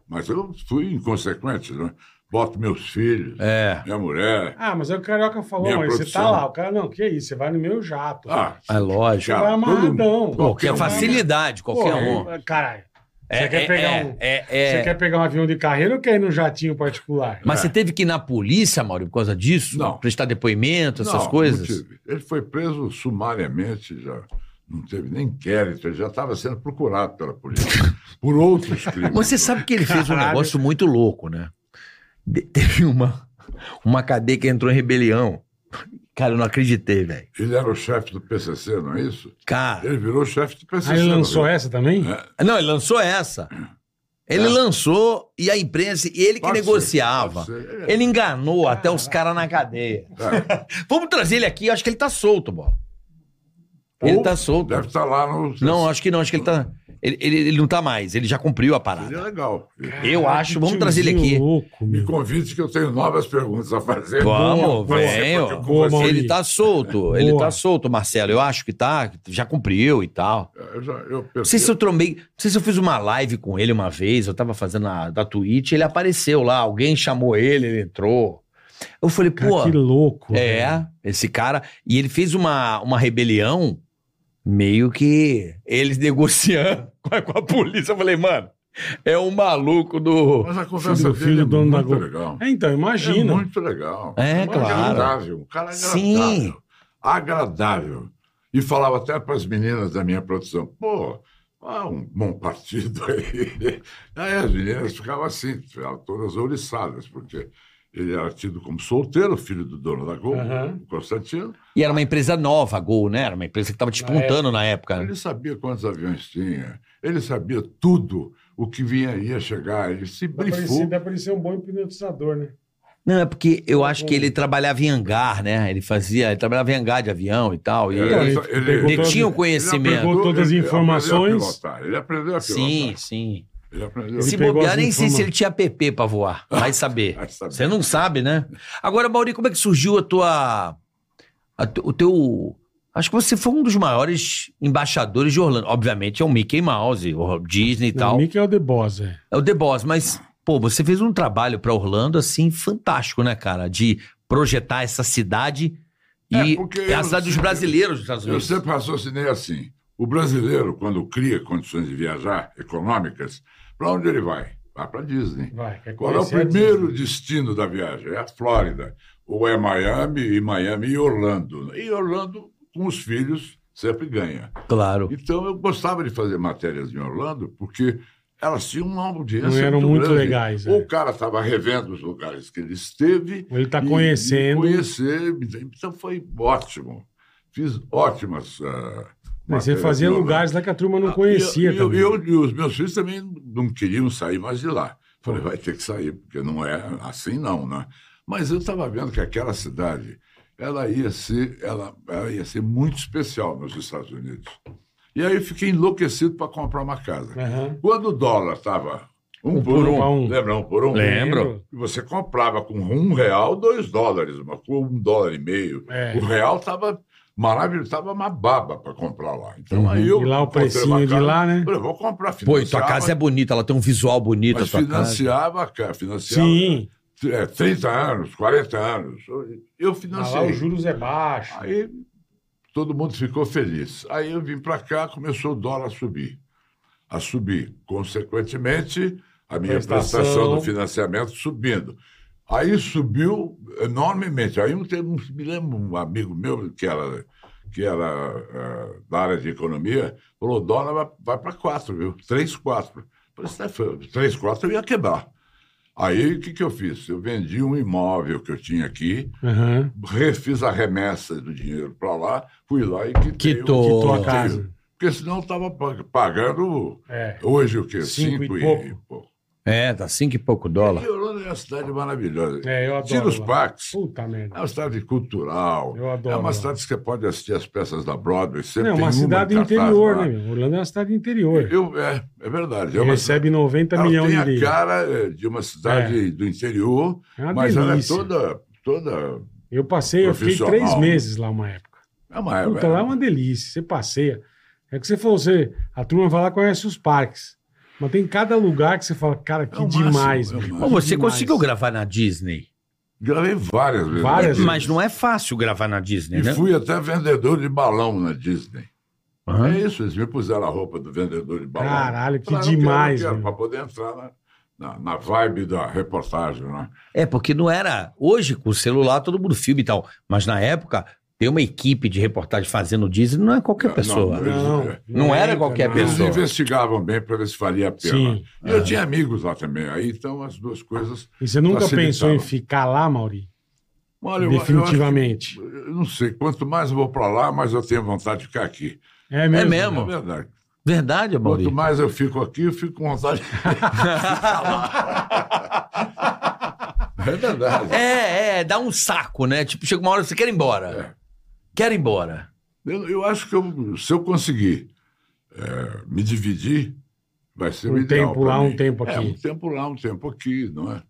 Mas eu fui inconsequente, né? Boto meus filhos,
É.
minha mulher.
Ah, mas é o que o Carioca falou,
Minha
mas você
produção.
tá lá. O cara, não, que isso, você vai no meu jato.
Ah,
É lógico.
Você vai amarradão.
todo-
Pô, que é
um.
facilidade, qualquer um.
Porra, Caralho.
É,
Você quer
é,
pegar
é,
um-
é, é.
Você quer pegar um avião de carreira ou quer ir num jatinho particular?
Mas você teve que ir na polícia, Mauro, por causa disso?
É. Não.
Prestar depoimento, essas
Não,
coisas?
não tive. Ele foi preso sumariamente, já não teve nem inquérito, ele já estava sendo procurado pela polícia por outros crimes.
Mas Você sabe que ele fez um
Caralho.
negócio muito louco, né? De- teve uma, uma cadeia que entrou em rebelião. Cara, eu não acreditei, velho.
Ele era o chefe do PCC, não é isso?
Cara.
Ele virou chefe do PCC.
Aí Ah, ele lançou
não viu?
essa também?
É.
Não, ele lançou essa. Ele
É.
lançou e a imprensa, e ele que
Pode ser,
negociava.
pode ser.
Ele enganou até os caras na cadeia.
É,
Vamos trazer ele aqui, eu acho que ele tá solto, Bola. Ele
Ou
tá solto.
Deve assim. estar lá no.
Não, acho que não, acho que ele tá. Ele, ele- ele não tá mais, ele já cumpriu a
Ele
parada.
é legal.
Eu
Caralho,
acho,
que
vamos trazer ele
tiozinho
aqui.
Louco,
Me
meu.
convide que eu tenho novas perguntas a fazer.
Vamos,
boa,
venho.
boa,
boa, Mauri.
Ele tá solto, ele
Boa.
tá solto, Marcelo. Eu acho que tá, já cumpriu e tal.
Eu já, eu
Não sei se eu trombei, não sei se eu fiz uma live com ele uma vez, eu tava fazendo a, da Twitch, ele apareceu lá, alguém chamou ele, ele entrou. Eu falei, pô,
Cara, que louco. velho.
tá é, esse cara. E ele fez uma, uma rebelião, meio que eles negociando com a, com a polícia. Eu falei, mano, é um maluco do.
Mas a
Filho do-
conversa dele
filho do
é
dono da
muito
Globo.
legal.
É, então, imagina.
É muito legal.
É,
Um
claro.
Agradável. Um cara agradável.
Sim.
Agradável. E falava até para as meninas da minha produção, pô, ah, um bom partido aí. Aí as meninas ficavam assim, ficavam todas ouriçadas, porque ele era tido como solteiro, filho do dono da Globo,
Aham.
o Constantino.
E era uma empresa nova, a Gol, né? Era uma empresa que tava despontando na época. né?
Ele sabia quantos aviões tinha, ele sabia tudo o que vinha ia chegar, ele se
Dá pra ele ser-
brifou.
Dá pra ele ser um bom hipnotizador, né?
Não, é porque eu acho que ele trabalhava em hangar, né? Ele fazia, ele trabalhava em hangar de avião e tal. E
Então,
ele,
ele
ele
pegou
tinha o
todo-
conhecimento.
pegou todas as
ele- ele
informações.
aprendeu a pilotar, Ele aprendeu a pilotar.
Sim, sim.
Ele aprendeu
Se
pegou
bobear,
as
nem sei se
informa-
ele tinha PP pra voar. Vai saber.
Vai saber.
Você não sabe, né? Agora, Mauri, como é que surgiu a tua. a te- o teu. Acho que você foi um dos maiores embaixadores de Orlando. Obviamente é o Mickey Mouse, o Disney e
Não,
tal.
O Mickey é o The Boss, é.
É o The Boss, mas, pô, você fez um trabalho pra Orlando assim fantástico, né, cara? De projetar essa cidade e
É, porque
é a
eu
cidade dos
sempre-
brasileiros dos Estados
Eu
Unidos.
sempre raciocinei assim. O brasileiro, quando cria condições de viajar econômicas, para onde ele vai? Vai para Disney.
Vai, quer
Qual é o
conhecer a
primeiro
Disney?
destino da viagem? É a Flórida. Ou é Miami, e Miami e Orlando. E Orlando, com os filhos, sempre ganha.
Claro.
Então, eu gostava de fazer matérias em Orlando, porque elas tinham uma audiência
Não eram muito
grande.
legais,
Ou
é.
o cara estava revendo os lugares que ele esteve.
Ele tá
e-
conhecendo.
E conhecer. Então, foi ótimo. Fiz ótimas. ah,
Mas você
matérias
fazia
em Orlando.
lugares lá que a turma
Ah,
não conhecia
e eu-
também.
e eu- e os meus filhos também não queriam sair mais de lá. Falei, vai ter que sair, porque não é assim não, né? Mas eu estava vendo que aquela cidade, ela ia ser, ela, ela ia ser muito especial nos Estados Unidos. E aí eu fiquei enlouquecido para comprar uma casa.
Aham.
Quando o dólar estava um,
Um
por
por
um,
um.
lembra um por um?
Lembro.
E você comprava com um real, dois dólares, uma, com um dólar e meio.
É.
O real estava maravilhoso, estava uma baba para comprar lá. Então
Uhum.
aí eu
E lá o
encontrei
precinho
uma
de lá, né?
Falei, vou comprar
Pô,
financiava,
e tua casa é bonita, ela tem um visual bonito, a
mas
tua casa.
financiava, cara, financiava
Sim.
é, 30 anos, 40 anos. Eu
Mas Ah, lá os
financiei.
juros é baixo.
Aí todo mundo ficou feliz. Aí eu vim para cá, começou o dólar a subir. A subir. Consequentemente, a minha
Prestação.
prestação, do financiamento subindo. Aí subiu enormemente. Aí um, teve um- me lembro um amigo meu que era, que era eh, da área de economia, falou: "O dólar vai, vai para 4, viu? 3, 4. Falei, "Isso é fe- 3, 4 eu ia quebrar. Aí o que, que eu fiz? Eu vendi um imóvel que eu tinha aqui,
Aham.
refiz a remessa do dinheiro para lá, fui lá e quitei
Quitou.
o-
Tua
Ô,
casa.
Porque senão estava pagando
É.
hoje o quê?
Cinco e
Cinco, e,
pouco.
pouco.
É, tá cinco e pouco dólar.
E eu Orlando é uma cidade maravilhosa.
É, eu adoro
Tira os
lá.
parques.
Puta merda.
É uma cidade cultural.
Eu adoro
É uma
lá.
cidade que você pode assistir as peças da Broadway. Sempre
Não, é
tem
uma cidade
em cartaz
interior,
lá.
né? meu? Orlando é uma cidade interior.
Eu, é, é verdade. É
E
uma
recebe 90
ela
milhões
tem
de
a
livros.
cara é, de uma cidade do interior,
É uma
mas ela é
delícia.
toda. toda
Eu passei, eu fiquei três
profissional, né?
meses lá uma época.
é uma,
Puta, lá é uma delícia. Você passeia. É que você falou, você, a turma vai lá e conhece os parques. Mas tem cada lugar que você fala, cara, que
É o máximo,
demais.
é o
bicho.
máximo.
Bom, você
Demais.
conseguiu gravar na Disney,
Gravei é várias vezes.
Várias
na
mas não é fácil gravar na Disney,
Disney.
né?
E fui até vendedor de balão na Disney.
Aham.
É isso, eles me puseram a roupa do vendedor de balão.
Caralho, que
Falaram, eu
demais,
Quero, eu quero,
meu.
para poder entrar na, na, na vibe da reportagem, né?
É, porque não era. Hoje, com o celular, todo mundo filma e tal. Mas na época, ter uma equipe de reportagem fazendo Disney não é qualquer
Não,
pessoa.
não,
Não,
Não era
entra,
qualquer
não.
Eles
pessoa.
investigavam bem para ver se valia a pena.
Sim.
E eu tinha amigos lá também. Aí então as duas coisas.
E você nunca
facilitavam.
pensou em ficar lá, Mauri?
Olha, eu- eu acho que-
Definitivamente.
Eu não sei, quanto mais eu vou para lá, mais eu tenho vontade de ficar aqui.
É mesmo.
mesmo?
É verdade.
Verdade,
Quanto
Amaury?
mais eu fico aqui, eu fico com vontade de ficar lá. É verdade.
É, é, dá um saco, né? Tipo, chega uma hora você quer ir
É.
embora. Quer ir embora.
Eu, eu acho que eu- se eu conseguir é, me dividir, vai ser o
Um
ideal
tempo
pra
lá, um
mim.
tempo
É,
aqui.
um tempo lá, um tempo aqui, não é?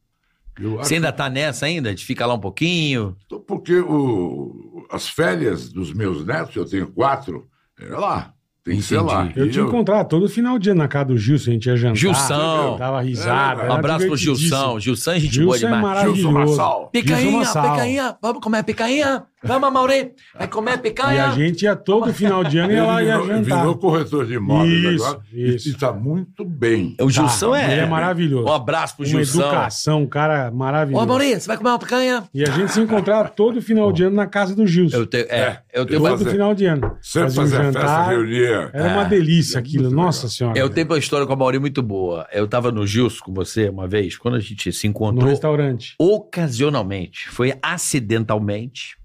Eu acho
Você ainda tá nessa ainda? De ficar lá um pouquinho?
Então, Porque o, as férias dos meus netos, eu tenho quatro, é lá. Tem que ser
Entendi.
lá.
Eu
E
te encontrava todo final de ano na casa do Gilson, a gente ia jantar.
Gilson.
Dava risada.
É,
Um
era
abraço pro
divertidíssimo.
Gilson. Gilson é gente boa
Gilson é
demais.
Gilson
maravilhoso.
Massal.
Gilson
Picainha,
Massal.
picainha. Vamos comer picainha? Vamos, Amaury. Vai comer
E a
picanha?
gente ia todo final de ano e
Ele
ela ia
virou,
jantar.
virou corretor de imóveis
Isso,
agora.
isso.
E está muito bem.
O Gilson
Tá,
é.
Ele é maravilhoso.
Um abraço pro
Uma
Gilson.
educação, um cara
Ô,
maravilhoso.
Amaury, você vai comer uma picanha?
E a gente se encontrava todo final de ano na casa do Gilson.
Eu tenho, é, eu tenho É,
eu
uma-
todo
fazer-
final de ano.
Sempre
Fazia um
fazer festa,
jantar.
reunia.
Era uma delícia aquilo,
muito
nossa senhora.
Eu tenho uma história com a Mauri muito boa. Eu tava no Gilson com você uma vez, quando a gente se
No
encontrou
restaurante.
ocasionalmente, foi acidentalmente.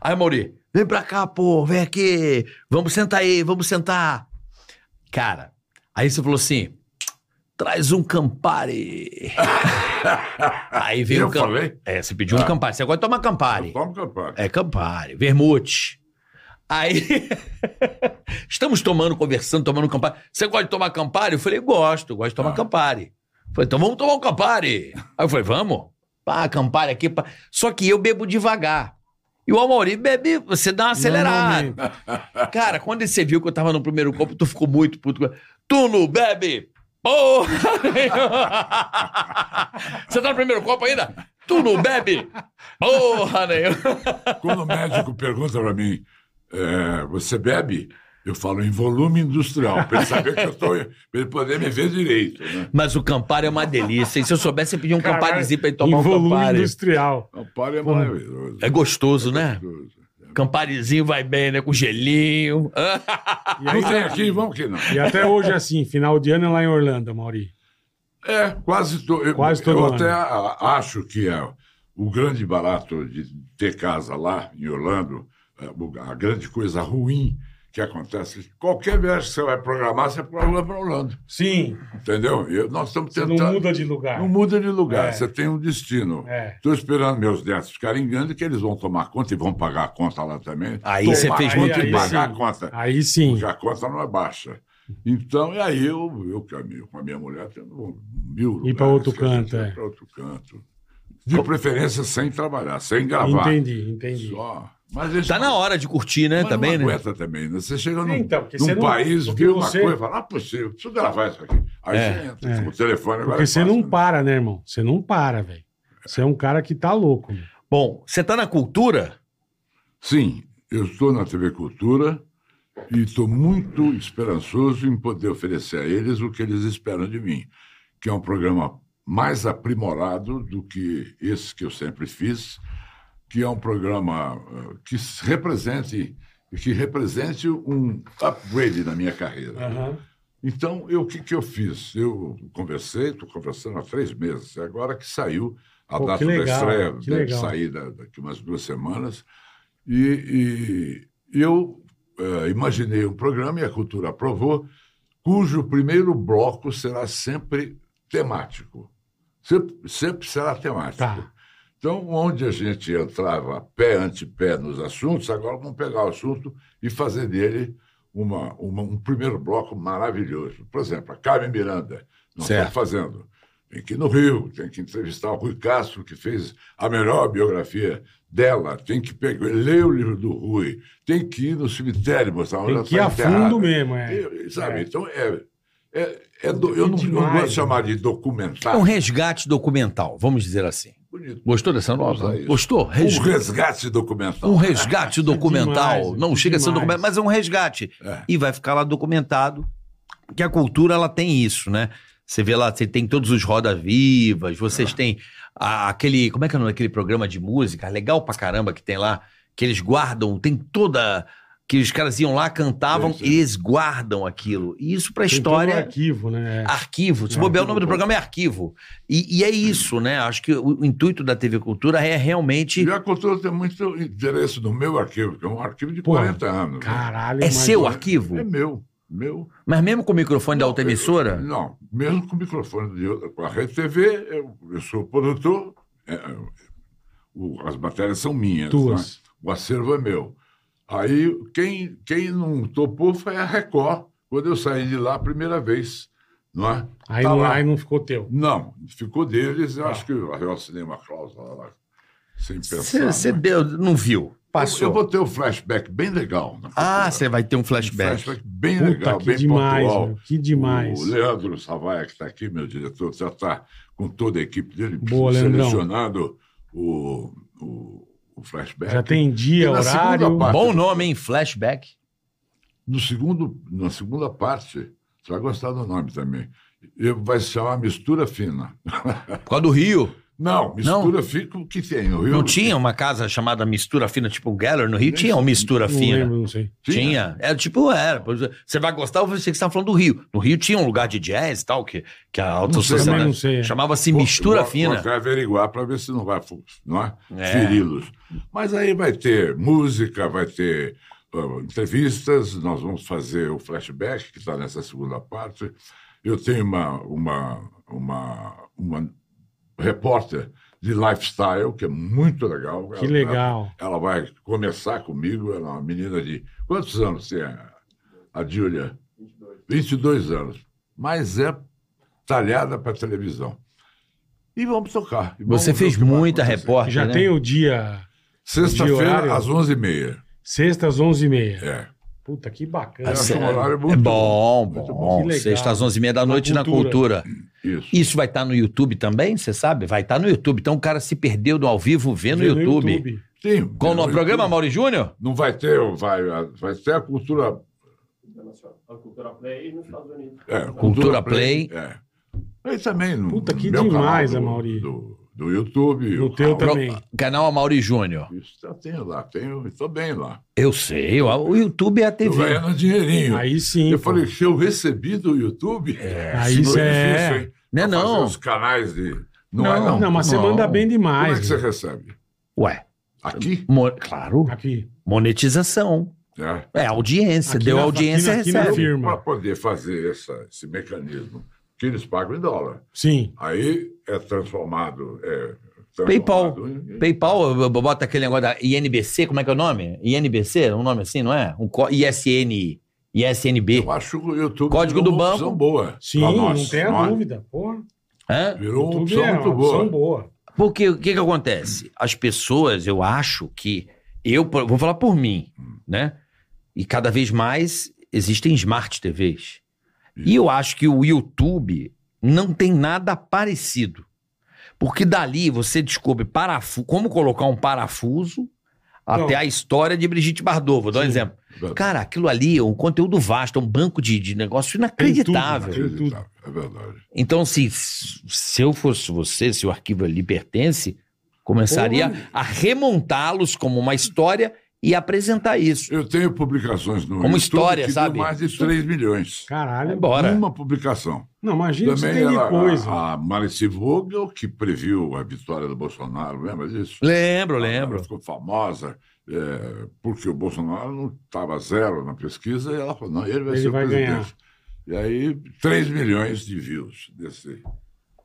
Aí, Mauri, vem pra cá, pô, vem aqui, vamos sentar aí, vamos sentar. Cara, aí você falou assim: traz um Campari.
É.
aí veio
Ah, Eu
o Cam-
falei?
É, você pediu um
Ah.
Campari, você agora toma Campari.
Toma, compadre.
É Campari, vermute. Aí, estamos tomando, conversando, tomando Campari. Você gosta de tomar Campari? Eu falei, gosto, gosto de tomar
Ah.
Campari. Eu Falei, então vamos tomar um Campari. Aí eu falei, vamos? Ah, Campari aqui. pá. Só que eu bebo devagar. E o Amaury bebe, você dá uma acelerada.
Normalmente.
Cara, quando você viu que eu tava no primeiro copo, tu ficou muito puto. comigo. Tu não bebe porra nenhuma. Você tá no primeiro copo ainda? Tu não bebe porra nenhuma.
Quando o médico pergunta para mim, é, você bebe? Eu falo em volume industrial, para ele saber que eu estou, para ele poder me ver direito. Né?
Mas o Campari é uma delícia. E se eu soubesse, eu pedia um
Caralho,
Camparizinho pra ele
em
tomar um
volume
Campari.
industrial.
O pare é maravilhoso.
É gostoso, né?
gostoso.
Camparizinho vai bem, né? Com gelinho. Ah,
E, aí-
Não tem aqui, vamos que não.
e até hoje, assim, final de ano é lá em Orlando, Mauri.
É, quase, to... eu-
Quase todo
Eu
ano.
até a- acho que é o grande barato de ter casa lá em Orlando, é, o- a grande coisa ruim que acontece, é que qualquer viagem que você vai programar, você programa para Orlando,
Sim,
entendeu? E nós estamos
você
tentando...
não muda de lugar.
Tá- Não muda de lugar,
É.
você tem um destino.
É.
Estou esperando meus netos ficarem grandes, que eles vão tomar conta e vão pagar a conta lá também.
Aí
tomar
você fez
conta
muito
e
bem.
pagar
sim.
a conta
Aí sim.
porque a conta não é baixa. Então, e aí eu, eu caminho com a minha mulher, tendo um mil
Ir pra outro canto, é.
Para outro canto. De preferência sem trabalhar, sem gravar.
Entendi, entendi.
tá Só. Mas eles-
Tá na hora de curtir, né?
mas
Também,
não
né?
aguenta também, né? Você chega num,
Então, porque
num
você não-
país,
porque
vê uma
você-
coisa e fala, ah, possível, preciso gravar isso aqui. Aí
É,
você entra,
é.
com o telefone agora.
Porque
é
você
fácil,
não
né?
para, né, irmão? Você não para, velho. Você é um cara que tá louco. meu.
Bom, você tá na cultura?
Sim, eu estou na TV Cultura e estou muito esperançoso em poder oferecer a eles o que eles esperam de mim, que é um programa mais aprimorado do que esse que eu sempre fiz, que é um programa eh, que se represente que represente um upgrade na minha carreira. Então, eu, o que, que eu fiz? Eu conversei, estou conversando há três meses, é agora que saiu a
Pô, que
data
legal,
da estreia,
que
deve
legal.
sair da- daqui umas duas semanas, e, e eu eh, imaginei um programa, e a Cultura aprovou, cujo primeiro bloco será sempre temático. Sempre, sempre será temático.
Tá.
Então, onde a gente entrava pé ante pé nos assuntos, agora vamos pegar o assunto e fazer dele uma, uma- um primeiro bloco maravilhoso. Por exemplo, a Carmen Miranda, nós
Certo.
estamos fazendo. Tem que ir no Rio, tem que entrevistar o Rui Castro, que fez a melhor biografia dela, tem que pegar, ler o livro do Rui, tem que ir no cemitério mostrar onde
Tem
ela
que ir
tá
a
enterrada.
fundo mesmo, é.
E- Sabe? Então, é. é, é do- eu não, eu não
Demais, né?
gosto de chamar de
É
documentário.
um resgate documental, vamos dizer assim.
Bonito.
Gostou dessa
Vamos a
nova?
isso.
Gostou?
Um
Resga-
resgate documental.
Um resgate documental.
Demais,
Não chega a ser um
demais.
documental, mas é um resgate.
É.
E vai ficar lá documentado que a cultura ela tem isso, né? Você vê lá, você tem todos os roda-vivas, vocês têm a- aquele. Como é que é o nome daquele programa de música? Legal pra caramba que tem lá, que eles guardam, tem toda. Que os caras iam lá, cantavam
Sim, sim.
e eles guardam aquilo. E isso pra
Tem todo o
história.
arquivo, né?
Arquivo. Se
É,
bobear, o
arquivo
nome do
bom.
programa é Arquivo. E, e é isso, né? Acho que o, o intuito da TV Cultura é realmente.
tipo.
E a cultura tem muito interesse no meu arquivo, que é um arquivo de
Porra,
40 anos. né?
Caralho.
É
imagina.
seu arquivo?
É meu, meu.
Mas mesmo com o microfone da alta emissora?
Não, mesmo com o microfone de outra, com a Rede TV, eu, eu sou produtor, é, é, o- as matérias são minhas. né?
Tuas.
O acervo é meu. Aí quem, quem não topou foi a Record, quando eu saí de lá a primeira vez. Não é?
Aí,
Tá
não,
lá.
aí não Ah. ficou teu.
Não, ficou deles. Eu acho que a Real Cinema Cláusula lá, sem pensar.
Você
né?
deu, não viu.
Eu, eu botei um flashback bem legal. na
Ah,
cultura.
você vai ter um flashback.
flashback bem
Puta,
legal,
que
bem
demais,
pontual.
meu, que demais.
O Leandro Savaia, que está aqui, meu diretor, já está com toda a equipe dele
Boa, Leandrão.
selecionado o, o, o flashback.
Já tem dia,
E na segunda
horário.
parte-
Bom nome, hein? Flashback.
No segundo, na segunda parte, você vai gostar do nome também. Eu- Vai se chamar Mistura Fina.
Por causa do Rio.
Não, Mistura Fina, o que tem? O Rio
Não tinha uma casa chamada Mistura Fina, tipo o Geller no Rio? Tinha uma Mistura
Não
Fina.
lembro, não sei.
Tinha. Era tipo, era. Você vai gostar, eu pensei que você estava falando do Rio. No Rio tinha um lugar de jazz e tal, que, que a alta
Não sei,
sociedade
também não sei, é.
chamava-se Mistura
vou,
Fina.
Vou até averiguar para ver se não vai fu- não é?
É.
feri-los. Mas aí vai ter música, vai ter ah, entrevistas, nós vamos fazer o flashback que está nessa segunda parte. Eu tenho uma, uma, uma, uma repórter de lifestyle, que é muito legal.
Que
Ela-
legal.
Ela vai começar comigo, ela é uma menina de... Quantos anos tem a, a Júlia? 22 anos. Mas é talhada para televisão. E vamos tocar. E vamos
Você
ver
fez
o que vai
muita
acontecer.
repórter.
Já
né?
tem o dia de horário?
Sexta-feira, às 11h30.
sexta às 11h30.
É.
Puta, que bacana.
Essa-
Sério?
um horário muito
é bom, bom.
muito
bom. Que legal.
Sexta às 11h30 da noite na
cultura.
cultura.
Isso.
Isso vai estar no YouTube também, você sabe? Vai estar no YouTube. Então o cara se perdeu do ao vivo, vê É no,
Vê
YouTube.
Tem.
Qual o nome do programa,
Não
Mauri Júnior?
não vai ter, vai, vai ter a cultura.
internacional. A cultura play nos Estados Unidos.
É,
Cultura Play.
É. Aí também no.
Puta, que
no meu
demais,
canal do,
Amauri.
Do, do YouTube.
No
o-
teu
ah,
também.
Canal Mauri Júnior.
Isso, tá, tenho lá, tenho, estou bem lá.
Eu sei, o- o YouTube é a
Estou
TV.
ganhando dinheirinho.
Aí sim.
eu
pô.
falei, se eu recebi do YouTube. É,
Aí isso é-
Difícil, hein?
Né,
Pra fazer
não?
Os canais de. Não, é,
Não,
não.
Não, mas você
Não.
manda bem
Como é
demais. né?
que você recebe?
Ué,
Aqui?
mo- claro,
meu. Aqui.
monetização.
É.
É audiência,
Aqui
deu
na-
audiência,
aqui na- aqui na
recebe.
É, firma.
Para poder fazer essa- esse mecanismo, que eles pagam em dólar.
Sim.
Aí é transformado. É, transformado
PayPal.
em-
PayPal, b- b- bota aquele negócio da INBC, como é que é o nome? INBC, um nome assim, não é? Um co- ISN, ISNB.
Eu acho que o YouTube.
Código
virou
do
uma
banco.
opção boa.
Sim,
pra
não
nós,
tenha
é?
dúvida. Porra.
Hã?
Virou uma
YouTube
opção
é
muito
uma opção
boa.
boa.
Porque o que que acontece? As pessoas, eu acho que eu por- vou falar por mim, né? E cada vez mais existem smart TVs. E eu acho que o YouTube não tem nada parecido. Porque dali você descobre parafu como colocar um parafuso até a história de Brigitte Bardot. Vou dar um
Sim.
exemplo. Cara, aquilo ali é um conteúdo vasto, é um banco de, de negócio inacreditável.
tem tudo.
É verdade.
Então, se, se eu fosse você, se o arquivo ali pertence, começaria a remontá-los como uma história e apresentar isso.
Eu tenho publicações no
Como
YouTube
história,
que deu
sabe?
mais de 3 milhões.
Caralho.
Embora.
Uma publicação.
Não, imagina o que você tem de
ela- Ah,
coisa.
A, a Marici Vogel, que previu a vitória do Bolsonaro, lembra disso?
Lembro,
Ela
lembro.
ficou famosa, é, porque o Bolsonaro não estava zero na pesquisa, e ela falou: não, ele vai
Ele
ser o
vai
presidente. E aí, 3 milhões de views desse,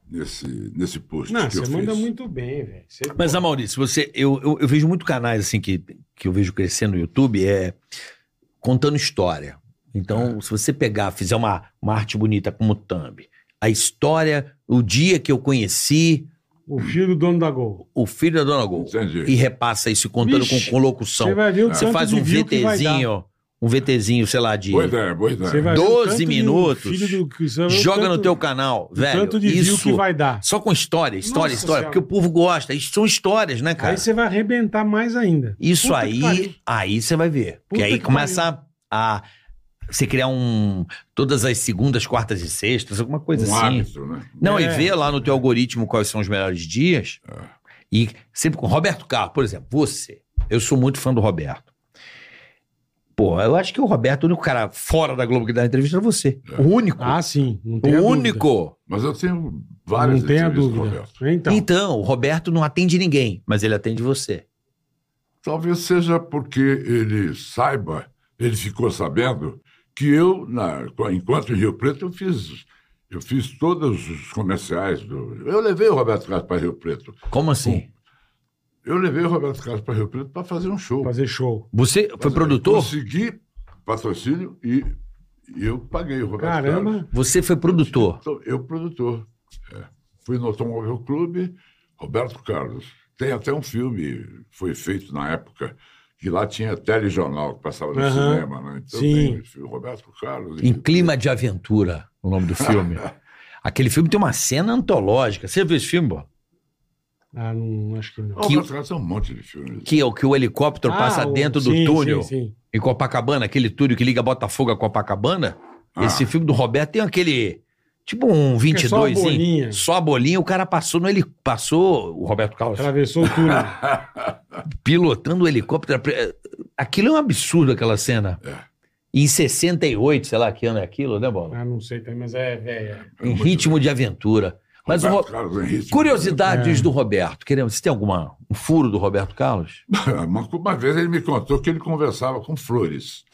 nesse, nesse post
Não,
que
você
eu fiz.
maurício muito bem, velho. Você-
Mas, a Maurício, você, eu, eu, eu vejo muito canais assim que, que eu vejo crescendo no YouTube é contando história. Então, se você pegar, fizer uma, uma arte bonita como thumb, a história, o dia que eu conheci
O filho do dono da Gol.
o filho da Dona Gol
Entendi.
e repassa isso contando
Vixe,
com, com locução.
Você vai ver o
É.
tanto
Você faz
de
um
view que vai dar.
VTzinho, um VTzinho, sei lá, de
Boa ideia, boa ideia. Um
Você vai ver o
12
tanto de
minutos,
filho do- você vai ver o
joga no
tanto-
teu canal,
o
velho.
Tanto de view
isso
que vai dar.
só com história, história,
Nossa
história, porque
Senhora.
o povo gosta. Isso são histórias, né, cara?
Aí você vai arrebentar mais ainda.
Isso
Puta que pariu.
aí, aí você vai ver. Porque
Puta
aí
que
começa a, a você criar um todas as segundas, quartas e sextas, alguma coisa
um
assim.
hábito, né?
Não, e
É.
vê lá no teu algoritmo quais são os melhores dias. E sempre com Roberto Carlos, por exemplo, você. Eu sou muito fã do Roberto. Pô, eu acho que o Roberto, o único cara fora da Globo que dá entrevista é você. O único.
Ah, sim. Não
o
tem a dúvida.
único.
Mas eu tenho várias
Não tem a
entrevistas com o
dúvida.
Roberto.
Então,
Então, o Roberto não atende ninguém, mas ele atende você.
Talvez seja porque ele saiba, ele ficou sabendo que eu, na- enquanto em Rio Preto, eu fiz, eu fiz todos os comerciais. do- eu levei o Roberto Carlos para Rio Preto.
Como assim?
Eu levei o Roberto Carlos para Rio Preto para fazer um show.
fazer show.
Você foi
Fazer-
produtor?
Consegui patrocínio e, e eu paguei o Roberto Carlos.
Caramba.
Você foi produtor.
Então, eu, produtor, é, fui no Automóvel Clube, Roberto Carlos. Tem até um filme, foi feito na época, que lá tinha telejornal que passava no
Aham.
cinema. Né? Então,
Sim.
tem esse filme, Roberto Carlos.
Em Clima de Aventura, o nome do filme. Aquele filme tem uma cena antológica. Você viu esse filme, Bola?
Ah, não, acho que não.
O Roberto Carlos tem um monte de filmes.
Que, é o- que o helicóptero passa
Ah, o-
dentro do
sim,
túnel
Sim, sim.
em Copacabana, aquele túnel que liga Botafogo a Copacabana.
Ah.
Esse filme do Roberto tem aquele. Tipo um 22,
é só a
hein?
bolinha.
só a bolinha. O cara passou no ele passou o Roberto Carlos
Atravessou o túnel.
pilotando o helicóptero. Aquilo é um absurdo aquela cena.
É.
Em 68, sei lá que ano é aquilo, né, Bola?
ah, não sei também, mas é velha.
Em ritmo de aventura. Mas o Ro-
Roberto Carlos é em ritmo.
Curiosidades
É.
do Roberto. Queremos, você tem alguma um furo do Roberto Carlos?
Uma, uma vez ele me contou que ele conversava com flores.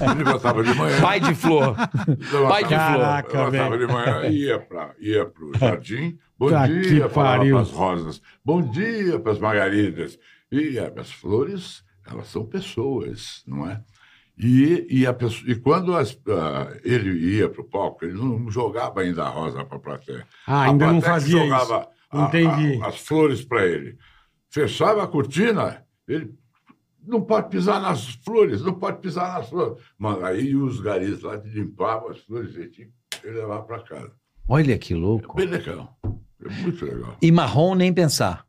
É, ele botava de manhã.
Pai de flor. pai de flor.
Caraca,
Eu levantava
velho.
de manhã e ia para ia o jardim. Bom
Tá
dia,
que
falava
pariu.
para as rosas. Bom dia para as margaridas. E as flores, elas são pessoas, não é? E, e, a pessoa- e quando as- ah, ele ia para o palco, ele não jogava ainda a rosa para a plateia.
Ah,
A
ainda não
plateia que
fazia
jogava
isso.
a-
Entendi.
a- as flores para ele. Fechava a cortina, ele não pode pisar nas flores, não pode pisar nas flores. Mano, aí os garis lá limpavam as flores jeitinho e levavam para casa.
Olha que louco.
Bem legal. É muito legal.
E marrom nem pensar.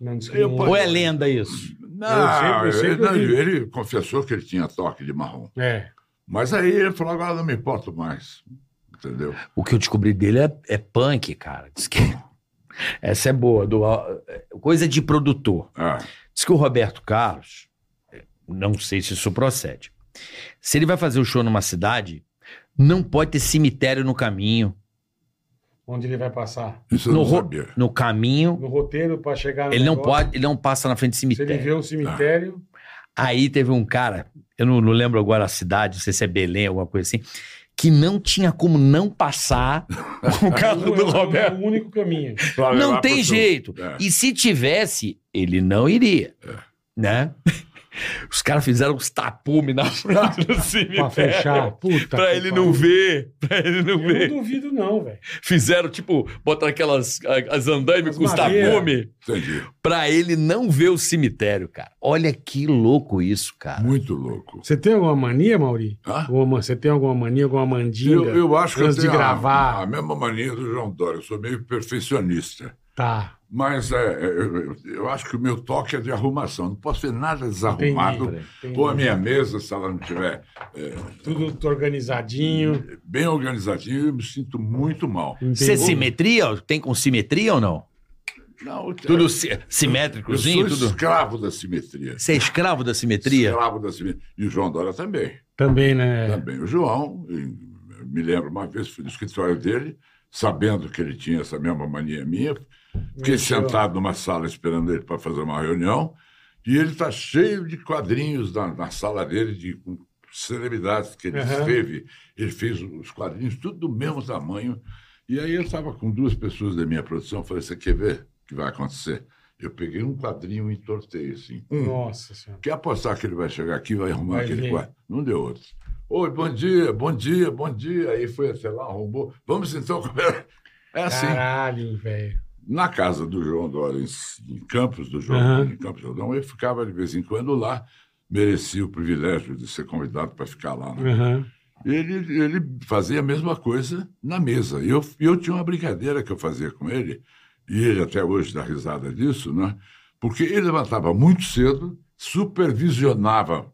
Não, disse que
Eu
não-
posso-
Ou é lenda isso?
Não,
sempre- eu sempre
ele, não,
vi.
ele confessou que ele tinha toque de marrom.
É.
Mas aí ele falou, agora não me importo mais. Entendeu?
O que eu descobri dele é, é punk, cara. Diz que... Essa é boa. do- é Coisa de produtor.
Ah,
Diz que o Roberto Carlos, é, não sei se isso procede. Se ele vai fazer o show numa cidade, não pode ter cemitério no caminho.
Onde ele vai passar?
isso eu
No
não
ro-
sabia.
No caminho,
No roteiro para
É um
chegar no
ele não
negócio,
pode, ele não passa na frente de
Se ele
cemitério.
vê um cemitério,
Aí teve um cara, eu não, não lembro agora a cidade, não sei se é Belém, alguma coisa assim, que não tinha como não passar o Ah. carro
é o-
do Roberto.
o único caminho.
Pra
Não
levar
tem
pro sul.
jeito.
É.
E se tivesse, ele não iria. Né? Os caras fizeram uns tapumes na frente do
Pra
cemitério.
fechar. Puta.
Pra
que
ele
pariu.
não ver, pra ele não
Eu
ver.
não duvido, não, velho.
Fizeram, tipo, botar aquelas a- as andaime
As
com os
madeiras.
tapumes
Entendi.
pra ele não ver o cemitério, cara. Olha que louco isso, cara.
Muito louco.
Você tem alguma mania, Mauri?
Hã?
Alguma ma- Você tem alguma mania, alguma mandinga?
Eu, eu acho que eu
antes
tenho
de
a-
gravar.
A, mesma mania do João Dória. Eu sou meio perfeccionista.
Tá.
Mas é, é, eu, eu acho que o meu toque é de arrumação. Não posso ver nada desarrumado.
Entendi, entendi.
Ou a minha mesa, se ela não estiver
Tudo organizadinho.
bem organizadinha, eu me sinto muito mal.
Você
Entendi.
simetria? Tem com simetria ou não?
Não, eu,
Tudo si-
eu sou
simétricozinho? Tudo...
escravo da simetria.
Você é escravo da simetria?
Escravo da simetria. E o João Dória também.
Também, né?
Também o João, e me lembro uma vez, fui no escritório dele, sabendo que ele tinha essa mesma mania minha, fiquei
é
sentado numa sala esperando ele para fazer uma reunião, e ele está cheio de quadrinhos na, na sala dele, de com celebridades que ele
Aham.
esteve. Ele fez os quadrinhos tudo do mesmo tamanho, E aí eu estava com duas pessoas da minha produção, falei, você quer ver o que vai acontecer? Eu peguei um quadrinho e entortei, assim. Um.
Nossa senhora.
Quer apostar que ele vai chegar aqui e vai arrumar
Hum. Vai
aquele
ver.
quadro? Não deu outro. Oi, bom dia, bom dia, bom dia. Aí foi até lá, arrumou. Vamos então. comer. É assim.
Caralho, velho.
Na casa do João Dória, em, em Campos do João,
Aham.
em Campos do Jordão, eu ficava de vez em quando lá. Merecia o privilégio de ser convidado para ficar lá. né?
Aham.
Ele, ele fazia a mesma coisa na mesa. E eu, e eu tinha uma brincadeira que eu fazia com ele, e ele até hoje dá risada disso, né? Porque ele levantava muito cedo, supervisionava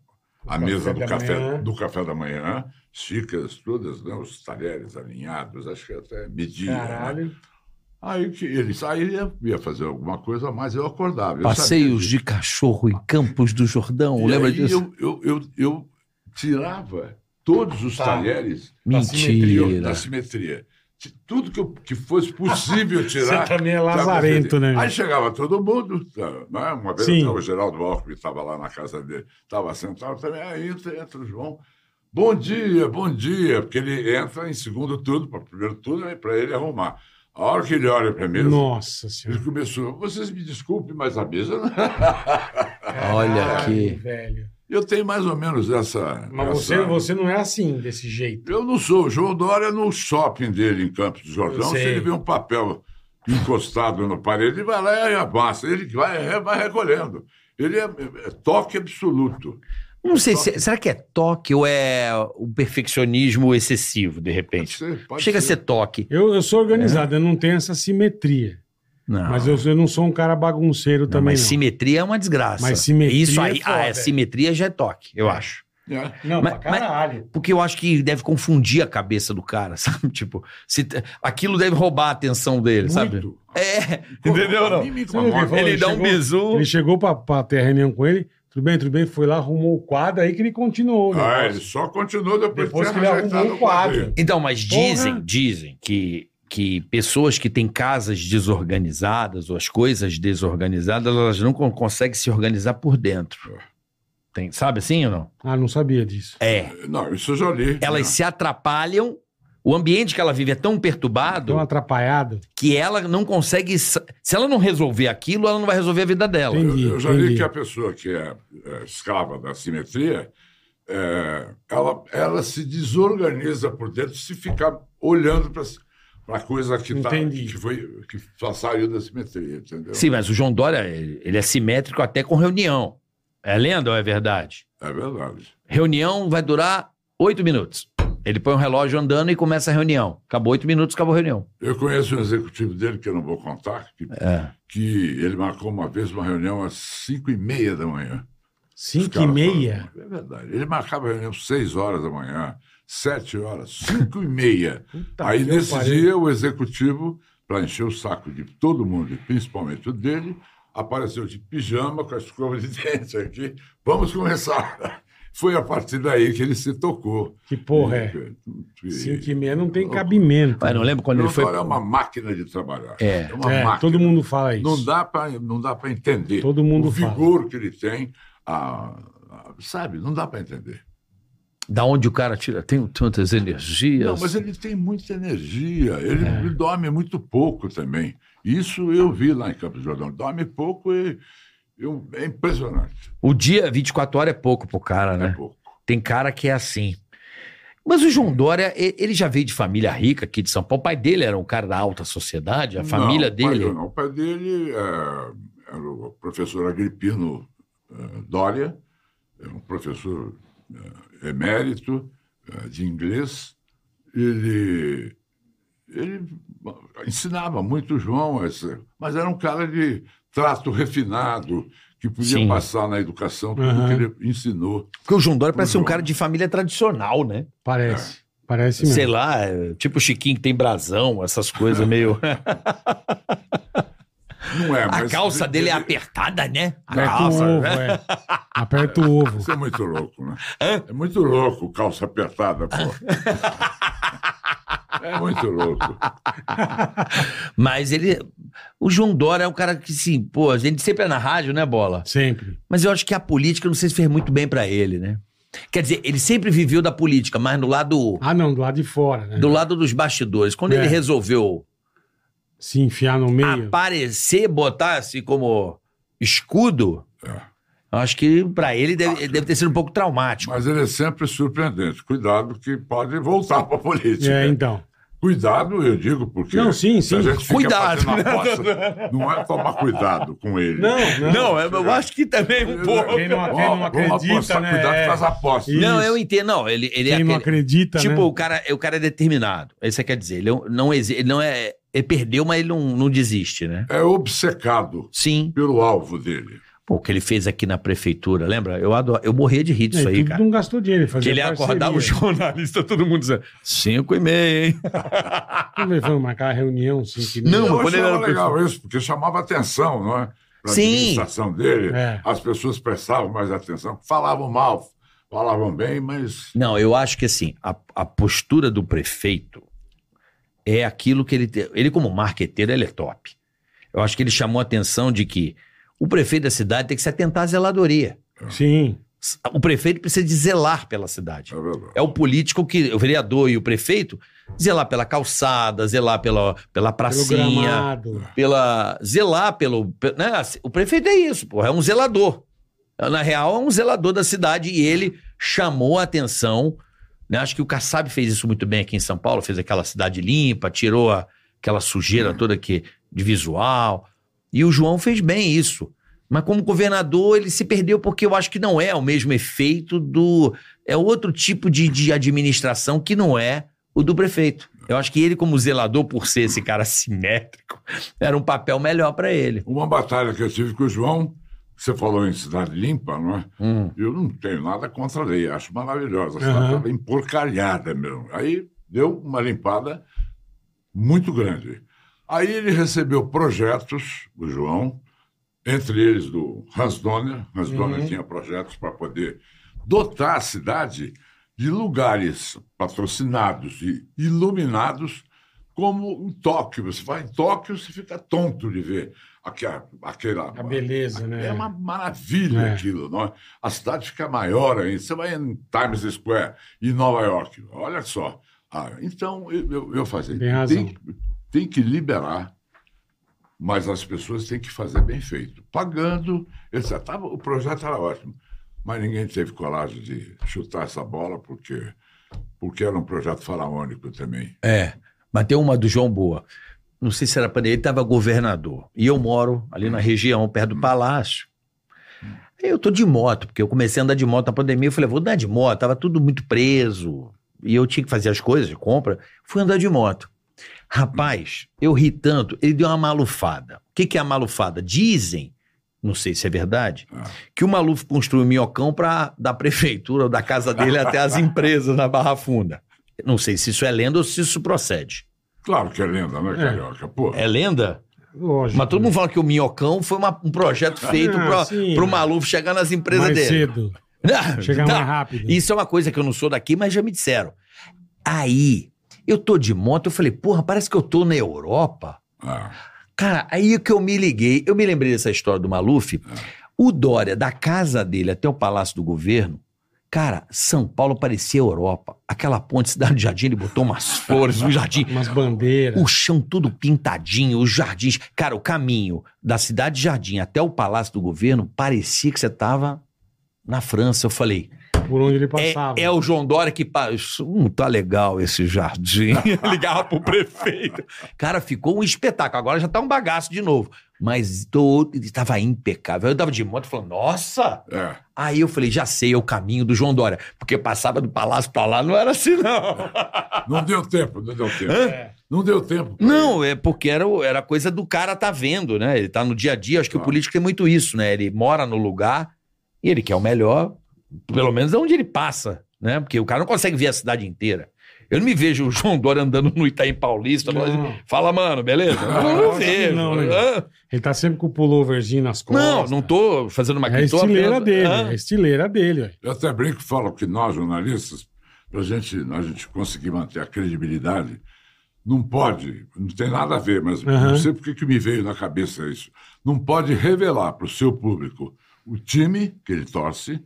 a mesa do
café da
café,
manhã.
do café da manhã, xícaras todas, né? os talheres alinhados, acho que até media. né?
Caralho.
Aí que ele saía, ia fazer alguma coisa a mais, eu acordava. Eu sabia
Passeios
disso.
de cachorro em Campos do Jordão,
E
lembra
aí
disso?
Eu, eu, eu, eu tirava todos os
Tá.
talheres Eu,
Mentira.
da simetria. Ti- Tudo que, eu- que fosse possível tirar.
Você também é
sabe,
lazarento, né?
Aí chegava todo mundo. tá, Né? Uma vez
Sim.
até o Geraldo Alckmin estava lá na casa dele, estava sentado também. Aí entra, entra o João. Bom dia, bom dia. Porque ele entra em segundo turno, para primeiro turno, para ele arrumar. A hora que ele olha para mim,
Nossa
ele
senhora.
começou. Vocês me desculpem, mas a mesa. é."
Olha
Caralho,
aqui.
velho.
Eu tenho mais ou menos essa.
Mas
essa-
você, você não é assim, desse jeito.
Eu não sou. O João Dória, é no shopping dele em Campos do
Eu
Jordão, se
sei.
ele vê um papel encostado na parede, ele vai lá e abaixa. Ele vai, é, vai recolhendo. Ele é, é toque absoluto.
Não sei, se- será que é toque ou é o perfeccionismo excessivo, de repente?
ser, pode
Chega a ser toque.
Eu, eu sou
É.
organizado, eu não tenho essa simetria.
Não.
Mas eu, eu não sou um cara bagunceiro
Não,
também.
mas
não.
simetria é uma desgraça.
Mas simetria
Isso aí,
é foda.
ah, é, simetria já é toque, eu acho.
É.
Não,
Mas-
pra caralho.
Porque eu acho que deve confundir a cabeça do cara, sabe? Tipo, se, aquilo deve roubar a atenção dele, sabe?
Muito.
É, entendeu
A
não?
mim me
Sabe o que
incomoda.
foi?
Ele dá um
chegou-
bisu.
Ele chegou pra, pra ter a reunião com ele, tudo bem, tudo bem, foi lá, arrumou o quadro, aí que ele continuou. né?
Ah, ele só continuou depois,
Depois
de
que
ter
ele
rejeitado
arrumou o quadro.
Então, mas dizem,
Porra.
dizem que, que pessoas que têm casas desorganizadas ou as coisas desorganizadas, elas não con- conseguem se organizar por dentro. Tem, sabe assim ou não?
Ah, não sabia disso.
É.
Não, isso eu já li.
Elas se atrapalham, o ambiente que ela vive é tão perturbado
Tão atrapalhado.
que ela não consegue. sa- Se ela não resolver aquilo, ela não vai resolver a vida dela.
Entendi.
Eu, eu já
entendi.
li que a pessoa que é, é, escrava da simetria, é, ela, ela se desorganiza por dentro se ficar olhando para a coisa que, tá,
Entendi.
que, foi, que só saiu da simetria, entendeu?
Sim, mas o João Dória, ele ele é simétrico até com reunião. É lenda ou é verdade?
É verdade.
Reunião vai durar oito minutos. Ele põe um relógio andando e começa a reunião. Acabou oito minutos, acabou a reunião.
Eu conheço um executivo dele, que eu não vou contar, que,
É.
que ele marcou uma vez uma reunião às 5 e meia da manhã. Os
5 e
caras
meia?
falaram, É verdade. Ele marcava a reunião 6 horas da manhã, 7 horas, 5 e meia.
Puta
Aí,
que
nesse
pariu.
dia, o executivo, para encher o saco de todo mundo, e principalmente o dele, apareceu de pijama com a escova de dente aqui. Vamos começar. Foi a partir daí que ele se tocou. um
Que porra é?
E-
5 e meia não tem cabimento.
Mas não lembro quando
Ele
ele foi.
é uma máquina de trabalhar.
É.
uma
É,
máquina.
todo mundo fala isso.
Não dá para não dá para entender.
Todo mundo
o
fala.
vigor que ele tem, a- a- sabe? Não dá para entender.
Da onde o cara tira. Tem tantas energias.
Não, mas ele tem muita energia. Ele ele dorme muito pouco também. Isso eu vi lá em Campos do Jordão. Dorme pouco e eu- é impressionante.
O dia 24 horas é pouco pro cara,
É
né?
pouco.
Tem cara que é assim. Mas o João Dória, e- ele já veio de família rica aqui de São Paulo. O pai dele era um cara da alta sociedade, a família
Não, o pai
dele.
dele não. O pai dele é, era o professor Agripino eh, Dória, é um professor eh, emérito eh, de inglês. Ele, ele ensinava muito o João, essa- mas era um cara de trato refinado, que podia
Sim.
passar na educação tudo
Aham.
que ele ensinou.
Porque o João Dória parece ser um
João.
cara de família tradicional, né?
Parece.
É.
Parece mesmo.
Sei lá, é, tipo o Chiquinho que tem brasão, essas coisas meio.
Não é,
a
mas
calça
ele-
dele é
ele-
apertada, né? A
Aperta
calça.
o ovo,
né?
é. Aperta o ovo.
Isso é muito louco, né? É muito louco, calça apertada, pô. É muito louco.
Mas ele. O João Dória é um cara que, sim, pô, a gente sempre é na rádio, né, bola?
Sempre.
Mas eu acho que a política, não sei se fez muito bem pra ele, né? Quer dizer, ele sempre viveu da política, mas no lado,
Ah, não, do lado de fora, né?
do lado dos bastidores. Quando ele
É.
resolveu
Se enfiar no meio.
aparecer, botar assim como escudo,
É.
eu acho que pra ele deve, deve ter sido um pouco traumático.
Mas ele é sempre surpreendente. Cuidado que pode voltar para a política.
É, então.
Cuidado, eu digo, porque.
Não, sim,
se a
sim.
gente fica
Cuidado.
fazendo aposta, não é tomar cuidado com ele. é,
Não, não.
eu acho que também um pouco.
Quem não-
Ó,
quem não
vamos
acredita,
apostar,
né?
cuidado
É.
com as apostas.
E-
Não,
Isso.
eu entendo. Não, ele, ele é
Quem não
aquele,
acredita,
Tipo,
né?
o, cara, o cara é determinado. Isso é quer dizer, ele não, não exi- ele não é. Ele perdeu, mas ele não, não desiste, né?
É obcecado
Sim.
pelo alvo dele.
Pô, o que ele fez aqui na prefeitura, lembra? Eu, adoro, eu morria de rir disso
É,
aí,
tudo
cara.
não gastou dinheiro, ele
Que
fazia
ele
parceria.
acordava o jornalista, todo mundo dizendo, cinco e meia, hein?
Não foi marcar a reunião, sim. Que
Não,
eu
quando ele
achava
era
legal isso, porque chamava atenção, não é? Pra
Sim.
administração dele.
É.
As pessoas prestavam mais atenção. Falavam mal, falavam bem, mas.
Não, eu acho que assim, a, a postura do prefeito é aquilo que ele tem. Ele, como marqueteiro, ele é top. Eu acho que ele chamou a atenção de que o prefeito da cidade tem que se atentar à zeladoria.
Sim.
O prefeito precisa de zelar pela cidade.
É verdade.
É o político que, o vereador e o prefeito, zelar pela calçada, zelar pela, pela
Pelo
pracinha,
gramado.
pela. zelar pelo. pe- né? O prefeito é isso, porra, é um zelador. Na real, é um zelador da cidade e ele chamou a atenção. né? Acho que o Kassab fez isso muito bem aqui em São Paulo, fez aquela cidade limpa, tirou a- aquela sujeira toda que, de visual. E o João fez bem isso. Mas como governador, ele se perdeu porque eu acho que não é o mesmo efeito do. É outro tipo de, de administração que não é o do prefeito. Eu acho que ele, como zelador, por ser esse cara simétrico, era um papel melhor pra ele.
Uma batalha que eu tive com o João, você falou em Cidade Limpa, não é? Eu não tenho nada contra a lei, acho maravilhosa. A cidade
Aham.
estava emporcalhada mesmo. Aí deu uma limpada muito grande. Aí ele recebeu projetos, o João, entre eles do Hans Donner. Hans Donner tinha projetos para poder dotar a cidade de lugares patrocinados e iluminados, como em Tóquio. Você vai em Tóquio, você fica tonto de ver aquela, aquela
A beleza, né?
é uma maravilha
É.
aquilo, não é? A cidade fica maior ainda. Você vai em Times Square, em Nova York, olha só. Ah, então, eu, eu, eu falei,
Tem razão.
Tem, tem que liberar, mas as pessoas têm que fazer bem feito. Pagando, etc. Tava, o projeto era ótimo, mas ninguém teve coragem de chutar essa bola, porque, porque era um projeto faraônico também.
É. Mas tem uma do João Boa. Não sei se era pra ele, ele estava governador. E eu moro ali na região, perto do palácio. Aí eu tô de moto, porque eu comecei a andar de moto na pandemia. Eu falei, vou andar de moto. Tava tudo muito preso. E eu tinha que fazer as coisas, compra. Fui andar de moto. Rapaz, eu ri tanto. Ele deu uma malufada. O que, que é a malufada? Dizem, não sei se é verdade,
Ah.
que o Maluf construiu o minhocão pra, da prefeitura ou da casa dele até as empresas na Barra Funda. Não sei se isso é lenda ou se isso procede.
Claro que é lenda, né, Carioca? Pô,
É lenda?
Lógico.
Mas todo mundo fala que o Minhocão foi uma- um projeto feito
Ah,
pra-
sim.
pro Maluf chegar nas empresas
mais
dele.
cedo.
Não,
Chegar
tá.
mais rápido.
Isso é uma coisa que eu não sou daqui, mas já me disseram. Aí, eu tô de moto, eu falei, porra, parece que eu tô na Europa.
ah,
Cara, aí é que eu me liguei, eu me lembrei dessa história do Maluf.
Ah.
O Dória, da casa dele até o Palácio do Governo, cara, São Paulo parecia Europa. Aquela ponte, cidade do jardim, ele botou umas flores no jardim.
Umas bandeiras.
O chão tudo pintadinho, os jardins. Cara, o caminho da cidade Jardim até o Palácio do Governo parecia que você tava na França. Eu falei,
Por onde ele
é,
passava.
é o João Dória que passou. Hum, tá legal esse jardim. Ligava pro prefeito. Cara, ficou um espetáculo. Agora já tá um bagaço de novo. Mas tô, tava impecável. Eu tava de moto falando, nossa!
é.
Aí eu falei, já sei, é o caminho do João Dória. Porque passava do palácio pra lá, não era assim, não.
Não deu tempo, não deu tempo.
É.
Não deu tempo. pra ele.
Não, é porque era, o- era coisa do cara tá vendo, né? Ele tá no dia a dia. Acho que o
Claro.
político tem muito isso, né? Ele mora no lugar e ele quer o melhor, pelo menos é onde ele passa, né? Porque o cara não consegue ver a cidade inteira. Eu não me vejo o João Dória andando no Itaim Paulista. falando
Não.
assim, Fala, mano, beleza? Não, não
Lógico que
vejo.
não, né?
Hã?
Ele tá sempre com o pulloverzinho nas costas.
Não, não tô fazendo uma
É a estileira
apenas-
dele,
Hã?
é a estileira dele. ué.
Eu até brinco e falo que nós, jornalistas, para gente, a gente conseguir manter a credibilidade, não pode, não tem nada a ver, mas
Aham.
não sei por que que me veio na cabeça isso. Não pode revelar para o seu público o time que ele torce,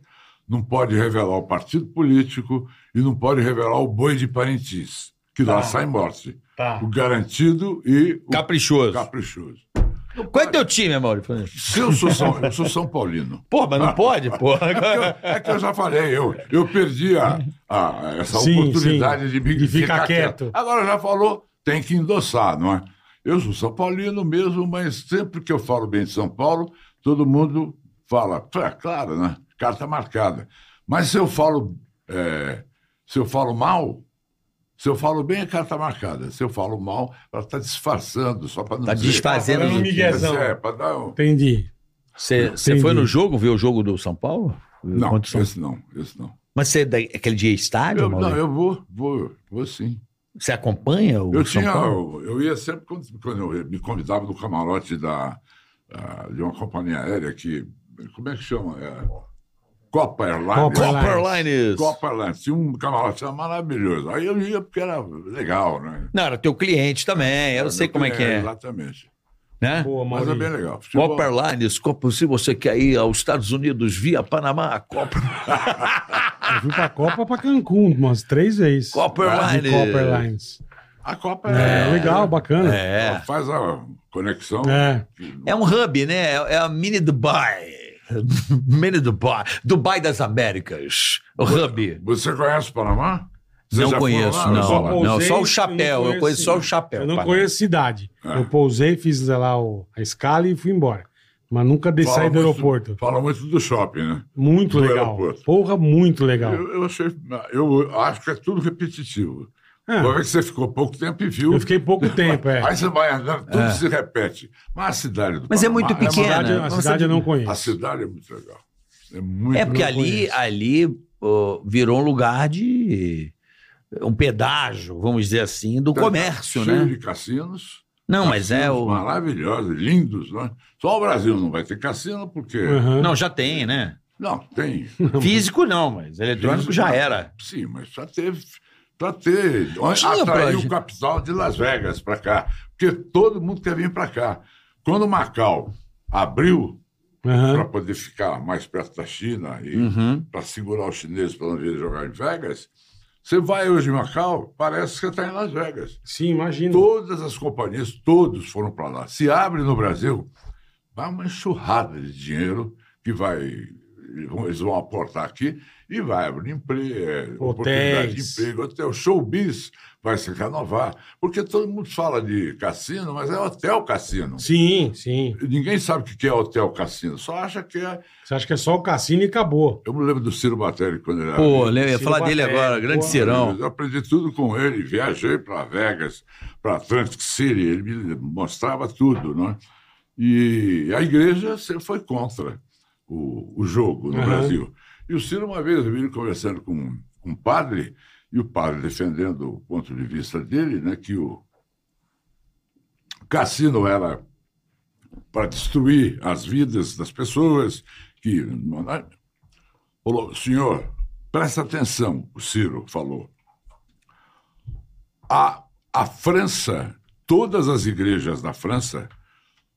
não pode revelar o partido político e não pode revelar o boi de Parintins, que lá sai morte.
Tá.
O garantido e o
Caprichoso.
caprichoso.
Qual é teu time, Amaury?
Se eu sou São, eu sou São Paulino.
Porra,
Ah.
mas não pode, porra.
É que eu já falei, eu, eu perdi a, a- essa
Sim,
oportunidade
sim,
de, me,
de ficar quieto.
Agora já falou, tem que endossar, não é? Eu sou São Paulino mesmo, mas sempre que eu falo bem de São Paulo, todo mundo fala, é claro, né? Carta marcada. Mas se eu falo, é, se eu falo mal, se eu falo bem é carta marcada. Se eu falo mal, ela está disfarçando, só para não
Tá
dizer.
desfazendo.
Falando
os
um miguezão.
times.
É, para dar um...
Entendi.
Você você
Entendi.
foi no jogo, viu o jogo do São Paulo? Viu
Não,
contra o São-
esse não, esse não.
Mas você é da- aquele dia estádio,
Eu,
Amaury?
não, eu vou, vou, vou sim.
Você acompanha o
Eu
São
tinha,
Paulo?
eu, eu ia sempre quando, quando eu me convidava no camarote da, ah, de uma companhia aérea que como é que chama? É, Copa Airlines.
Copa Airlines.
Copper Lines.
Copa Airlines. Tinha um camarote era maravilhoso. Aí eu ia porque era legal, né?
Não, era teu cliente também, eu sei como é que é.
Exatamente.
Né?
Boa,
Mas é
Maurício.
bem legal. Futebol-
Copper Lines, Copa- se você quer ir aos Estados Unidos via Panamá, Copper,
Eu fui pra Copa pra Cancún umas três vezes. Ah,
Copper
De
Lines.
Copper Lines.
A Copa
É, legal, bacana. É.
Ela
É.
faz a conexão.
é um hub, né? É é a mini Dubai. mini Dubai. Dubai das Américas. O hub.
Você conhece o Panamá? Você já
Não
foi
conheço,
lá?
não.
Eu só
não,
pousei,
só
eu
o chapéu.
não
Eu conheço só o
conheci.
chapéu.
Eu não
cara.
conheço cidade.
É.
Eu pousei, fiz sei lá o- a escala e fui embora. Mas nunca desci
Fala
saí do
muito-
aeroporto.
Fala muito do shopping, né?
Muito
do
legal.
aeroporto.
Porra, muito legal.
Eu, eu achei, eu acho que é tudo repetitivo.
É.
Uma vez que você ficou pouco tempo e viu.
Eu fiquei É. pouco tempo, é.
Aí você vai andando, tudo se repete. Mas a cidade do
Mas é muito
Panamá
A cidade,
pequena.
a
Nossa,
cidade eu não
A
conheço.
cidade é muito legal. É muito
É porque
legal.
ali,
conheço.
ali pô, virou um lugar de. Um pedágio, vamos dizer assim, do comércio,
Cheio
né?
de cassinos.
Não, mas é
cassinos
o.
Maravilhosos, lindos, né? Só o Brasil não vai ter cassino, porque.
Aham.
Não, já tem, né?
Não, tem.
Físico não, mas eletrônico
Físico
já
não.
era.
Sim, mas já teve. Para ter.
Tinha
atraiu
pra-
o capital de Las Vegas para cá. Porque todo mundo quer vir para cá. Quando Macau abriu para
Aham.
poder ficar mais perto da China e
Uhum.
para segurar os chineses para não vir jogar em Vegas, você vai hoje em Macau, parece que você está em Las Vegas.
Sim, imagina.
Todas as companhias, todos foram para lá. Se abre no Brasil, vai uma enxurrada de dinheiro que vai. Eles vão aportar aqui e vai abrir emprego, é, oportunidade de
Hotéis.
emprego, hotel, showbiz vai se renovar. Porque todo mundo fala de cassino, mas é hotel cassino.
Sim, sim.
Ninguém sabe o que é hotel cassino, só acha que é.
Você acha que é só o cassino e acabou.
Eu me lembro do Ciro Batelli quando ele era.
Pô, eu ia
Ciro
falar dele
Barreto,
agora, grande
boa.
Cirão.
Eu aprendi tudo com ele, viajei para Vegas, para Atlantic City, ele me mostrava tudo, né? E a igreja sempre foi contra o, o jogo no
Aham.
Brasil. E o Ciro, uma vez, eu vi ele conversando com, com um padre, e o padre defendendo o ponto de vista dele, né, que o cassino era para destruir as vidas das pessoas, que falou, senhor, presta atenção, o Ciro falou. A, a França, todas as igrejas da França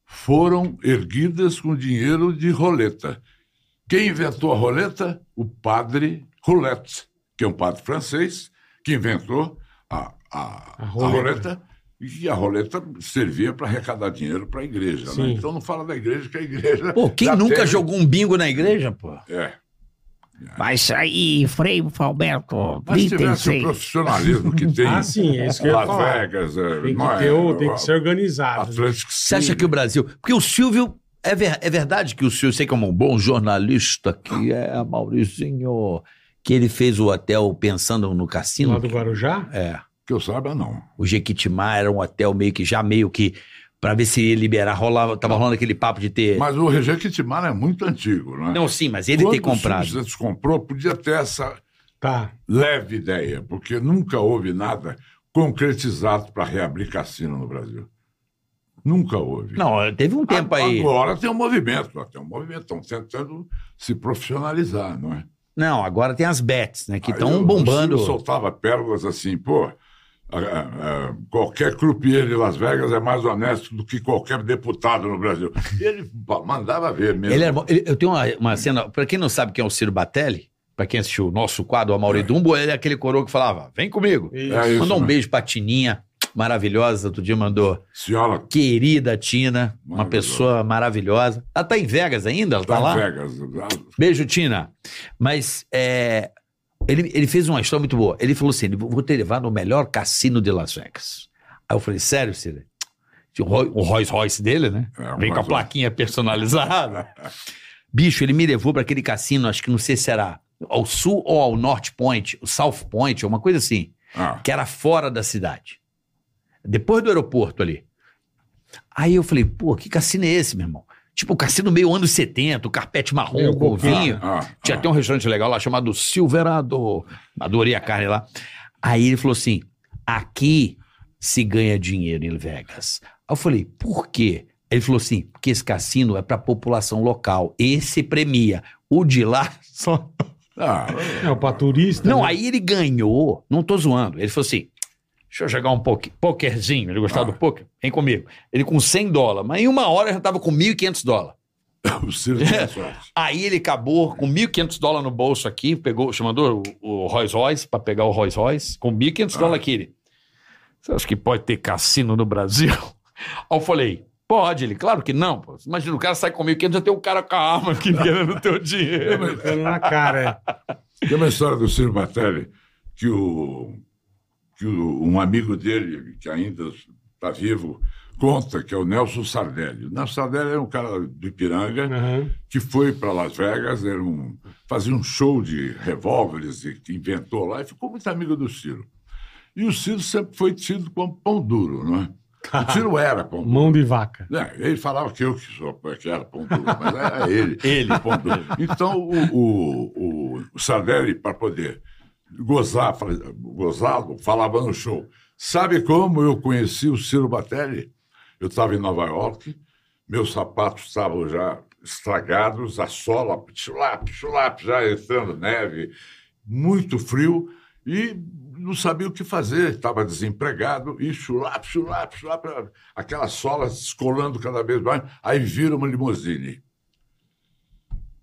foram erguidas com dinheiro de roleta. Quem inventou a roleta? O padre Roulette, que é um padre francês, que inventou a, a,
A
a
roleta.
roleta. E a roleta servia para arrecadar dinheiro para a igreja. né?
Sim.
Então não fala da igreja, que a igreja.
Pô, quem
já
nunca
teve-
jogou um bingo na igreja, pô?
É.
Vai sair, Frei Falberto,
Mas se tivesse o profissionalismo que tem
Ah, sim, é isso que eu ia
Las
falar.
Vegas, é,
Tem
não
que,
é,
ter o- tem que ser
a-
organizado. né?
Atlético
Você acha que o Brasil. Porque o Silvio. É, ver- é verdade que o Silvio, sei que é um bom jornalista, que é Mauricinho, que ele fez o hotel pensando no
Lá
cassino.
do Guarujá?
É.
que eu saiba, não.
O Jequitimá era um hotel meio que já meio que. Pra ver se ia liberar, rolava, tava rolando aquele papo de ter.
Mas o Rejequitimara é muito antigo, né?
Não, sim, mas ele
Quando
ter comprado.
O Silvio Santos comprou, podia ter essa
Tá.
leve ideia, porque nunca houve nada concretizado para reabrir cassino no Brasil. Nunca houve.
Não, teve um tempo aí.
Agora tem um movimento, ó, tem um movimento, estão tentando se profissionalizar, não é?
Não, agora tem as bets, né? Que
Aí eu-
estão
o
bombando.
Silvio soltava pérolas assim, pô. ah, ah, qualquer croupier de Las Vegas é mais honesto do que qualquer deputado no Brasil. E ele pá, mandava ver mesmo.
Ele era bom. Ele- eu tenho uma, uma cena. Pra quem não sabe quem é o Ciro Batelli, Pra quem assistiu o nosso quadro, o Amaury Dumbo, ele é aquele coroa que falava, vem comigo.
Isso.
É isso,
mandou um
né?
beijo pra Tininha, maravilhosa, outro dia mandou.
Senhora,
Querida Tina, uma
Maravilhosa.
pessoa maravilhosa. Ela tá em Vegas ainda? Ela tá
tá
lá?
em Vegas.
Beijo, Tina. Mas é, ele, ele fez uma história muito boa. Ele falou assim: vou vou te levar no melhor cassino de Las Vegas. Aí eu falei, sério, Cida? Tinha O Roy- o Rolls Royce dele, né?
É,
Vem com a
mas-
plaquinha personalizada. Bicho, ele me levou para aquele cassino, acho que não sei se era ao sul ou ao North Point, o South Point, uma coisa assim,
Ah,
que era fora da cidade. Depois do aeroporto ali. Aí eu falei, pô, que cassino é esse, meu irmão? Tipo, o cassino meio anos 70, o carpete marrom,
Meio
com
boquinha.
vinho.
ah,
Tinha
ah.
até um restaurante legal lá chamado Silverado. Adorei a carne lá. Aí ele falou assim: aqui se ganha dinheiro em Vegas. Aí eu falei, por quê? Ele falou assim: porque esse cassino é pra população local. Esse premia. O de lá só.
Ah,
Não, pra turista.
Não,
né?
aí ele ganhou. Não tô zoando. Ele falou assim: deixa eu jogar um poke, pokerzinho. Ele gostava
Ah.
do poker? Vem comigo. Ele com 100 dólares. Mas em uma hora eu já tava com 1.500 dólares.
o Ciro tem sorte.
Aí ele acabou com 1.500 dólares no bolso aqui, pegou, mandou o, o Rolls Royce para pegar o Rolls Royce, com 1.500 dólares aqui. Ele, Você acha que pode ter cassino no Brasil? Aí eu falei, pode. Ele, claro que não. Pô. Imagina, o cara sai com 1.500, já tem um cara com a arma aqui querendo o teu dinheiro.
Ficando na cara. é.
Tem uma história do Ciro Batelli que, o, que o- um amigo dele, que ainda está vivo, conta, que é o Nelson Sardelli. O Nelson Sardelli era um cara do Ipiranga,
Aham.
que foi para Las Vegas, era um- fazia um show de revólveres e que inventou lá e ficou muito amigo do Ciro. E o Ciro sempre foi tido como pão duro, não é? O Ciro era pão duro.
Mão de vaca.
Né, ele falava que eu que, sou, que era pão duro, mas era ele.
Ele.
pão duro. Então, o, o, o, o Sardelli, para poder gozar, fala- gozado, falava no show. Sabe como eu conheci o Ciro Batelli? Eu estava em Nova York, meus sapatos estavam já estragados, a sola, pichulap, pichulap, já entrando neve, muito frio, e não sabia o que fazer, estava desempregado, e chulap, chulap, chulap, aquela sola descolando cada vez mais, aí vira uma limusine.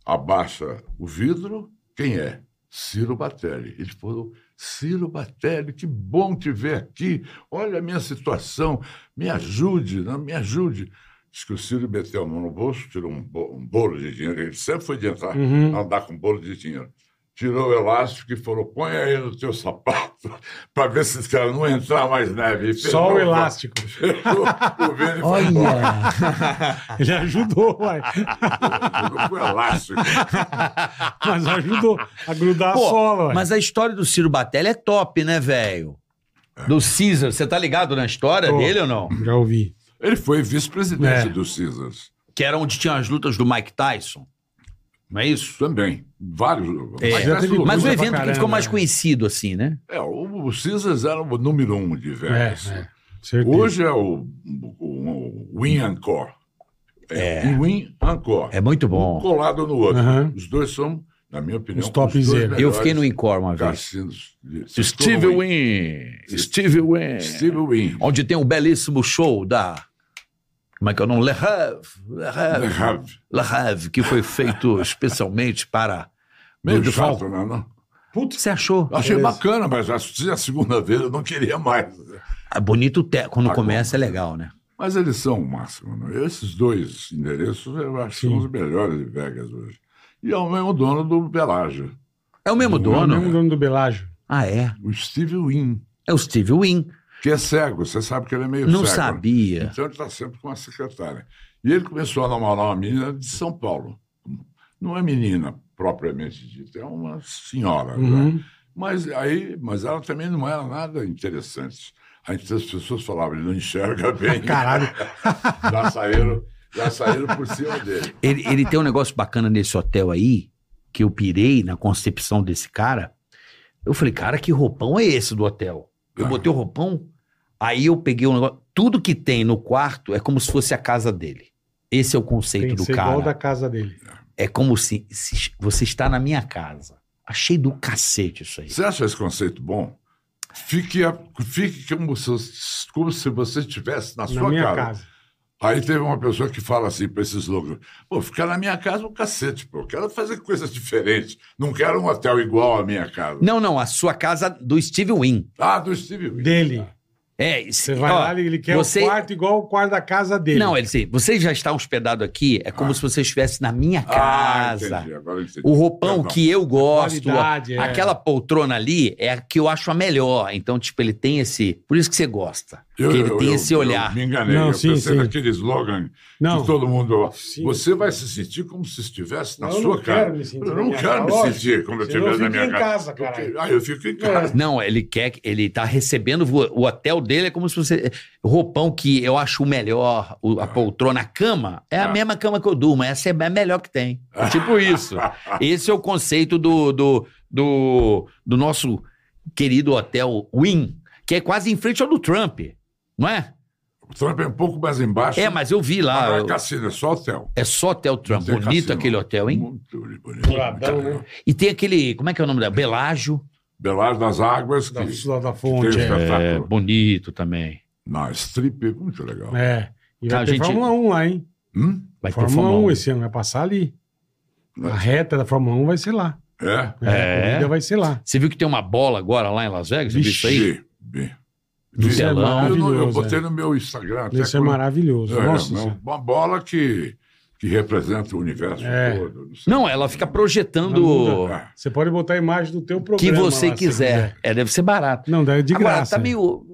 Abaixa o vidro, quem é? Ciro Batelli. Ele falou, Ciro Batelli, que bom te ver aqui, olha a minha situação, me ajude, não, me ajude. Diz que o Ciro meteu a mão no bolso, tirou um, bo- um bolo de dinheiro, ele sempre foi de entrar,
Uhum.
andar com bolo de dinheiro. Tirou o elástico e falou: põe aí no teu sapato para ver se esse cara não entrar mais neve. E
Só
fechou-
o elástico.
fechou o vidro e foi embora.
Ele ajudou, uai.
Tirou com o elástico.
Mas ajudou a grudar
Pô,
a sola, uai.
Mas a história do Ciro Batelli é top, né, velho? Do Caesar, você tá ligado na história
Tô.
dele ou não?
Já ouvi.
Ele foi vice-presidente
É.
do Caesars.
Que era onde tinha as lutas do Mike Tyson. Não é isso?
Também. Vários.
É.
Mas,
Já teve-
Mas
Luta
o
pra
evento que
caramba,
ficou mais
né?
conhecido, assim, né?
é, o o Caesars era o número um de
É,
Vegas.
é. Certeza.
Hoje é o, o, o Win Encore. É. Win Encore.
É muito
Um
bom.
colado no outro.
Aham.
Os dois são, na minha opinião,
Os topzera.
dois
Eu fiquei no
melhores
Incor uma vez.
Cassinos. de-
Steve Wynn. Steve
É.
Wynn.
Steve Wynn.
Onde tem um belíssimo show da. Como é que é o nome? Le Havre. Le
É.
Havre.
Rave.
Le Havre, que foi feito especialmente para.
Meio
Dudu
chato, Ah.
Falco.
né? Não?
O que você achou?
Achei
Beleza.
bacana, mas a, a segunda vez eu não queria mais.
Ah, bonito o te... Quando
Agora.
começa é legal, né?
Mas eles são o máximo. Né? Esses dois endereços eu acho que são
Sim.
os melhores de Vegas hoje. E é o mesmo dono do Belágio,
É o mesmo
É o
dono?
mesmo dono do Belágio.
Ah, é?
o Steve Wynn,
É o Steve Wynn.
que é cego. Você sabe que ele é meio
Não
cego. né?
sabia.
Então ele está sempre com uma secretária. E ele começou a namorar uma menina de São Paulo. Não é menina propriamente dita, é uma senhora. né?
Uhum.
Mas, aí, mas ela também não era nada interessante. Aí as pessoas falavam, ele não enxerga bem.
Caralho.
já, saíram, já saíram por cima dele.
Ele, ele tem um negócio bacana nesse hotel aí, que eu pirei na concepção desse cara. Eu falei, cara, que roupão é esse do hotel? Eu
Ah.
botei o roupão, aí eu peguei o negócio. Tudo que tem no quarto é como se fosse a casa dele. Esse é o
Tem
conceito
que
do
ser igual
cara.
da casa dele.
É como se, se você está na minha casa. Achei do cacete isso aí.
Você acha esse conceito bom? Fique, a- fique como, se, como se você estivesse na
Na
sua
minha
casa.
casa.
Aí teve uma pessoa que fala assim para esses loucos: pô, ficar na minha casa é um cacete, pô. Eu quero fazer coisas diferentes. Não quero um hotel igual à minha casa.
Não, não, a sua casa do Steve Wynn.
Ah, do Steve Wynn.
Dele.
É, isso.
Você vai lá, ele quer
você...
o quarto igual o quarto da casa dele.
Não, ele assim, você já está hospedado aqui, é como se você estivesse na minha
Ah,
casa.
entendi. Agora eu entendi.
o roupão
Perdão.
que eu gosto,
qualidade, é.
aquela poltrona ali é a que eu acho a melhor. Então, tipo, ele tem esse. Por isso que você gosta.
Eu-
que ele
eu-
tem
eu-
esse olhar.
Eu me enganei.
Não,
eu
sim,
pensei
sim.
naquele slogan
Não.
que todo mundo.
Sim.
Você vai se sentir como se estivesse na
Eu não
sua
quero
casa.
me sentir
eu
na
não
minha
quero
casa,
me
lógico.
sentir como eu
Senão
estivesse na
eu
minha
fico em
casa.
casa, caralho.
Ah, eu fico em casa.
Não, ele quer. que- Ele tá recebendo. vo- O hotel dele é como se você. o Roupão que eu acho o melhor, o- a poltrona, a cama, é a
Ah.
mesma cama que eu durmo. Essa é a melhor que tem. É tipo isso. Esse é o conceito do, do, do, do nosso querido hotel Wynn, que é quase em frente ao do Trump, não é?
O Trump é um pouco mais embaixo.
É, mas eu vi lá.
Agora é cassino, é só hotel.
É só hotel Trump.
Tem
Bonito
cassino.
aquele hotel, hein?
Muito bonito.
Douradão, né?
E tem aquele. Como é que é o nome da? Belágio.
Belar das Águas, que
Da,
tem
da, da
o
fonte. é.
É,
espetáculo.
bonito também.
Na strip, muito legal.
É. E vai
A
ter
gente-
Fórmula 1 lá, hein?
Hum?
Vai ter
Fórmula 1
Fórmula 1.
esse ano vai passar ali. A
Nossa.
reta da Fórmula 1 vai ser lá.
É?
É.
A corrida vai ser lá.
Você viu que tem uma bola agora lá em Las Vegas? Você viu isso aí?
Bi, bi.
Do
Bi.
telão.
Eu, não- eu
é Maravilhoso, é.
botei no meu Instagram. até
Isso é
quando-
maravilhoso.
É,
Nossa,
uma-
senhora.
uma bola que, que representa o universo
É.
todo. Não, sei. É.
Não, ela fica
Não
projetando
muda.
você pode botar a imagem do teu
o que
programa.
você
lá, se
quiser. É, deve ser barato.
Não, dá de
agora,
graça.
tá meio.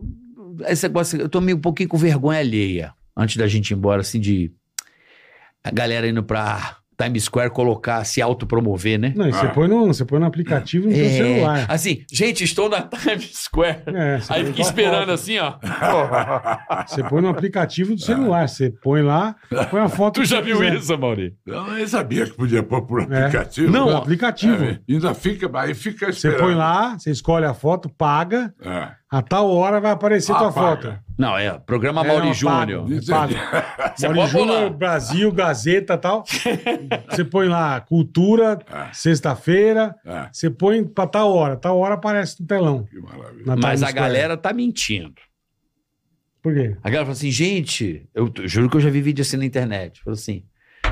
Esse negócio, eu tô meio um pouquinho com vergonha alheia. Antes da gente ir embora, assim, de. A galera indo pra Times Square colocar, se autopromover, né?
Não, e você,
Ah.
põe no, você põe no aplicativo
É.
no teu celular.
Assim, gente, estou na Times Square.
É, você
Aí
põe
fica
tua
esperando
foto.
assim, ó.
Você põe no aplicativo do
Ah.
celular. Você põe lá, põe a foto.
Tu
que
já
você
viu
quiser.
isso, Mauri?
Eu nem sabia que podia pôr por
É.
aplicativo.
Não,
É,
no aplicativo.
ainda fica, aí fica
Você
esperando.
põe lá, você escolhe a foto, paga.
É.
A tal hora vai aparecer
Ah,
tua
paga.
foto.
Não, é. Programa
É,
Mauri
não,
Júnior.
pago. Paga.
Você
é
pode
Mauri Júnior,
bolar.
Brasil, Gazeta e tal. Você põe lá cultura,
Ah.
sexta-feira.
Ah.
Você põe pra tal hora. Tal hora aparece no telão.
Que maravilha.
na
Mas
Times
a
Square.
galera tá mentindo.
Por quê?
A galera fala assim, gente, eu t- juro que eu já vi vídeo assim na internet. Falou assim,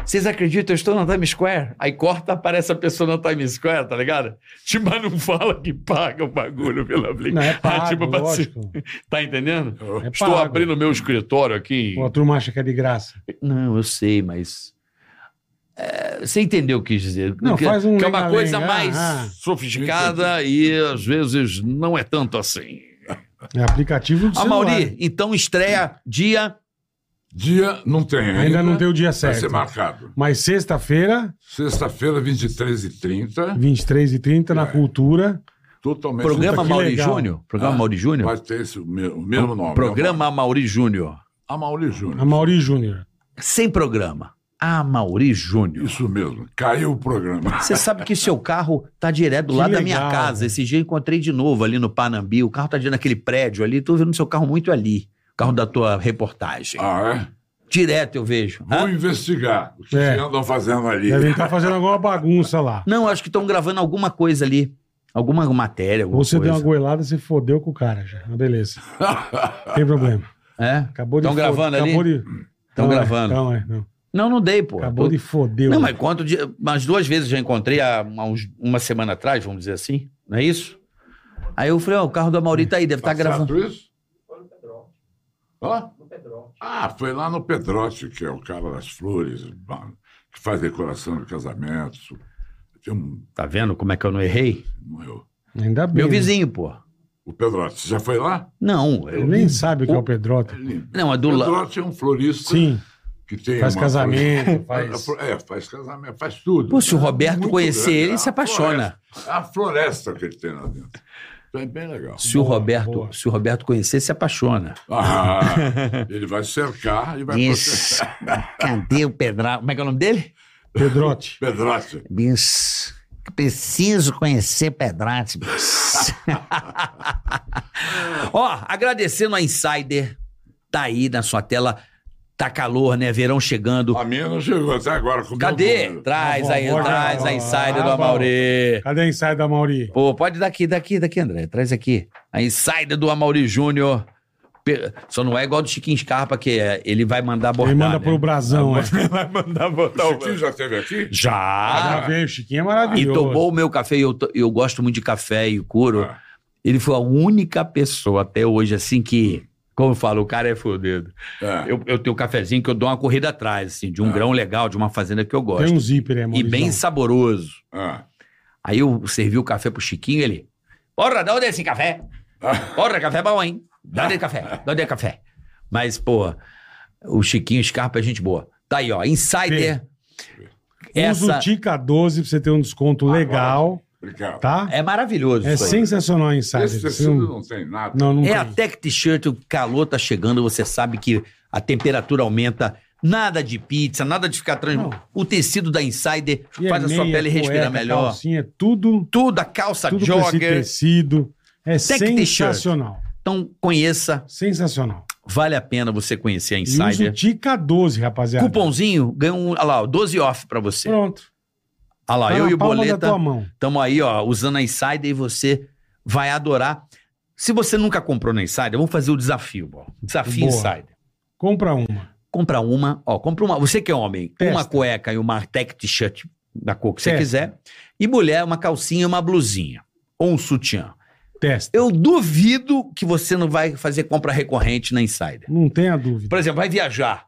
vocês acreditam, eu estou na Times Square? Aí corta, aparece a pessoa na Times Square, tá ligado? Tipo, mas não fala que paga o bagulho pelo aplicativo.
Não, é pago,
Ah, tipo, pra se-
lógico.
Tá entendendo?
Eu-
É
Estou
pago.
abrindo meu escritório aqui.
Pô, a turma acha que é de graça.
Não, eu sei, mas... é, você entendeu o que eu quis dizer.
Não,
que,
faz um
que é uma
lenga-lenga,
coisa
ah,
mais
ah.
sofisticada e às vezes não é tanto assim.
É aplicativo do
A
celular.
Mauri, então estreia dia...
Dia não tem ainda.
Ainda não tem o dia
Vai ser
certo.
marcado.
Mas sexta-feira,
Sexta-feira, 23h30.
23h30,
É.
na Cultura.
Totalmente.
Programa
que
Mauri
legal.
Júnior? Programa
Ah,
Mauri Júnior?
Vai ter esse, o me- o mesmo nome.
Programa Mauri Júnior.
A Mauri Júnior.
A Mauri Júnior.
Sem programa. Ah, Mauri Júnior.
Isso mesmo. Caiu o programa.
Você sabe que seu carro tá direto do
Que
lado da minha
legal,
casa.
velho.
Esse dia eu encontrei de novo ali no Panambi. O carro tá direto naquele prédio ali. Tô vendo seu carro muito ali. O carro da tua reportagem.
Ah, é?
Direto eu vejo.
Vou
Hã?
investigar o que
É.
andam fazendo ali.
Devem estar fazendo alguma bagunça lá.
Não, acho que estão gravando alguma coisa ali. Alguma matéria, alguma
Ou você deu
coisa.
uma goelada, você fodeu com o cara já. Ah, beleza. Tem problema.
É?
Acabou de
Tão
foder-
gravando ali?
acabou de-
Estão
Não, é,
gravando.
Não, é, não.
Não, não dei, pô.
Acabou de foder.
Não,
o-
mas quanto de... Mas duas vezes eu já encontrei há uma, uns- uma semana atrás, vamos dizer assim, não é isso? Aí eu falei, ó, o carro da Mauri tá aí, deve estar
Passado
gravando.
isso?
Foi no Pedro,
Ó.
no Pedro.
Ah, foi lá no Pedrote, que é o cara das flores, mano, que faz decoração de casamentos. Tem um.
Tá vendo como é que eu não errei?
não, eu-
Ainda bem.
Meu
né?
vizinho, pô.
O Pedrote, você já foi lá?
Não, eu...
Ele nem sabe o que é o Pedrota.
Lindo.
Não, é do lado.
Pedrote é um florista
Sim,
que tem.
faz
uma-
casamento, faz...
É, faz casamento, faz tudo. É
Pô, se o Roberto
Muito
conhecer
grande.
ele,
É
se
uma
apaixona.
floresta. É a floresta que ele tem lá dentro. Então é bem legal.
Se o
Boa,
Roberto,
boa.
se o Roberto conhecer, se apaixona.
Ah, ele vai cercar e vai proteger.
Isso. Cadê o Pedral? Como é que é o nome dele?
Pedrote.
Pedrote.
Bis. Preciso conhecer Pedrate, bis.
Ó, agradecendo a Insider. Tá aí na sua tela. Tá calor, né? Verão chegando.
A minha não chegou até agora. Com o meu
Cadê?
número.
Traz
Tá
aí,
bom,
traz
tá
a
bom.
Insider
Tá
do
bom.
Amauri.
Cadê a ensaio da Mauri?
Pô, pode daqui, daqui, daqui, André. Traz aqui. A insider do Amaury Júnior. Pe- Só não é igual do Chiquinho Scarpa, que é- ele vai mandar bordar.
Ele manda
né?
pro brasão, é.
Vai mandar botar
Tá, O
o.
Chiquinho já esteve aqui?
Já!
Já veio, o Chiquinho é
Ah, e
maravilhoso.
tomou o meu café, e eu, to- eu gosto muito de café e couro.
Ah.
Ele foi a única pessoa até hoje, assim, que. Como eu falo, o cara é fodido.
É.
Eu, eu tenho um cafezinho que eu dou uma corrida atrás, assim, de um
Ah.
grão legal, de uma fazenda que eu
Tem
gosto.
um zíper, é,
e bem saboroso.
Ah.
Aí eu servi o café pro Chiquinho, ele. Porra, dá onde é esse café?
Ah,
Porra, café bom, hein? Dá onde é café? Dá onde é café? Mas, pô, o Chiquinho Scarpa é gente boa. Tá aí, ó. Insider.
Usa
Essa
o Tica 12 pra você ter um desconto legal,
Obrigado.
tá?
é maravilhoso.
É
isso aí.
sensacional a Insider.
Esse é
Você
tecido
não,
não tem nada.
não, não
É a
tem.
Tech T-shirt, o calor tá chegando, você sabe que a temperatura aumenta. Nada de pizza, nada de ficar trans...
Não.
O tecido da Insider
E é
faz a sua
meia,
pele respirar
cueca,
melhor.
Calcinha, é tudo,
Tudo, a calça
tudo com esse
jogger.
tecido. É
Tem que ter shirt.
sensacional.
Então conheça,
Sensacional.
vale a pena você conhecer a
E usa o
Insider.
Tica 12, rapaziada.
Cupomzinho, ganha um, olha lá, ó, 12 off pra você.
Pronto.
Olha lá,
Tá
eu
na
e o
palma da
Boleta
tua mão.
estamos aí, ó, usando a Insider e você vai adorar. Se você nunca comprou na Insider, vamos fazer o desafio, ó. Desafio
Boa.
Insider.
Compra uma.
compra uma, ó, compra uma, você que é homem,
Testa.
uma cueca e uma tech t-shirt da cor que você
Testa.
quiser, e mulher uma calcinha e uma blusinha, ou um sutiã.
Testa.
Eu duvido que você não vai fazer compra recorrente na Insider.
Não tenha dúvida.
Por exemplo, vai viajar,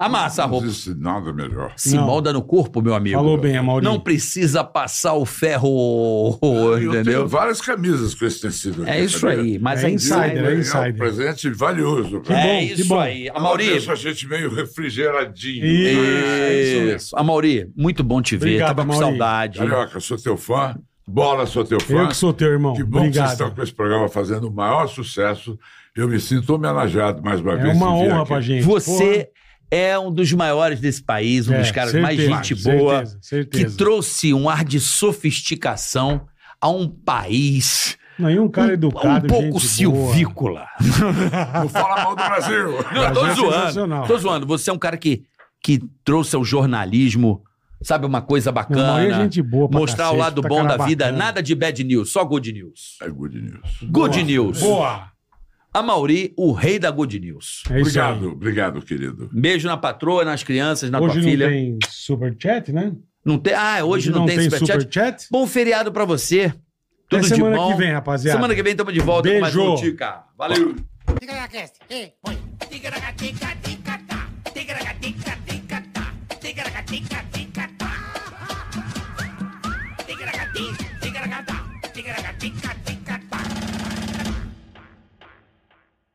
amassa a
Não
roupa,
existe nada melhor.
se
Não.
molda no corpo, meu amigo.
Falou bem, Amaury.
Não precisa passar o ferro,
Ah,
Eu tenho
entendeu?
várias camisas com esse tecido. aqui,
É isso
sabia?
aí, mas
É
a
Insider,
Insider...
é
É um
insider.
presente valioso.
É,
pra mim.
que
isso
bom.
aí. É, A
Eu
Mauri,
deixo a gente meio refrigeradinho.
Isso.
isso. A Mauri, muito bom te ver.
Obrigado,
Tava com
Amauri.
saudade.
Carioca, sou teu fã. Bola, sou teu fã.
Eu que sou teu irmão.
Que bom que vocês estão
Obrigado.
com esse programa fazendo o maior sucesso. Eu me sinto homenageado mais uma
É
vez.
uma
de vir
honra
aqui.
pra gente.
Você é um dos maiores desse país, um
Porra.
dos
É,
caras
certeza,
mais gente boa,
Certeza, certeza.
que trouxe um ar de sofisticação a um país
Não, e um cara educado,
um pouco
gente boa.
silvícola.
Não fala mal do Brasil.
Não, tô
Mas é
zoando.
sensacional.
Tô zoando. Você é um cara que, que trouxe ao jornalismo, sabe, uma coisa
Não, a maioria é
bacana.
gente boa pra
mostrar o
cacete,
lado
tá
bom da
cara
vida.
bacana.
Nada de bad news, só good news.
É good news.
Good news.
Boa.
A Mauri, o rei da good news.
É isso aí.
Obrigado, obrigado, querido.
Beijo na patroa, nas crianças, na
Hoje
tua
não
filha.
tem superchat, né?
Não tem... Ah, hoje, não, tem, superchat.
superchat.
Bom feriado pra você. Tudo
Até
de
semana
bom.
que vem, rapaziada.
Semana que vem estamos de volta com mais
Beijo.
um Tica. Valeu.
Fica na cast. Ei, põe.
Tigra-tica, tigra-tica, tigra-tica, tigra-tica, tigra-tica,